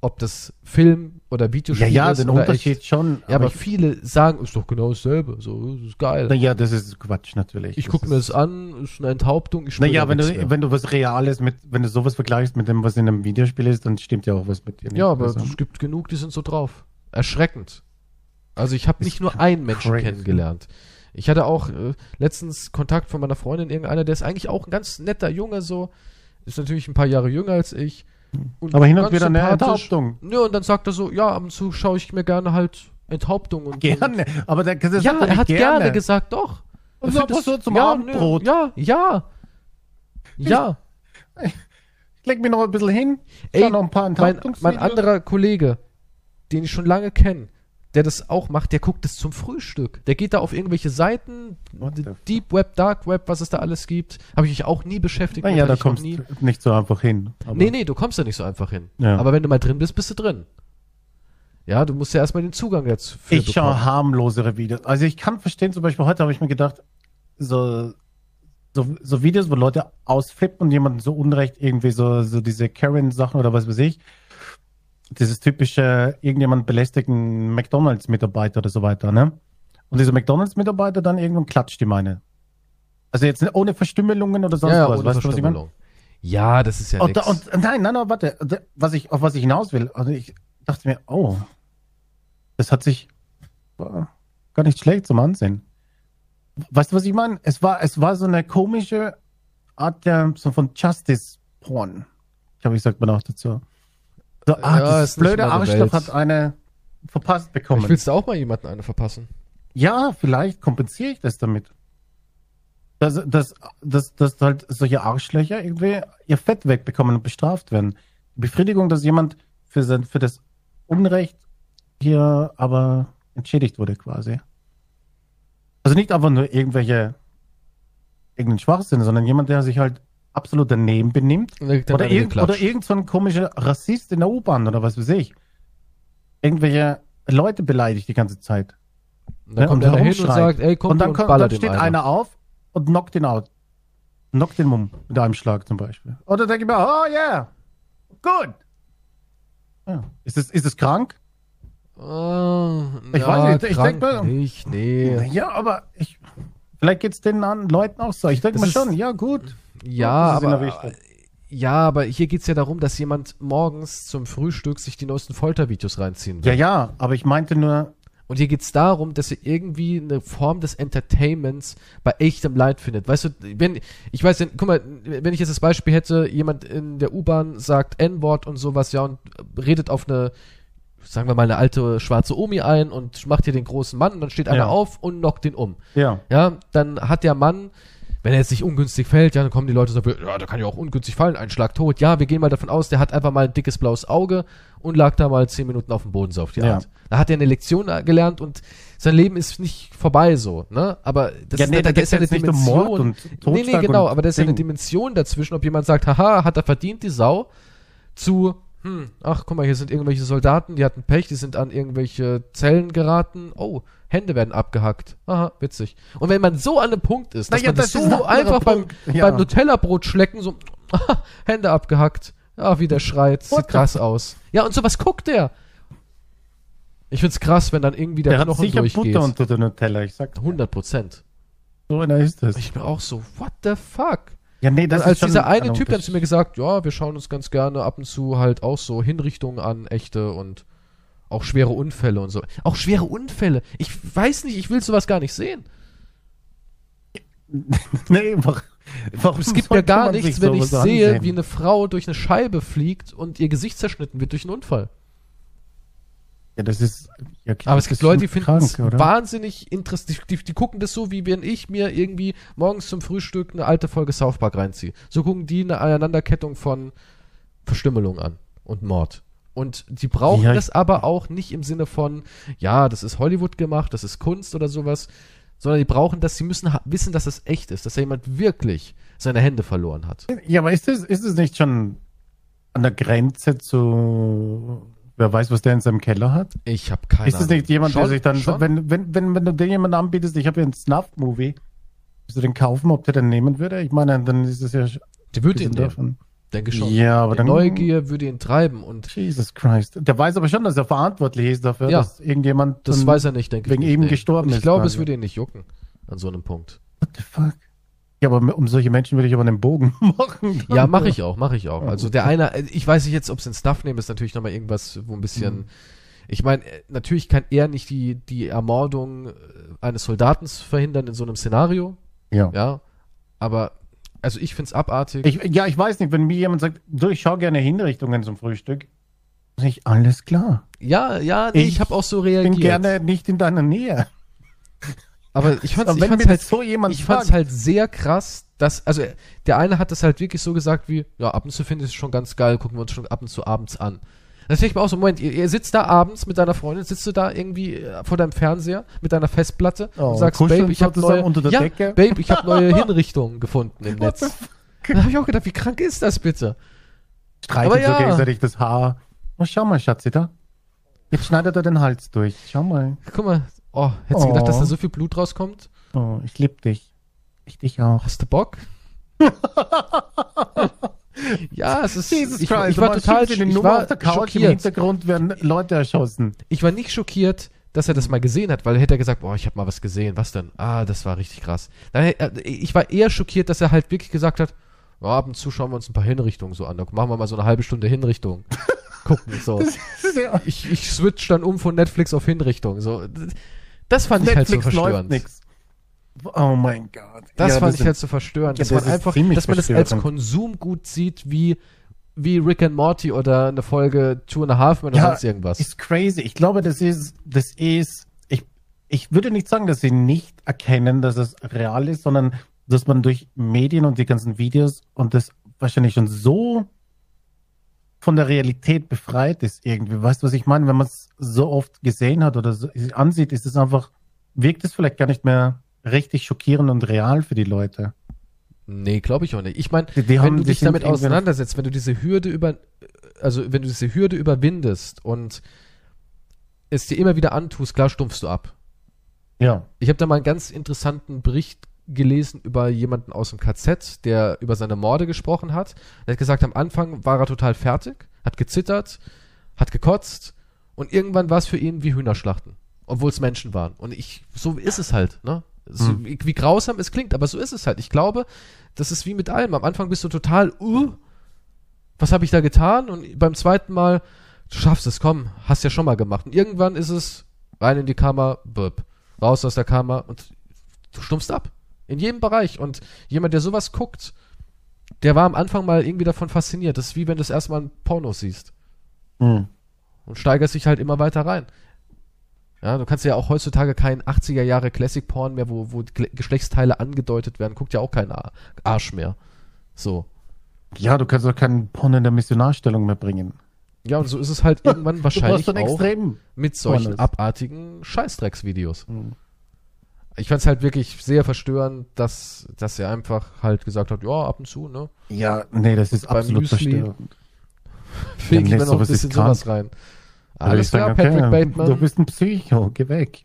Speaker 1: Ob das Film oder
Speaker 2: Ja,
Speaker 1: Videospiel
Speaker 2: ja,
Speaker 1: ist
Speaker 2: den
Speaker 1: oder
Speaker 2: Unterschied
Speaker 1: Echt.
Speaker 2: schon.
Speaker 1: Ja, aber,
Speaker 2: ich-
Speaker 1: viele sagen, ist doch genau dasselbe. So, das ist geil.
Speaker 2: na ja, das ist Quatsch natürlich.
Speaker 1: ich
Speaker 2: Das
Speaker 1: gucke
Speaker 2: ist-
Speaker 1: mir das an, ist eine Enthauptung. Ich spüre
Speaker 2: Naja,
Speaker 1: da
Speaker 2: wenn
Speaker 1: nichts mehr.
Speaker 2: du, wenn du was Reales mit, wenn du sowas vergleichst mit dem, was in einem Videospiel ist, dann stimmt ja auch was mit dir nicht.
Speaker 1: Ja, aber
Speaker 2: Also,
Speaker 1: es gibt genug, die sind so drauf. Erschreckend. Also ich habe
Speaker 2: Ist
Speaker 1: nicht nur einen Menschen
Speaker 2: crazy.
Speaker 1: kennengelernt. Ich hatte auch äh, letztens Kontakt von meiner Freundin, irgendeiner, der ist eigentlich auch ein ganz netter Junge so, ist natürlich ein paar Jahre jünger als ich. Und
Speaker 2: Aber hin und
Speaker 1: ganz
Speaker 2: wieder eine
Speaker 1: sympathisch.
Speaker 2: Enthauptung.
Speaker 1: Ja, und dann sagt er so, ja, ab und zu schaue ich mir gerne halt Enthauptung und
Speaker 2: Gerne. Aber der, das
Speaker 1: ja,
Speaker 2: sagt doch
Speaker 1: er
Speaker 2: nicht
Speaker 1: hat gerne, gesagt, doch.
Speaker 2: Und
Speaker 1: Er
Speaker 2: so
Speaker 1: findet
Speaker 2: ab und
Speaker 1: das-
Speaker 2: zu zum
Speaker 1: ja,
Speaker 2: Abendbrot.
Speaker 1: nö, Ja, ja. Ja.
Speaker 2: Leg mich noch ein bisschen hin.
Speaker 1: Ey,
Speaker 2: Schau noch ein paar
Speaker 1: Mein, mein
Speaker 2: Enthauptungsvideos.
Speaker 1: anderer Kollege, den ich schon lange kenne, der das auch macht, der guckt es zum Frühstück. Der geht da auf irgendwelche Seiten,
Speaker 2: What the
Speaker 1: Deep Web, Dark Web, was es da alles gibt. Habe ich mich auch nie beschäftigt.
Speaker 2: Naja,
Speaker 1: mit,
Speaker 2: da
Speaker 1: hatte ich noch
Speaker 2: kommst
Speaker 1: nie.
Speaker 2: du nicht so einfach hin. Aber
Speaker 1: Nee, nee, du kommst da nicht so einfach hin.
Speaker 2: Ja.
Speaker 1: Aber wenn du mal drin bist, bist du drin. Ja, du musst ja erstmal den Zugang dazu für
Speaker 2: Ich schaue harmlosere Videos. Also ich kann verstehen, zum Beispiel heute habe ich mir gedacht, so, so, so Videos, wo Leute ausflippen und jemanden so unrecht irgendwie so, so diese Karen-Sachen oder was weiß ich. Dieses typische, irgendjemand belästigen McDonalds-Mitarbeiter oder so weiter, ne? Und dieser McDonalds-Mitarbeiter dann irgendwann klatscht die meine. Also jetzt nicht ohne Verstümmelungen oder sonst
Speaker 1: ja, ja,
Speaker 2: was,
Speaker 1: ohne
Speaker 2: weißt du, was ich meine?
Speaker 1: Verstümmelung. ja, das ist ja
Speaker 2: Und,
Speaker 1: nix.
Speaker 2: und nein, nein, nein, warte, Und was ich, auf was ich hinaus will, also ich dachte mir, oh, das hat sich war gar nicht schlecht zum Ansehen. Weißt du, was ich meine? Es war, es war so eine komische Art der, so von Justice Porn. Ich glaube, ich sagt man auch dazu. So, ah,
Speaker 1: Ja,
Speaker 2: das
Speaker 1: ist nicht
Speaker 2: blöde
Speaker 1: meine
Speaker 2: Arschloch
Speaker 1: Welt.
Speaker 2: hat eine verpasst
Speaker 1: ich
Speaker 2: bekommen.
Speaker 1: willst du auch mal jemanden eine verpassen.
Speaker 2: Ja, vielleicht kompensiere ich das damit. Dass, dass, dass, dass halt solche Arschlöcher irgendwie ihr Fett wegbekommen und bestraft werden. Die Befriedigung, dass jemand für, sein, für das Unrecht hier aber entschädigt wurde quasi. Also nicht einfach nur irgendwelche, irgendeinen Schwachsinn, sondern jemand, der sich halt absolut daneben benimmt
Speaker 1: Und dann
Speaker 2: oder,
Speaker 1: eine
Speaker 2: irgend,
Speaker 1: geklatscht.
Speaker 2: oder irgend so ein komischer Rassist in der U-Bahn oder was weiß ich. Irgendwelche Leute beleidigt die ganze Zeit.
Speaker 1: Und dann
Speaker 2: ne,
Speaker 1: kommt
Speaker 2: und
Speaker 1: einer hin und
Speaker 2: herumschreit.
Speaker 1: sagt, ey, komm
Speaker 2: und dann,
Speaker 1: und
Speaker 2: kommt,
Speaker 1: baller
Speaker 2: dann
Speaker 1: dem
Speaker 2: steht
Speaker 1: einen.
Speaker 2: einer auf und knockt ihn out. Knockt den um mit einem Schlag zum Beispiel. Oder denke ich mir, oh yeah, gut. Ja. Ist, es, ist es krank?
Speaker 1: Äh,
Speaker 2: Ich
Speaker 1: ja,
Speaker 2: weiß nicht, ich
Speaker 1: krank
Speaker 2: denk mal- um-
Speaker 1: nicht, nee.
Speaker 2: Ja, aber ich, vielleicht geht es den anderen Leuten auch so. Ich denke
Speaker 1: Das
Speaker 2: mir
Speaker 1: ist-
Speaker 2: schon, ja gut.
Speaker 1: Ja,
Speaker 2: Das ist in der
Speaker 1: aber, äh,
Speaker 2: Richtung.
Speaker 1: ja, aber hier geht's ja darum, dass jemand morgens zum Frühstück sich die neuesten Foltervideos reinziehen will.
Speaker 2: Ja, ja, aber ich meinte nur,
Speaker 1: Und hier geht's darum, dass ihr irgendwie eine Form des Entertainments bei echtem Leid findet. Weißt du, wenn, ich weiß, nicht, guck mal, wenn ich jetzt das Beispiel hätte, jemand in der U-Bahn sagt N-Wort und sowas, ja, und redet auf eine, sagen wir mal, eine alte schwarze Omi ein und macht hier den großen Mann und dann steht einer
Speaker 2: Ja.
Speaker 1: auf und knockt den um.
Speaker 2: ja.
Speaker 1: Ja, dann hat der Mann, wenn er jetzt nicht ungünstig fällt, ja, dann kommen die Leute und sagen, ja, der kann ja auch ungünstig fallen, ein Schlag tot. Ja, wir gehen mal davon aus, der hat einfach mal ein dickes blaues Auge und lag da mal zehn Minuten auf dem Boden so auf die
Speaker 2: Ja.
Speaker 1: Art. Da hat er eine Lektion äh, gelernt und sein Leben ist nicht vorbei so, ne? Aber das
Speaker 2: Ja,
Speaker 1: ist,
Speaker 2: nee,
Speaker 1: ne-
Speaker 2: da geht's jetzt nicht um Mord und
Speaker 1: nee, nee,
Speaker 2: Totschlag
Speaker 1: genau,
Speaker 2: und
Speaker 1: aber da ist ja eine
Speaker 2: Ding.
Speaker 1: Dimension dazwischen, ob jemand sagt, haha, hat er verdient, die Sau, zu, hm, ach, guck mal, hier sind irgendwelche Soldaten, die hatten Pech, die sind an irgendwelche Zellen geraten. Oh, Hände werden abgehackt. Aha, witzig. Und wenn man so an einem Punkt ist, dass
Speaker 2: Naja,
Speaker 1: man das,
Speaker 2: das ist ein
Speaker 1: so einfach beim,
Speaker 2: anderer Punkt. Ja.
Speaker 1: beim Nutella-Brot schlecken, so, Hände abgehackt. Ah, wie der schreit.
Speaker 2: What
Speaker 1: Sieht
Speaker 2: the-
Speaker 1: krass aus. Ja, und sowas guckt der. Ich find's krass, wenn dann irgendwie der,
Speaker 2: der hat
Speaker 1: Knochen
Speaker 2: sicher
Speaker 1: durchgeht.
Speaker 2: Butter unter der Nutella. Ich sag,
Speaker 1: 100 Prozent.
Speaker 2: so einer ist das.
Speaker 1: Ich bin auch so, what the fuck?
Speaker 2: Ja, nee, das
Speaker 1: Und als
Speaker 2: schon
Speaker 1: dieser eine
Speaker 2: ein
Speaker 1: Typ dann
Speaker 2: Unterschied.
Speaker 1: zu mir gesagt, ja, wir schauen uns ganz gerne ab und zu halt auch so Hinrichtungen an, echte und auch schwere Unfälle und so. Auch schwere Unfälle. Ich weiß nicht, ich will sowas gar nicht sehen.
Speaker 2: Nee, warum, warum
Speaker 1: Es gibt ja
Speaker 2: sollte
Speaker 1: gar
Speaker 2: man sich
Speaker 1: nichts, wenn ich
Speaker 2: sowas
Speaker 1: sehe,
Speaker 2: ansehen?
Speaker 1: wie eine Frau durch eine Scheibe fliegt und ihr Gesicht zerschnitten wird durch einen Unfall.
Speaker 2: Ja, das ist. Ja, klar,
Speaker 1: Aber es
Speaker 2: das
Speaker 1: gibt
Speaker 2: ist
Speaker 1: Leute,
Speaker 2: schon
Speaker 1: die finden
Speaker 2: krank,
Speaker 1: es
Speaker 2: oder?
Speaker 1: wahnsinnig interessant. Die, die, die gucken das so, wie wenn ich mir irgendwie morgens zum Frühstück eine alte Folge South Park reinziehe. So gucken die eine Aneinanderkettung von Verstümmelung an und Mord. Und die brauchen
Speaker 2: Ja, ich-
Speaker 1: das aber auch nicht im Sinne von, ja, das ist Hollywood gemacht, das ist Kunst oder sowas, sondern die brauchen das, sie müssen ha- wissen, dass das echt ist, dass da jemand wirklich seine Hände verloren hat.
Speaker 2: Ja, aber ist es ist es nicht schon an der Grenze zu. Wer weiß, was der in seinem Keller hat?
Speaker 1: Ich habe keine
Speaker 2: ist es nicht jemand, der
Speaker 1: Schon-
Speaker 2: sich dann.
Speaker 1: schon?
Speaker 2: Wenn, wenn, wenn, wenn du den jemand anbietest, ich habe hier einen Snuff-Movie, willst du den kaufen, ob der den nehmen würde? Ich meine, dann ist es ja. sch-
Speaker 1: Die würde ihn
Speaker 2: bisschen
Speaker 1: nehmen,
Speaker 2: davon.
Speaker 1: denke ich schon.
Speaker 2: Ja, aber
Speaker 1: Die
Speaker 2: dann.
Speaker 1: Neugier würde ihn treiben und
Speaker 2: Jesus Christ. Der weiß aber schon, dass er verantwortlich ist dafür,
Speaker 1: Ja.
Speaker 2: dass irgendjemand.
Speaker 1: Das
Speaker 2: dann-
Speaker 1: weiß er nicht, denke ich.
Speaker 2: wegen
Speaker 1: nicht,
Speaker 2: eben gestorben
Speaker 1: Und Ich
Speaker 2: ist
Speaker 1: glaube,
Speaker 2: quasi.
Speaker 1: es würde ihn nicht jucken an so einem Punkt.
Speaker 2: What the fuck? Ja, aber um solche Menschen würde ich aber einen Bogen machen.
Speaker 1: Ja, mache
Speaker 2: Mhm.
Speaker 1: ich auch, mache ich auch. Also der eine, ich weiß nicht jetzt, ob es in Stuff nehmen, ist natürlich nochmal irgendwas, wo ein bisschen Ich meine, äh, natürlich kann er nicht die, die Ermordung äh, eines Soldaten verhindern in so einem Szenario,
Speaker 2: Ja.
Speaker 1: ja. Aber, also ich find's abartig.
Speaker 2: Ich, ja, ich weiß nicht, wenn mir jemand sagt, du, ich schaue gerne Hinrichtungen zum Frühstück, sag ich, alles klar.
Speaker 1: ja, ja, nee, ich,
Speaker 2: Ich
Speaker 1: hab auch so
Speaker 2: Ich
Speaker 1: reagiert.
Speaker 2: bin gerne nicht in deiner Nähe.
Speaker 1: aber ich fand's,
Speaker 2: Aber
Speaker 1: ich
Speaker 2: wenn
Speaker 1: fand's
Speaker 2: mir
Speaker 1: halt
Speaker 2: das so jemand
Speaker 1: ich fand's halt sehr krass, dass, also der eine hat das halt wirklich so gesagt wie, ja, ab und zu finde ich es schon ganz geil, gucken wir uns schon ab und zu abends an. Das denke ich mir auch so, Moment, ihr, ihr sitzt da abends mit deiner Freundin, sitzt du da irgendwie äh, vor deinem Fernseher mit deiner Festplatte
Speaker 2: Oh,
Speaker 1: und sagst,
Speaker 2: kuscheln
Speaker 1: Babe, ich habe
Speaker 2: sozusagen
Speaker 1: neue,
Speaker 2: unter der
Speaker 1: ja,
Speaker 2: Decke?
Speaker 1: Babe, ich habe neue Hinrichtungen gefunden im
Speaker 2: What
Speaker 1: Netz. Da habe ich auch gedacht, wie krank ist das bitte? aber
Speaker 2: streichelt
Speaker 1: ja.
Speaker 2: so gegenseitig das Haar. Na, schau mal, Schatzi, da. Jetzt schneidet er den Hals durch. Schau mal.
Speaker 1: Guck mal, oh, hättest du gedacht,
Speaker 2: Oh.
Speaker 1: dass da so viel Blut rauskommt?
Speaker 2: Oh, ich lieb dich. Ich dich auch.
Speaker 1: Hast du Bock? ja, es ist.
Speaker 2: Jesus
Speaker 1: ich,
Speaker 2: Christ,
Speaker 1: ich war
Speaker 2: du
Speaker 1: total
Speaker 2: schiebst dir die
Speaker 1: ich
Speaker 2: Nummer
Speaker 1: war
Speaker 2: auf der Couch, im
Speaker 1: schockiert.
Speaker 2: Hintergrund werden Leute erschossen.
Speaker 1: ich war nicht schockiert, dass er das mal gesehen hat, weil hätte er gesagt, boah, ich habe mal was gesehen, was denn? Ah, das war richtig krass. Dann, hätte- äh, ich war eher schockiert, dass er halt wirklich gesagt hat, ja, ab und zu schauen wir uns ein paar Hinrichtungen so an, da machen wir mal so eine halbe Stunde Hinrichtung. Gucken, so. Ich, ich switch dann um von Netflix auf Hinrichtung, so. Das fand ich halt so verstörend.
Speaker 2: nix. Oh mein Gott.
Speaker 1: Das
Speaker 2: Ja,
Speaker 1: fand ich
Speaker 2: sind-
Speaker 1: halt so verstörend,
Speaker 2: Ja,
Speaker 1: dass
Speaker 2: das
Speaker 1: man
Speaker 2: ist
Speaker 1: einfach,
Speaker 2: ziemlich
Speaker 1: dass man das als
Speaker 2: verstörend.
Speaker 1: Konsumgut sieht, wie, wie Rick and Morty oder eine Folge Two and a Half Man oder
Speaker 2: Ja,
Speaker 1: sonst irgendwas.
Speaker 2: Ist crazy. Ich glaube, das ist, das ist, ich, ich würde nicht sagen, dass sie nicht erkennen, dass es real ist, sondern dass man durch Medien und die ganzen Videos und das wahrscheinlich schon so von der Realität befreit ist irgendwie. Weißt du, was ich meine? Wenn man es so oft gesehen hat oder so, sich ansieht, ist es einfach, wirkt es vielleicht gar nicht mehr richtig schockierend und real für die Leute.
Speaker 1: Nee, glaube ich auch nicht. Ich meine,
Speaker 2: Die- die
Speaker 1: wenn
Speaker 2: haben-
Speaker 1: du
Speaker 2: die
Speaker 1: dich
Speaker 2: sind
Speaker 1: damit
Speaker 2: irgendwie-
Speaker 1: auseinandersetzt, wenn du diese Hürde über, also wenn du diese Hürde überwindest und es dir immer wieder antust, klar stumpfst du ab.
Speaker 2: Ja.
Speaker 1: Ich habe da mal einen ganz interessanten Bericht gelesen über jemanden aus dem KZ, der über seine Morde gesprochen hat. Er hat gesagt, am Anfang war er total fertig, hat gezittert, hat gekotzt und irgendwann war es für ihn wie Hühnerschlachten, obwohl es Menschen waren. Und ich, so ist es halt, ne? So,
Speaker 2: Hm.
Speaker 1: wie, wie grausam es klingt, aber so ist es halt. Ich glaube, das ist wie mit allem. Am Anfang bist du total, uh, was habe ich da getan? Und beim zweiten Mal, du schaffst es, komm, hast ja schon mal gemacht. Und irgendwann ist es rein in die Kammer, burp, raus aus der Kammer und du stumpfst ab. In jedem Bereich. Und jemand, der sowas guckt, der war am Anfang mal irgendwie davon fasziniert. Das ist wie wenn du das erstmal ein Porno siehst
Speaker 2: Hm.
Speaker 1: und steigerst dich halt immer weiter rein. Ja, du kannst ja auch heutzutage keinen 80er Jahre Classic Porn mehr, wo, wo Gle- Geschlechtsteile angedeutet werden, guckt ja auch kein Ar- Arsch mehr. So.
Speaker 2: Ja, du kannst doch keinen Porn in der Missionarstellung mehr bringen.
Speaker 1: Ja, und so ist es halt irgendwann wahrscheinlich
Speaker 2: du brauchst einen
Speaker 1: auch
Speaker 2: Extremen.
Speaker 1: mit solchen
Speaker 2: Pornos.
Speaker 1: abartigen Scheißdrecksvideos.
Speaker 2: Mhm.
Speaker 1: Ich fand's halt wirklich sehr verstörend, dass, dass er einfach halt gesagt hat, ja, ab und zu, ne?
Speaker 2: Ja, nee, das ist
Speaker 1: Beim
Speaker 2: absolut
Speaker 1: Müsli.
Speaker 2: verstörend.
Speaker 1: Feg ich
Speaker 2: nee,
Speaker 1: mir noch ein
Speaker 2: sowas ist
Speaker 1: bisschen sowas rein. Alles
Speaker 2: Würde
Speaker 1: klar,
Speaker 2: Also ich
Speaker 1: Patrick
Speaker 2: okay,
Speaker 1: Bateman.
Speaker 2: Du bist ein Psycho, geh weg.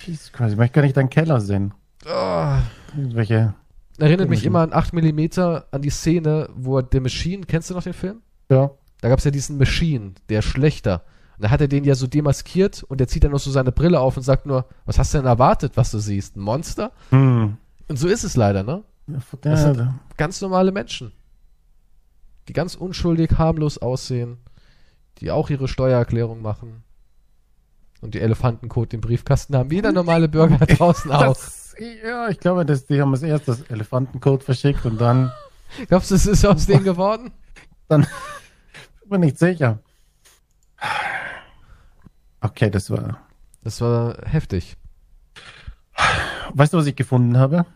Speaker 2: Jesus Christ, ich möchte gar nicht deinen Keller sehen.
Speaker 1: Ah.
Speaker 2: Irgendwelche.
Speaker 1: Erinnert mich
Speaker 2: Komisch.
Speaker 1: immer an 8mm, an die Szene, wo er The Machine, kennst du noch den Film?
Speaker 2: Ja.
Speaker 1: Da gab es ja diesen Machine, der Schlechter. Und da hat er den ja so demaskiert und der zieht dann noch so seine Brille auf und sagt nur, was hast du denn erwartet, was du siehst? Ein Monster?
Speaker 2: Hm.
Speaker 1: Und so ist es leider, ne?
Speaker 2: Ja,
Speaker 1: Das hat-
Speaker 2: da-
Speaker 1: Ganz normale Menschen. Die ganz unschuldig, harmlos aussehen, die auch ihre Steuererklärung machen. Und die Elefantenkot im Briefkasten haben, wie jeder normale Bürger da draußen auch.
Speaker 2: Das, ja, ich glaube, dass die haben als erstes Elefantencode verschickt und dann
Speaker 1: Glaubst du, es ist aus denen geworden?
Speaker 2: bin ich nicht sicher. Okay, das war.
Speaker 1: Das war heftig.
Speaker 2: Weißt du, was ich gefunden habe?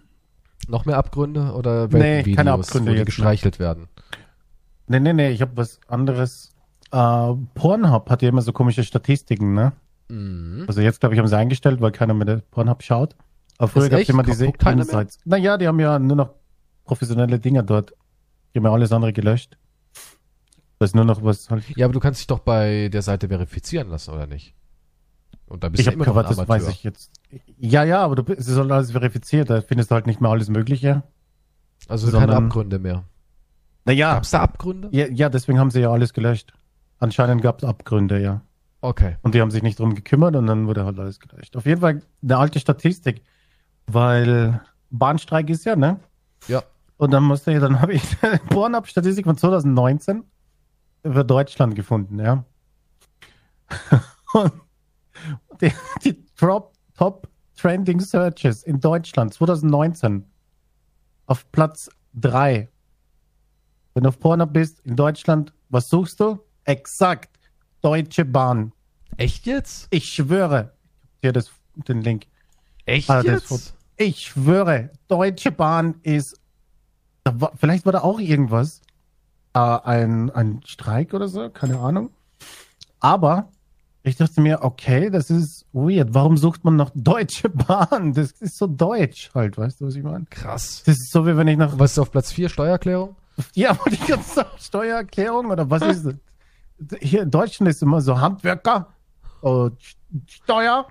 Speaker 1: Noch mehr Abgründe oder
Speaker 2: Nee,
Speaker 1: Weltenvideos,
Speaker 2: keine Abgründe
Speaker 1: wo die
Speaker 2: jetzt,
Speaker 1: gestreichelt werden?
Speaker 2: Nee, nee, nee, ich habe was anderes. Äh, Pornhub hat ja immer so komische Statistiken, ne?
Speaker 1: Mhm.
Speaker 2: Also jetzt, glaube ich, haben sie eingestellt, weil keiner mehr den Pornhub schaut. Aber früher
Speaker 1: Ist
Speaker 2: gab es
Speaker 1: echt?
Speaker 2: immer
Speaker 1: Guckt
Speaker 2: diese
Speaker 1: keiner mehr?
Speaker 2: Insights. Naja, die haben ja nur noch professionelle Dinger dort. Die haben ja alles andere gelöscht. Da ist nur noch was halt.
Speaker 1: Ja, aber du kannst dich doch bei der Seite verifizieren lassen, oder nicht? Und da bist
Speaker 2: Ich
Speaker 1: du
Speaker 2: habe
Speaker 1: immer noch ein
Speaker 2: gehört, das
Speaker 1: Amateur.
Speaker 2: weiß ich jetzt. Ja, ja, aber du, bist- es ist halt alles verifiziert. Da findest du halt nicht mehr alles Mögliche.
Speaker 1: Also keine
Speaker 2: Sondern-
Speaker 1: Abgründe mehr.
Speaker 2: Naja,
Speaker 1: Gab's da Abgründe?
Speaker 2: ja, ja, deswegen haben sie ja alles gelöscht. Anscheinend gab es Abgründe, ja.
Speaker 1: Okay.
Speaker 2: Und die haben sich nicht drum gekümmert und dann wurde halt alles gelöscht. Auf jeden Fall eine alte Statistik, weil Bahnstreik ist ja, ne?
Speaker 1: Ja.
Speaker 2: Und dann musste ich, dann habe ich eine Pornhub-Statistik von 2019 für Deutschland gefunden, ja. Und die, die Top, Top Trending Searches in Deutschland 2019 auf Platz 3. Wenn du auf Pornhub bist, in Deutschland, was suchst du? Exakt. Deutsche Bahn.
Speaker 1: Echt jetzt?
Speaker 2: Ich schwöre. Ich hab dir das, den Link.
Speaker 1: Echt
Speaker 2: Ah, das
Speaker 1: jetzt?
Speaker 2: Foto. Ich schwöre, Deutsche Bahn ist. Da war, vielleicht war da auch irgendwas. Äh, ein, ein Streik oder so, keine Ahnung. Aber ich dachte mir, okay, das ist weird. Warum sucht man nach Deutsche Bahn? Das ist so deutsch halt, weißt du, was ich meine?
Speaker 1: Krass.
Speaker 2: Das ist so, wie wenn ich nach.
Speaker 1: Und was ist auf Platz 4? Steuererklärung?
Speaker 2: Ja, wollte ich gerade sagen, Steuererklärung oder was ist das? Hier in Deutschland ist immer so Handwerker, äh, Steuer,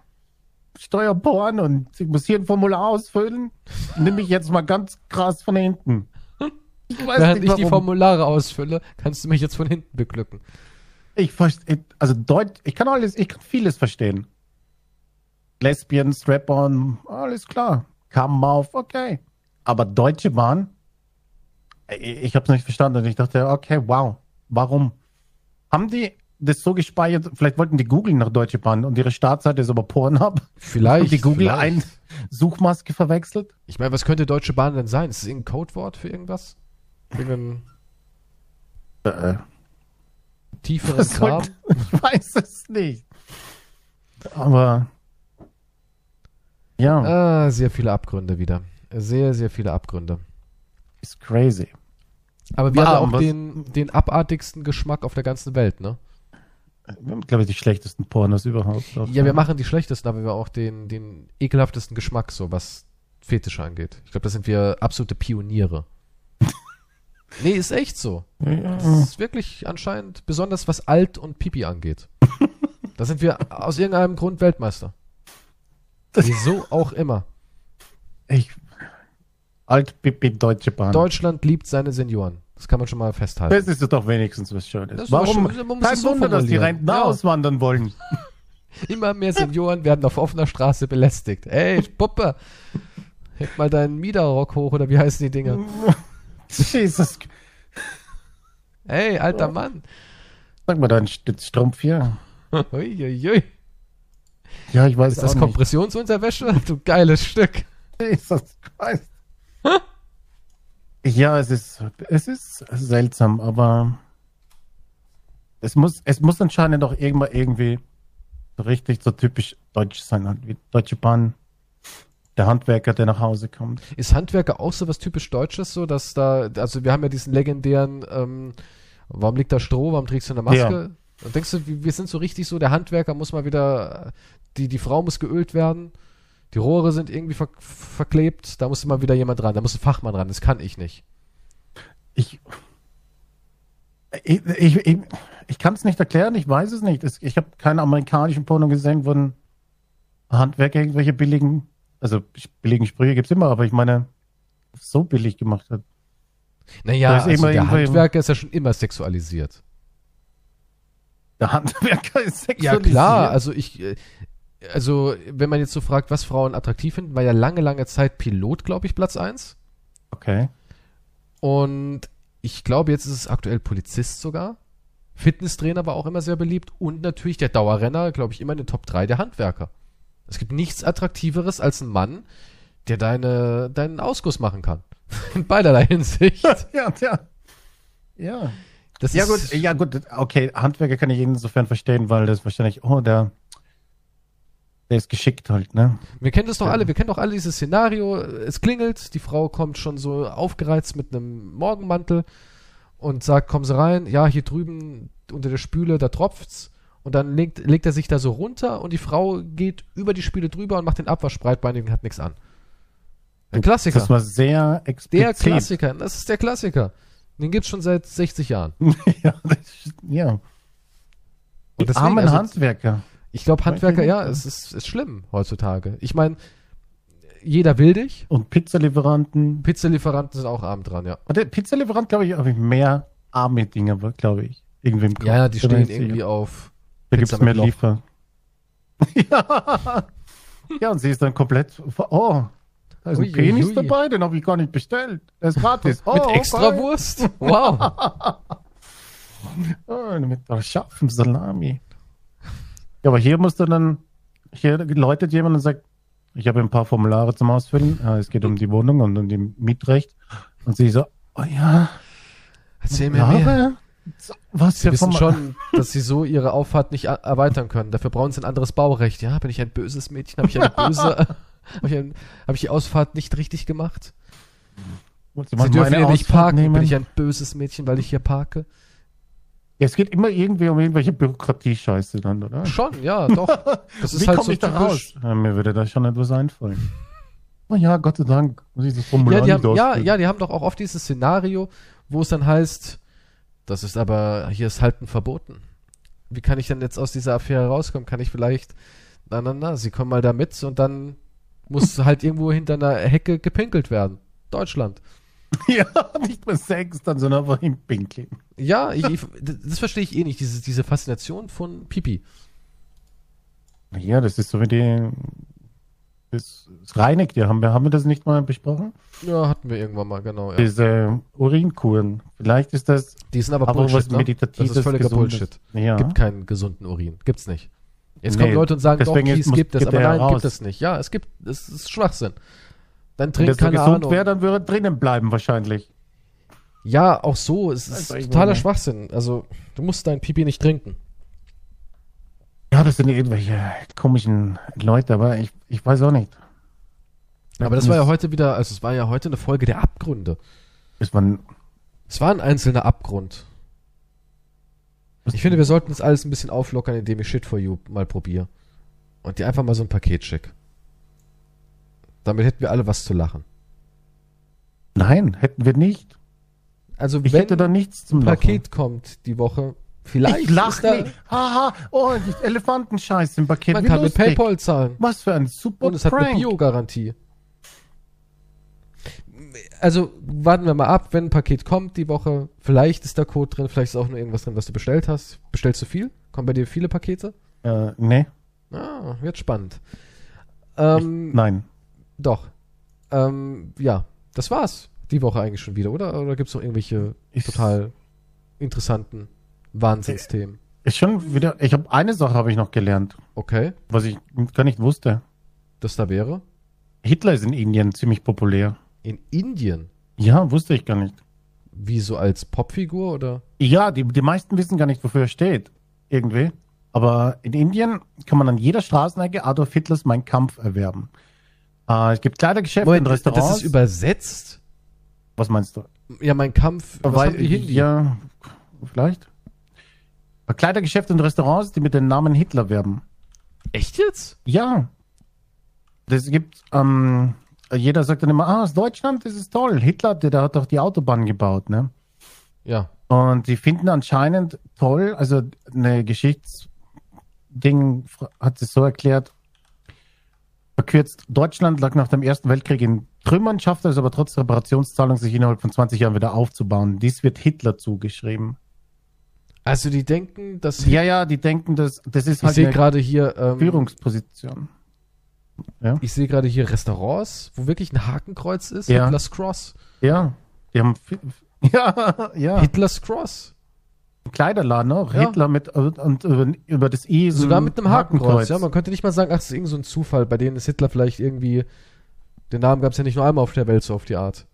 Speaker 2: Steuerporn und ich muss hier ein Formular ausfüllen. Nimm mich jetzt mal ganz krass von hinten. Also Ich weiß
Speaker 1: Während
Speaker 2: nicht
Speaker 1: ich die
Speaker 2: warum.
Speaker 1: Formulare ausfülle, kannst du mich jetzt von hinten beglücken.
Speaker 2: Ich verstehe, also Deutsch, ich kann alles, ich kann vieles verstehen. Lesbian, Strap-on, alles klar. Kamen auf, okay. Aber Deutsche Bahn, ich, ich habe es nicht verstanden. Und ich dachte, okay, wow, warum? Haben die das so gespeichert? Vielleicht wollten die googeln nach Deutsche Bahn und ihre Startseite ist aber Pornhub.
Speaker 1: Vielleicht.
Speaker 2: und die
Speaker 1: vielleicht.
Speaker 2: Google-Suchmaske verwechselt?
Speaker 1: Ich meine, was könnte Deutsche Bahn denn sein? Ist es irgendein Codewort für irgendwas? Irgendein
Speaker 2: Äh,
Speaker 1: tieferen
Speaker 2: das
Speaker 1: Kram?
Speaker 2: sollte, ich weiß es nicht. Aber ja.
Speaker 1: Ah, sehr viele Abgründe wieder. Sehr, sehr viele Abgründe.
Speaker 2: Ist crazy.
Speaker 1: Aber wir
Speaker 2: Ah,
Speaker 1: haben ja auch
Speaker 2: was-
Speaker 1: den, den abartigsten Geschmack auf der ganzen Welt, ne?
Speaker 2: Wir haben, glaube ich, die schlechtesten Pornos überhaupt.
Speaker 1: Ja, wir machen die schlechtesten, aber wir haben auch den, den ekelhaftesten Geschmack, so was Fetische angeht. Ich glaube, da sind wir absolute Pioniere. nee, ist echt so. Das ist wirklich anscheinend besonders, was Alt und Pipi angeht. Da sind wir aus irgendeinem Grund Weltmeister. Wieso auch immer.
Speaker 2: Ich, Alt-Pipi, Deutsche Bahn.
Speaker 1: Deutschland liebt seine Senioren. Das kann man schon mal festhalten.
Speaker 2: das ist doch wenigstens was Schönes.
Speaker 1: Das ist
Speaker 2: Warum?
Speaker 1: was Schönes, man muss
Speaker 2: Kein
Speaker 1: es so
Speaker 2: Wunder, dass die
Speaker 1: formulieren.
Speaker 2: Rentner
Speaker 1: Ja.
Speaker 2: auswandern wollen.
Speaker 1: Immer mehr Senioren werden auf offener Straße belästigt. Ey, Puppe, heb mal deinen Miederrock hoch oder wie heißen die
Speaker 2: Hm.
Speaker 1: Dinger?
Speaker 2: Jesus.
Speaker 1: Ey, alter Mann.
Speaker 2: Sag mal, dein Stützstrumpf hier.
Speaker 1: Uiuiui.
Speaker 2: Ja, ich weiß
Speaker 1: Ist das
Speaker 2: auch nicht.
Speaker 1: Kompressionsunterwäsche? Du geiles Stück.
Speaker 2: Jesus Christ. ja, es ist, es ist seltsam, aber es muss, es muss anscheinend auch irgendwann irgendwie so richtig so typisch deutsch sein, halt wie Deutsche Bahn. Der Handwerker, der nach Hause kommt.
Speaker 1: Ist Handwerker auch so was typisch Deutsches, so dass da, also wir haben ja diesen legendären, ähm, warum liegt da Stroh, warum trägst du eine Maske? Und denkst du, wir wir sind so richtig so, der Handwerker muss mal wieder, die, die Frau muss geölt werden, die Rohre sind irgendwie ver verklebt, da muss immer wieder jemand ran, da muss ein Fachmann ran, das kann ich nicht.
Speaker 2: Ich, ich, ich, ich, ich kann es nicht erklären, ich weiß es nicht. Es, ich habe keinen amerikanischen Porno gesehen, wo ein Handwerker irgendwelche billigen, also billigen Sprüche gibt's immer, aber ich meine, so billig gemacht hat. Da
Speaker 1: Naja,
Speaker 2: ist
Speaker 1: also
Speaker 2: immer
Speaker 1: der
Speaker 2: irgendwo-
Speaker 1: Handwerker ist ja schon immer sexualisiert.
Speaker 2: Der Handwerker ist
Speaker 1: Ja,
Speaker 2: sexualisiert.
Speaker 1: klar, also ich, äh, also wenn man jetzt so fragt, was Frauen attraktiv finden, war ja lange, lange Zeit Pilot, glaube ich, Platz eins.
Speaker 2: Okay.
Speaker 1: Und ich glaube, jetzt ist es aktuell Polizist sogar. Fitnesstrainer war auch immer sehr beliebt und natürlich der Dauerrenner, glaube ich, immer in den Top 3 der Handwerker. Es gibt nichts Attraktiveres als ein Mann, der deine, deinen Ausguss machen kann. In beiderlei Hinsicht.
Speaker 2: Ja, ja. Ja.
Speaker 1: Das
Speaker 2: Ja
Speaker 1: ist-
Speaker 2: gut, ja gut, okay, Handwerker kann ich insofern verstehen, weil das wahrscheinlich, oh, der, der ist geschickt halt, ne?
Speaker 1: Wir kennen das doch alle, wir kennen doch alle dieses Szenario. Es klingelt, die Frau kommt schon so aufgereizt mit einem Morgenmantel und sagt, kommen Sie rein, ja, hier drüben unter der Spüle, da tropft's. Und dann legt, legt er sich da so runter und die Frau geht über die Spüle drüber und macht den Abwasch breitbeinig und hat nichts an. Der
Speaker 2: Das
Speaker 1: Klassiker.
Speaker 2: war sehr explizit.
Speaker 1: Der Klassiker, das ist der Klassiker. Den gibt's schon seit 60 Jahren.
Speaker 2: ja, das, ja.
Speaker 1: Und
Speaker 2: Die
Speaker 1: deswegen,
Speaker 2: armen
Speaker 1: also-
Speaker 2: Handwerker.
Speaker 1: Ich glaube, Handwerker,
Speaker 2: Weiß ich
Speaker 1: ja,
Speaker 2: nicht.
Speaker 1: es ist, ist schlimm heutzutage. Ich meine, jeder will dich.
Speaker 2: Und Pizzalieferanten.
Speaker 1: Pizzalieferanten sind auch arm dran, ja.
Speaker 2: Und der Pizzalieferant, glaube ich, habe ich mehr arme Dinge, glaube ich. Irgendwie im Kopf.
Speaker 1: Ja, ja, die
Speaker 2: Da bin
Speaker 1: stehen
Speaker 2: ich sicher.
Speaker 1: irgendwie auf.
Speaker 2: Da
Speaker 1: Pizza
Speaker 2: gibt's
Speaker 1: mit
Speaker 2: mehr
Speaker 1: Loch.
Speaker 2: Liefer. ja. ja, und sie ist dann komplett. ver- Oh, da ist ein
Speaker 1: Ui,
Speaker 2: Penis
Speaker 1: ui, ui.
Speaker 2: dabei, den habe ich gar nicht bestellt. Der ist gratis. Oh,
Speaker 1: Mit extra
Speaker 2: okay.
Speaker 1: Wurst? Wow.
Speaker 2: Oh, mit einer scharfen Salami. Ja, aber hier musst du dann, hier läutet jemand und sagt, ich habe ein paar Formulare zum Ausfüllen. Äh, Es geht um die Wohnung und um die Mietrecht. Und sie so, oh ja,
Speaker 1: Erzähl mir mehr.
Speaker 2: aber was
Speaker 1: Sie
Speaker 2: für
Speaker 1: wissen
Speaker 2: Formu-
Speaker 1: schon, dass sie so ihre Auffahrt nicht a- erweitern können. Dafür brauchen sie ein anderes Baurecht. Ja, bin ich ein böses Mädchen? Habe ich eine böse, habe ich, ein, hab ich die Ausfahrt nicht richtig gemacht?
Speaker 2: Wollt ihr mal
Speaker 1: Sie dürfen
Speaker 2: meine
Speaker 1: hier nicht
Speaker 2: Ausfahrt
Speaker 1: parken. Bin
Speaker 2: nehmen?
Speaker 1: ich ein böses Mädchen, weil ich hier parke?
Speaker 2: Es geht immer irgendwie um irgendwelche Bürokratiescheiße dann, oder?
Speaker 1: Schon, ja, doch. Das ist halt so typisch.
Speaker 2: Ja, mir würde da schon etwas einfallen. Oh ja, Gott sei Dank muss ich das Formular
Speaker 1: Ja, die haben,
Speaker 2: nicht
Speaker 1: ja,
Speaker 2: ausfüllen.
Speaker 1: ja, die haben doch auch oft dieses Szenario, wo es dann heißt, das ist aber, hier ist Halten verboten. Wie kann ich denn jetzt aus dieser Affäre rauskommen? Kann ich vielleicht, na, na, na, sie kommen mal da mit und dann muss halt irgendwo hinter einer Hecke gepinkelt werden. Deutschland.
Speaker 2: Ja, nicht mehr Sex, dann sondern einfach im Pinkeln.
Speaker 1: Ja, ich, ich, das verstehe ich eh nicht, diese, diese Faszination von Pipi.
Speaker 2: Ja, das ist so wie die. Das, das reinigt ja. Haben wir, haben wir das nicht mal besprochen?
Speaker 1: Ja, hatten wir irgendwann mal, genau. Ja.
Speaker 2: Diese Urinkuren. Vielleicht ist das
Speaker 1: Die sind aber,
Speaker 2: aber was
Speaker 1: Bullshit, ne? Das
Speaker 2: Meditatives.
Speaker 1: ist völliger
Speaker 2: Gesundes.
Speaker 1: Bullshit.
Speaker 2: Ja.
Speaker 1: Gibt keinen gesunden Urin. Gibt's nicht. Jetzt
Speaker 2: Nee,
Speaker 1: kommen Leute und sagen, doch,
Speaker 2: deswegen
Speaker 1: Kies
Speaker 2: muss-
Speaker 1: gibt es.
Speaker 2: geht
Speaker 1: Aber
Speaker 2: der
Speaker 1: nein,
Speaker 2: raus.
Speaker 1: gibt es nicht. Ja, es gibt, es ist Schwachsinn. Dann
Speaker 2: Wenn
Speaker 1: trinkt
Speaker 2: das so
Speaker 1: keine
Speaker 2: gesund
Speaker 1: Ahnung.
Speaker 2: wäre, dann würde er drinnen bleiben wahrscheinlich.
Speaker 1: Ja, auch so. Es ist
Speaker 2: Also, ich
Speaker 1: totaler
Speaker 2: meine-
Speaker 1: Schwachsinn. Also, du musst dein Pipi nicht trinken.
Speaker 2: Ja, das sind irgendwelche komischen Leute, aber ich, ich weiß auch nicht.
Speaker 1: Aber das war ja heute wieder, also es war ja heute eine Folge der Abgründe.
Speaker 2: Ist man,
Speaker 1: Es war ein einzelner Abgrund. Ich finde, wir sollten das alles ein bisschen auflockern, indem ich Shit for You mal probiere. Und dir einfach mal so ein Paket schick. Damit hätten wir alle was zu lachen.
Speaker 2: nein, hätten wir nicht.
Speaker 1: Also,
Speaker 2: Ich
Speaker 1: wenn
Speaker 2: hätte da nichts zum
Speaker 1: Paket kommt die Woche,
Speaker 2: Lachen.
Speaker 1: vielleicht
Speaker 2: Ich
Speaker 1: ist da-
Speaker 2: lache nicht. Haha, oh, Elefantenscheiß im Paket.
Speaker 1: Man
Speaker 2: wie
Speaker 1: kann mit
Speaker 2: lustig.
Speaker 1: PayPal zahlen.
Speaker 2: Was für ein super
Speaker 1: Und es hat eine Bio-Garantie. Also warten wir mal ab, wenn ein Paket kommt die Woche. Vielleicht ist da Code drin, vielleicht ist auch nur irgendwas drin, was du bestellt hast. Bestellst du viel? Kommen bei dir viele Pakete?
Speaker 2: Äh, nee,
Speaker 1: Ah, wird spannend. Ähm,
Speaker 2: nein.
Speaker 1: doch. Ähm, ja, das war's. Die Woche eigentlich schon wieder, oder? Oder gibt's noch irgendwelche
Speaker 2: Ich-
Speaker 1: total interessanten Wahnsinnsthemen?
Speaker 2: Ist schon wieder, ich habe eine Sache habe ich noch gelernt,
Speaker 1: Okay,
Speaker 2: was ich gar nicht wusste.
Speaker 1: das da wäre.
Speaker 2: Hitler ist in Indien ziemlich populär.
Speaker 1: In Indien.
Speaker 2: Ja, wusste ich gar nicht.
Speaker 1: Wie so als Popfigur oder?
Speaker 2: Ja, die, die meisten wissen gar nicht, wofür er steht. Irgendwie. Aber in Indien kann man an jeder Straßenecke Adolf Hitlers Mein Kampf erwerben. Äh, es gibt Kleidergeschäfte und Restaurants.
Speaker 1: das ist übersetzt?
Speaker 2: was meinst du?
Speaker 1: Ja, mein Kampf. Was
Speaker 2: Weil-
Speaker 1: haben die Hindi?
Speaker 2: ja, vielleicht. Kleidergeschäfte und Restaurants, die mit dem Namen Hitler werben.
Speaker 1: Echt jetzt?
Speaker 2: Ja. Das gibt, ähm, jeder sagt dann immer, ah, aus Deutschland, das ist toll. Hitler, der, der hat doch die Autobahn gebaut, ne?
Speaker 1: Ja.
Speaker 2: Und die finden anscheinend toll, also eine Geschichtsding fr- hat sie so erklärt, verkürzt, Deutschland lag nach dem Ersten Weltkrieg in Trümmern, schaffte es aber trotz Reparationszahlung, sich innerhalb von 20 Jahren wieder aufzubauen. Dies wird Hitler zugeschrieben.
Speaker 1: Also die denken, dass.
Speaker 2: Ja, ja, die denken, das, das ist
Speaker 1: ich
Speaker 2: halt
Speaker 1: sehe
Speaker 2: eine
Speaker 1: gerade hier. Ähm,
Speaker 2: Führungsposition.
Speaker 1: Ich sehe gerade hier Restaurants, wo wirklich ein Hakenkreuz ist.
Speaker 2: Ja.
Speaker 1: Hitlers Cross.
Speaker 2: Ja, die haben, fi- ja, ja,
Speaker 1: Hitlers Cross.
Speaker 2: Kleiderladen auch,
Speaker 1: Ja.
Speaker 2: Hitler mit, und, und über, über das I so
Speaker 1: Sogar mit einem Hakenkreuz. Ja,
Speaker 2: Hakenkreuz.
Speaker 1: man könnte nicht mal sagen, ach, das ist irgend so ein Zufall. Bei denen ist Hitler vielleicht irgendwie. Den Namen gab es ja nicht nur einmal auf der Welt so auf die Art.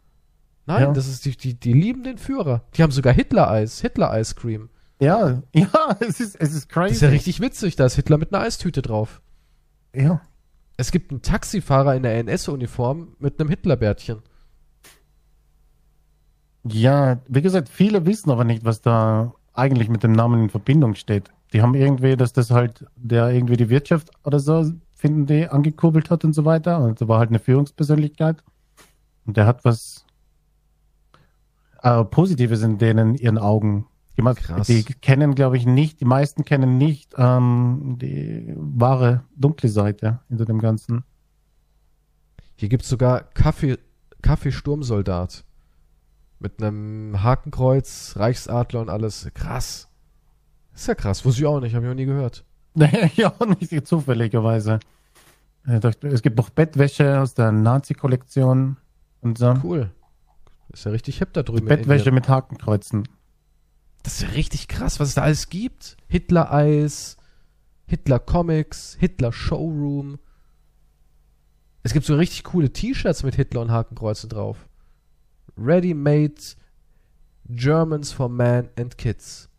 Speaker 1: Nein,
Speaker 2: Ja.
Speaker 1: das ist die, die, die lieben den Führer. Die haben sogar Hitler-Eis, Hitler-Ice Cream.
Speaker 2: ja, ja, es ist, es ist crazy.
Speaker 1: Das ist ja richtig witzig, da ist Hitler mit einer Eistüte drauf.
Speaker 2: Ja.
Speaker 1: Es gibt einen Taxifahrer in der NS-Uniform mit einem Hitlerbärtchen.
Speaker 2: Ja, wie gesagt, viele wissen aber nicht, was da eigentlich mit dem Namen in Verbindung steht. Die haben irgendwie, dass das halt der irgendwie die Wirtschaft oder so, finden die, angekurbelt hat und so weiter. Und da war halt eine Führungspersönlichkeit. Und der hat was äh, Positives in denen ihren Augen gemacht.
Speaker 1: Krass.
Speaker 2: Die kennen, glaube ich, nicht, die meisten kennen nicht ähm, die wahre dunkle Seite hinter dem Ganzen.
Speaker 1: Hier gibt's sogar Kaffee, Kaffeesturmsoldat. Mit einem Hakenkreuz, Reichsadler und alles. Krass. Ist ja krass, wusste ich auch nicht, habe ich auch nie gehört.
Speaker 2: ja, nicht zufälligerweise. Ich dachte, Es gibt noch Bettwäsche aus der Nazi-Kollektion und so.
Speaker 1: Cool. Ist ja richtig hip da drüben. in
Speaker 2: Bettwäsche
Speaker 1: Indien.
Speaker 2: mit Hakenkreuzen.
Speaker 1: Das ist ja richtig krass, was es da alles gibt. Hitler-Eis, Hitler Comics, Hitler Showroom. Es gibt so richtig coole T-Shirts mit Hitler und Hakenkreuzen drauf. Ready-made Germans for Men and Kids.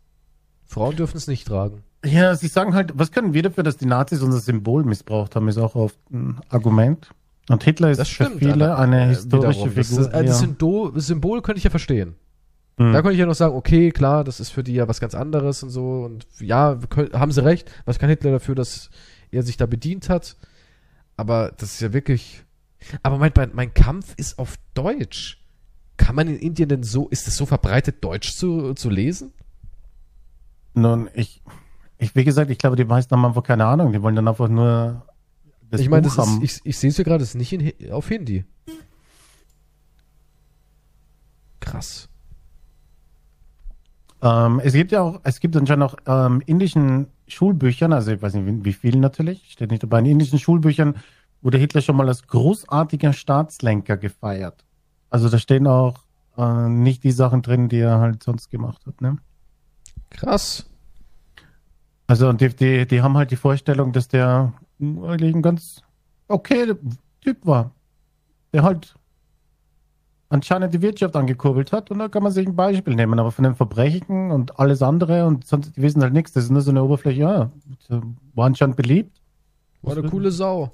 Speaker 1: Frauen dürfen es nicht tragen.
Speaker 2: Ja, sie sagen halt, was können wir dafür, dass die Nazis unser Symbol missbraucht haben, ist auch oft ein Argument. Und Hitler ist
Speaker 1: Das
Speaker 2: für
Speaker 1: stimmt, Anna,
Speaker 2: viele eine
Speaker 1: äh,
Speaker 2: historische
Speaker 1: wiederum. Das,
Speaker 2: Figur.
Speaker 1: das, äh, das
Speaker 2: ja.
Speaker 1: Symbol, das Symbol könnte ich ja verstehen.
Speaker 2: Mhm.
Speaker 1: Da könnte ich ja noch sagen, okay, klar, das ist für die ja was ganz anderes und so. Und ja, wir können, haben sie recht. Was kann Hitler dafür, dass er sich da bedient hat? Aber das ist ja wirklich. Aber mein, mein, mein Kampf ist auf Deutsch. Kann man in Indien denn so, ist es so verbreitet, Deutsch zu, zu lesen?
Speaker 2: Nun, ich, ich, wie gesagt, ich glaube, die meisten haben einfach keine Ahnung. Die wollen dann einfach nur das
Speaker 1: ich meine,
Speaker 2: Buch
Speaker 1: das ist,
Speaker 2: haben.
Speaker 1: ich, ich sehe es hier gerade, das ist nicht in, Hi- auf Hindi. Krass.
Speaker 2: Ähm, es gibt ja auch, es gibt anscheinend auch ähm, indischen Schulbüchern, also ich weiß nicht, wie, wie viel natürlich, steht nicht dabei, in indischen Schulbüchern wurde Hitler schon mal als großartiger Staatslenker gefeiert. Also da stehen auch äh, nicht die Sachen drin, die er halt sonst gemacht hat. Ne?
Speaker 1: Krass.
Speaker 2: Also und die, die, die haben halt die Vorstellung, dass der eigentlich ein ganz okay Typ war. Der halt anscheinend die Wirtschaft angekurbelt hat und da kann man sich ein Beispiel nehmen. Aber von den Verbrechen und alles andere und sonst, die wissen halt nichts. Das ist nur so eine Oberfläche, ja, war anscheinend beliebt,
Speaker 1: War eine
Speaker 2: Was-
Speaker 1: coole Sau.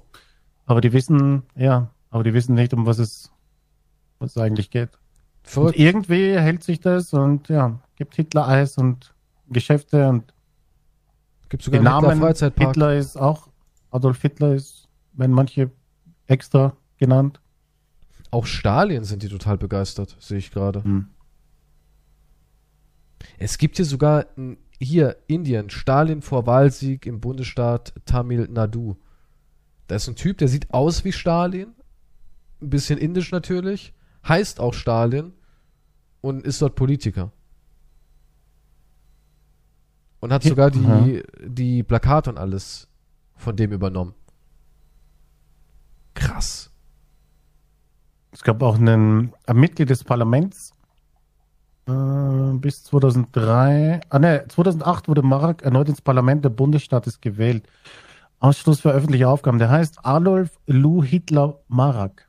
Speaker 2: aber die wissen, ja, aber die wissen nicht, um was es, was es eigentlich geht. Und
Speaker 1: Verrückt.
Speaker 2: irgendwie hält sich das und ja, gibt Hitler Eis und Geschäfte und
Speaker 1: Gibt
Speaker 2: Die
Speaker 1: sogar einen
Speaker 2: Namen
Speaker 1: Hitler Freizeitpark.
Speaker 2: Hitler ist auch, Adolf Hitler ist, wenn manche extra genannt.
Speaker 1: Auch Stalin sind die total begeistert, sehe ich gerade. Es gibt hier sogar n, hier Indien, Stalin vor Wahlsieg im Bundesstaat Tamil Nadu. Da ist ein Typ, der sieht aus wie Stalin, ein bisschen indisch natürlich, heißt auch Stalin und ist dort Politiker. Und hat
Speaker 2: Ja,
Speaker 1: sogar die,
Speaker 2: aha.
Speaker 1: die Plakate und alles von dem übernommen. Krass.
Speaker 2: Es gab auch einen, ein Mitglied des Parlaments äh, bis 2003, ah ne, 2008 wurde Marak erneut ins Parlament der Bundesstaates gewählt. Ausschluss für öffentliche Aufgaben. Der heißt Adolf Lou Hitler Marak.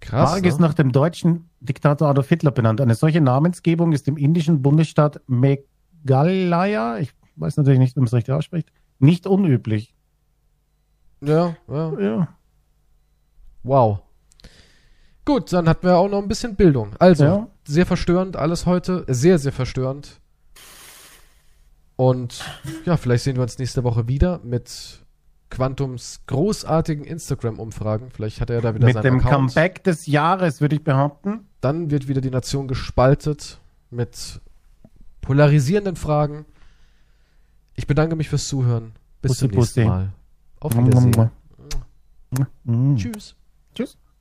Speaker 1: Krass.
Speaker 2: Marak
Speaker 1: ne?
Speaker 2: ist nach dem deutschen Diktator Adolf Hitler benannt. Eine solche Namensgebung ist im indischen Bundesstaat Meghalaya, ich weiß natürlich nicht, wie man es richtig ausspricht, nicht unüblich.
Speaker 1: ja, ja.
Speaker 2: Ja.
Speaker 1: Wow. Gut, dann hatten wir auch noch ein bisschen Bildung. Also,
Speaker 2: Ja.
Speaker 1: sehr verstörend alles heute. Sehr, sehr verstörend. Und ja, vielleicht sehen wir uns nächste Woche wieder mit Quantums großartigen Instagram-Umfragen. Vielleicht hat er da wieder
Speaker 2: Mit
Speaker 1: seinen
Speaker 2: dem
Speaker 1: Account.
Speaker 2: Comeback des Jahres würde ich behaupten.
Speaker 1: Dann wird wieder die Nation gespaltet mit polarisierenden Fragen. Ich bedanke mich fürs Zuhören. Bis
Speaker 2: Pussy,
Speaker 1: zum nächsten
Speaker 2: Pussy.
Speaker 1: Mal. Auf Wiedersehen.
Speaker 2: Mm.
Speaker 1: Tschüss.
Speaker 2: Tschüss.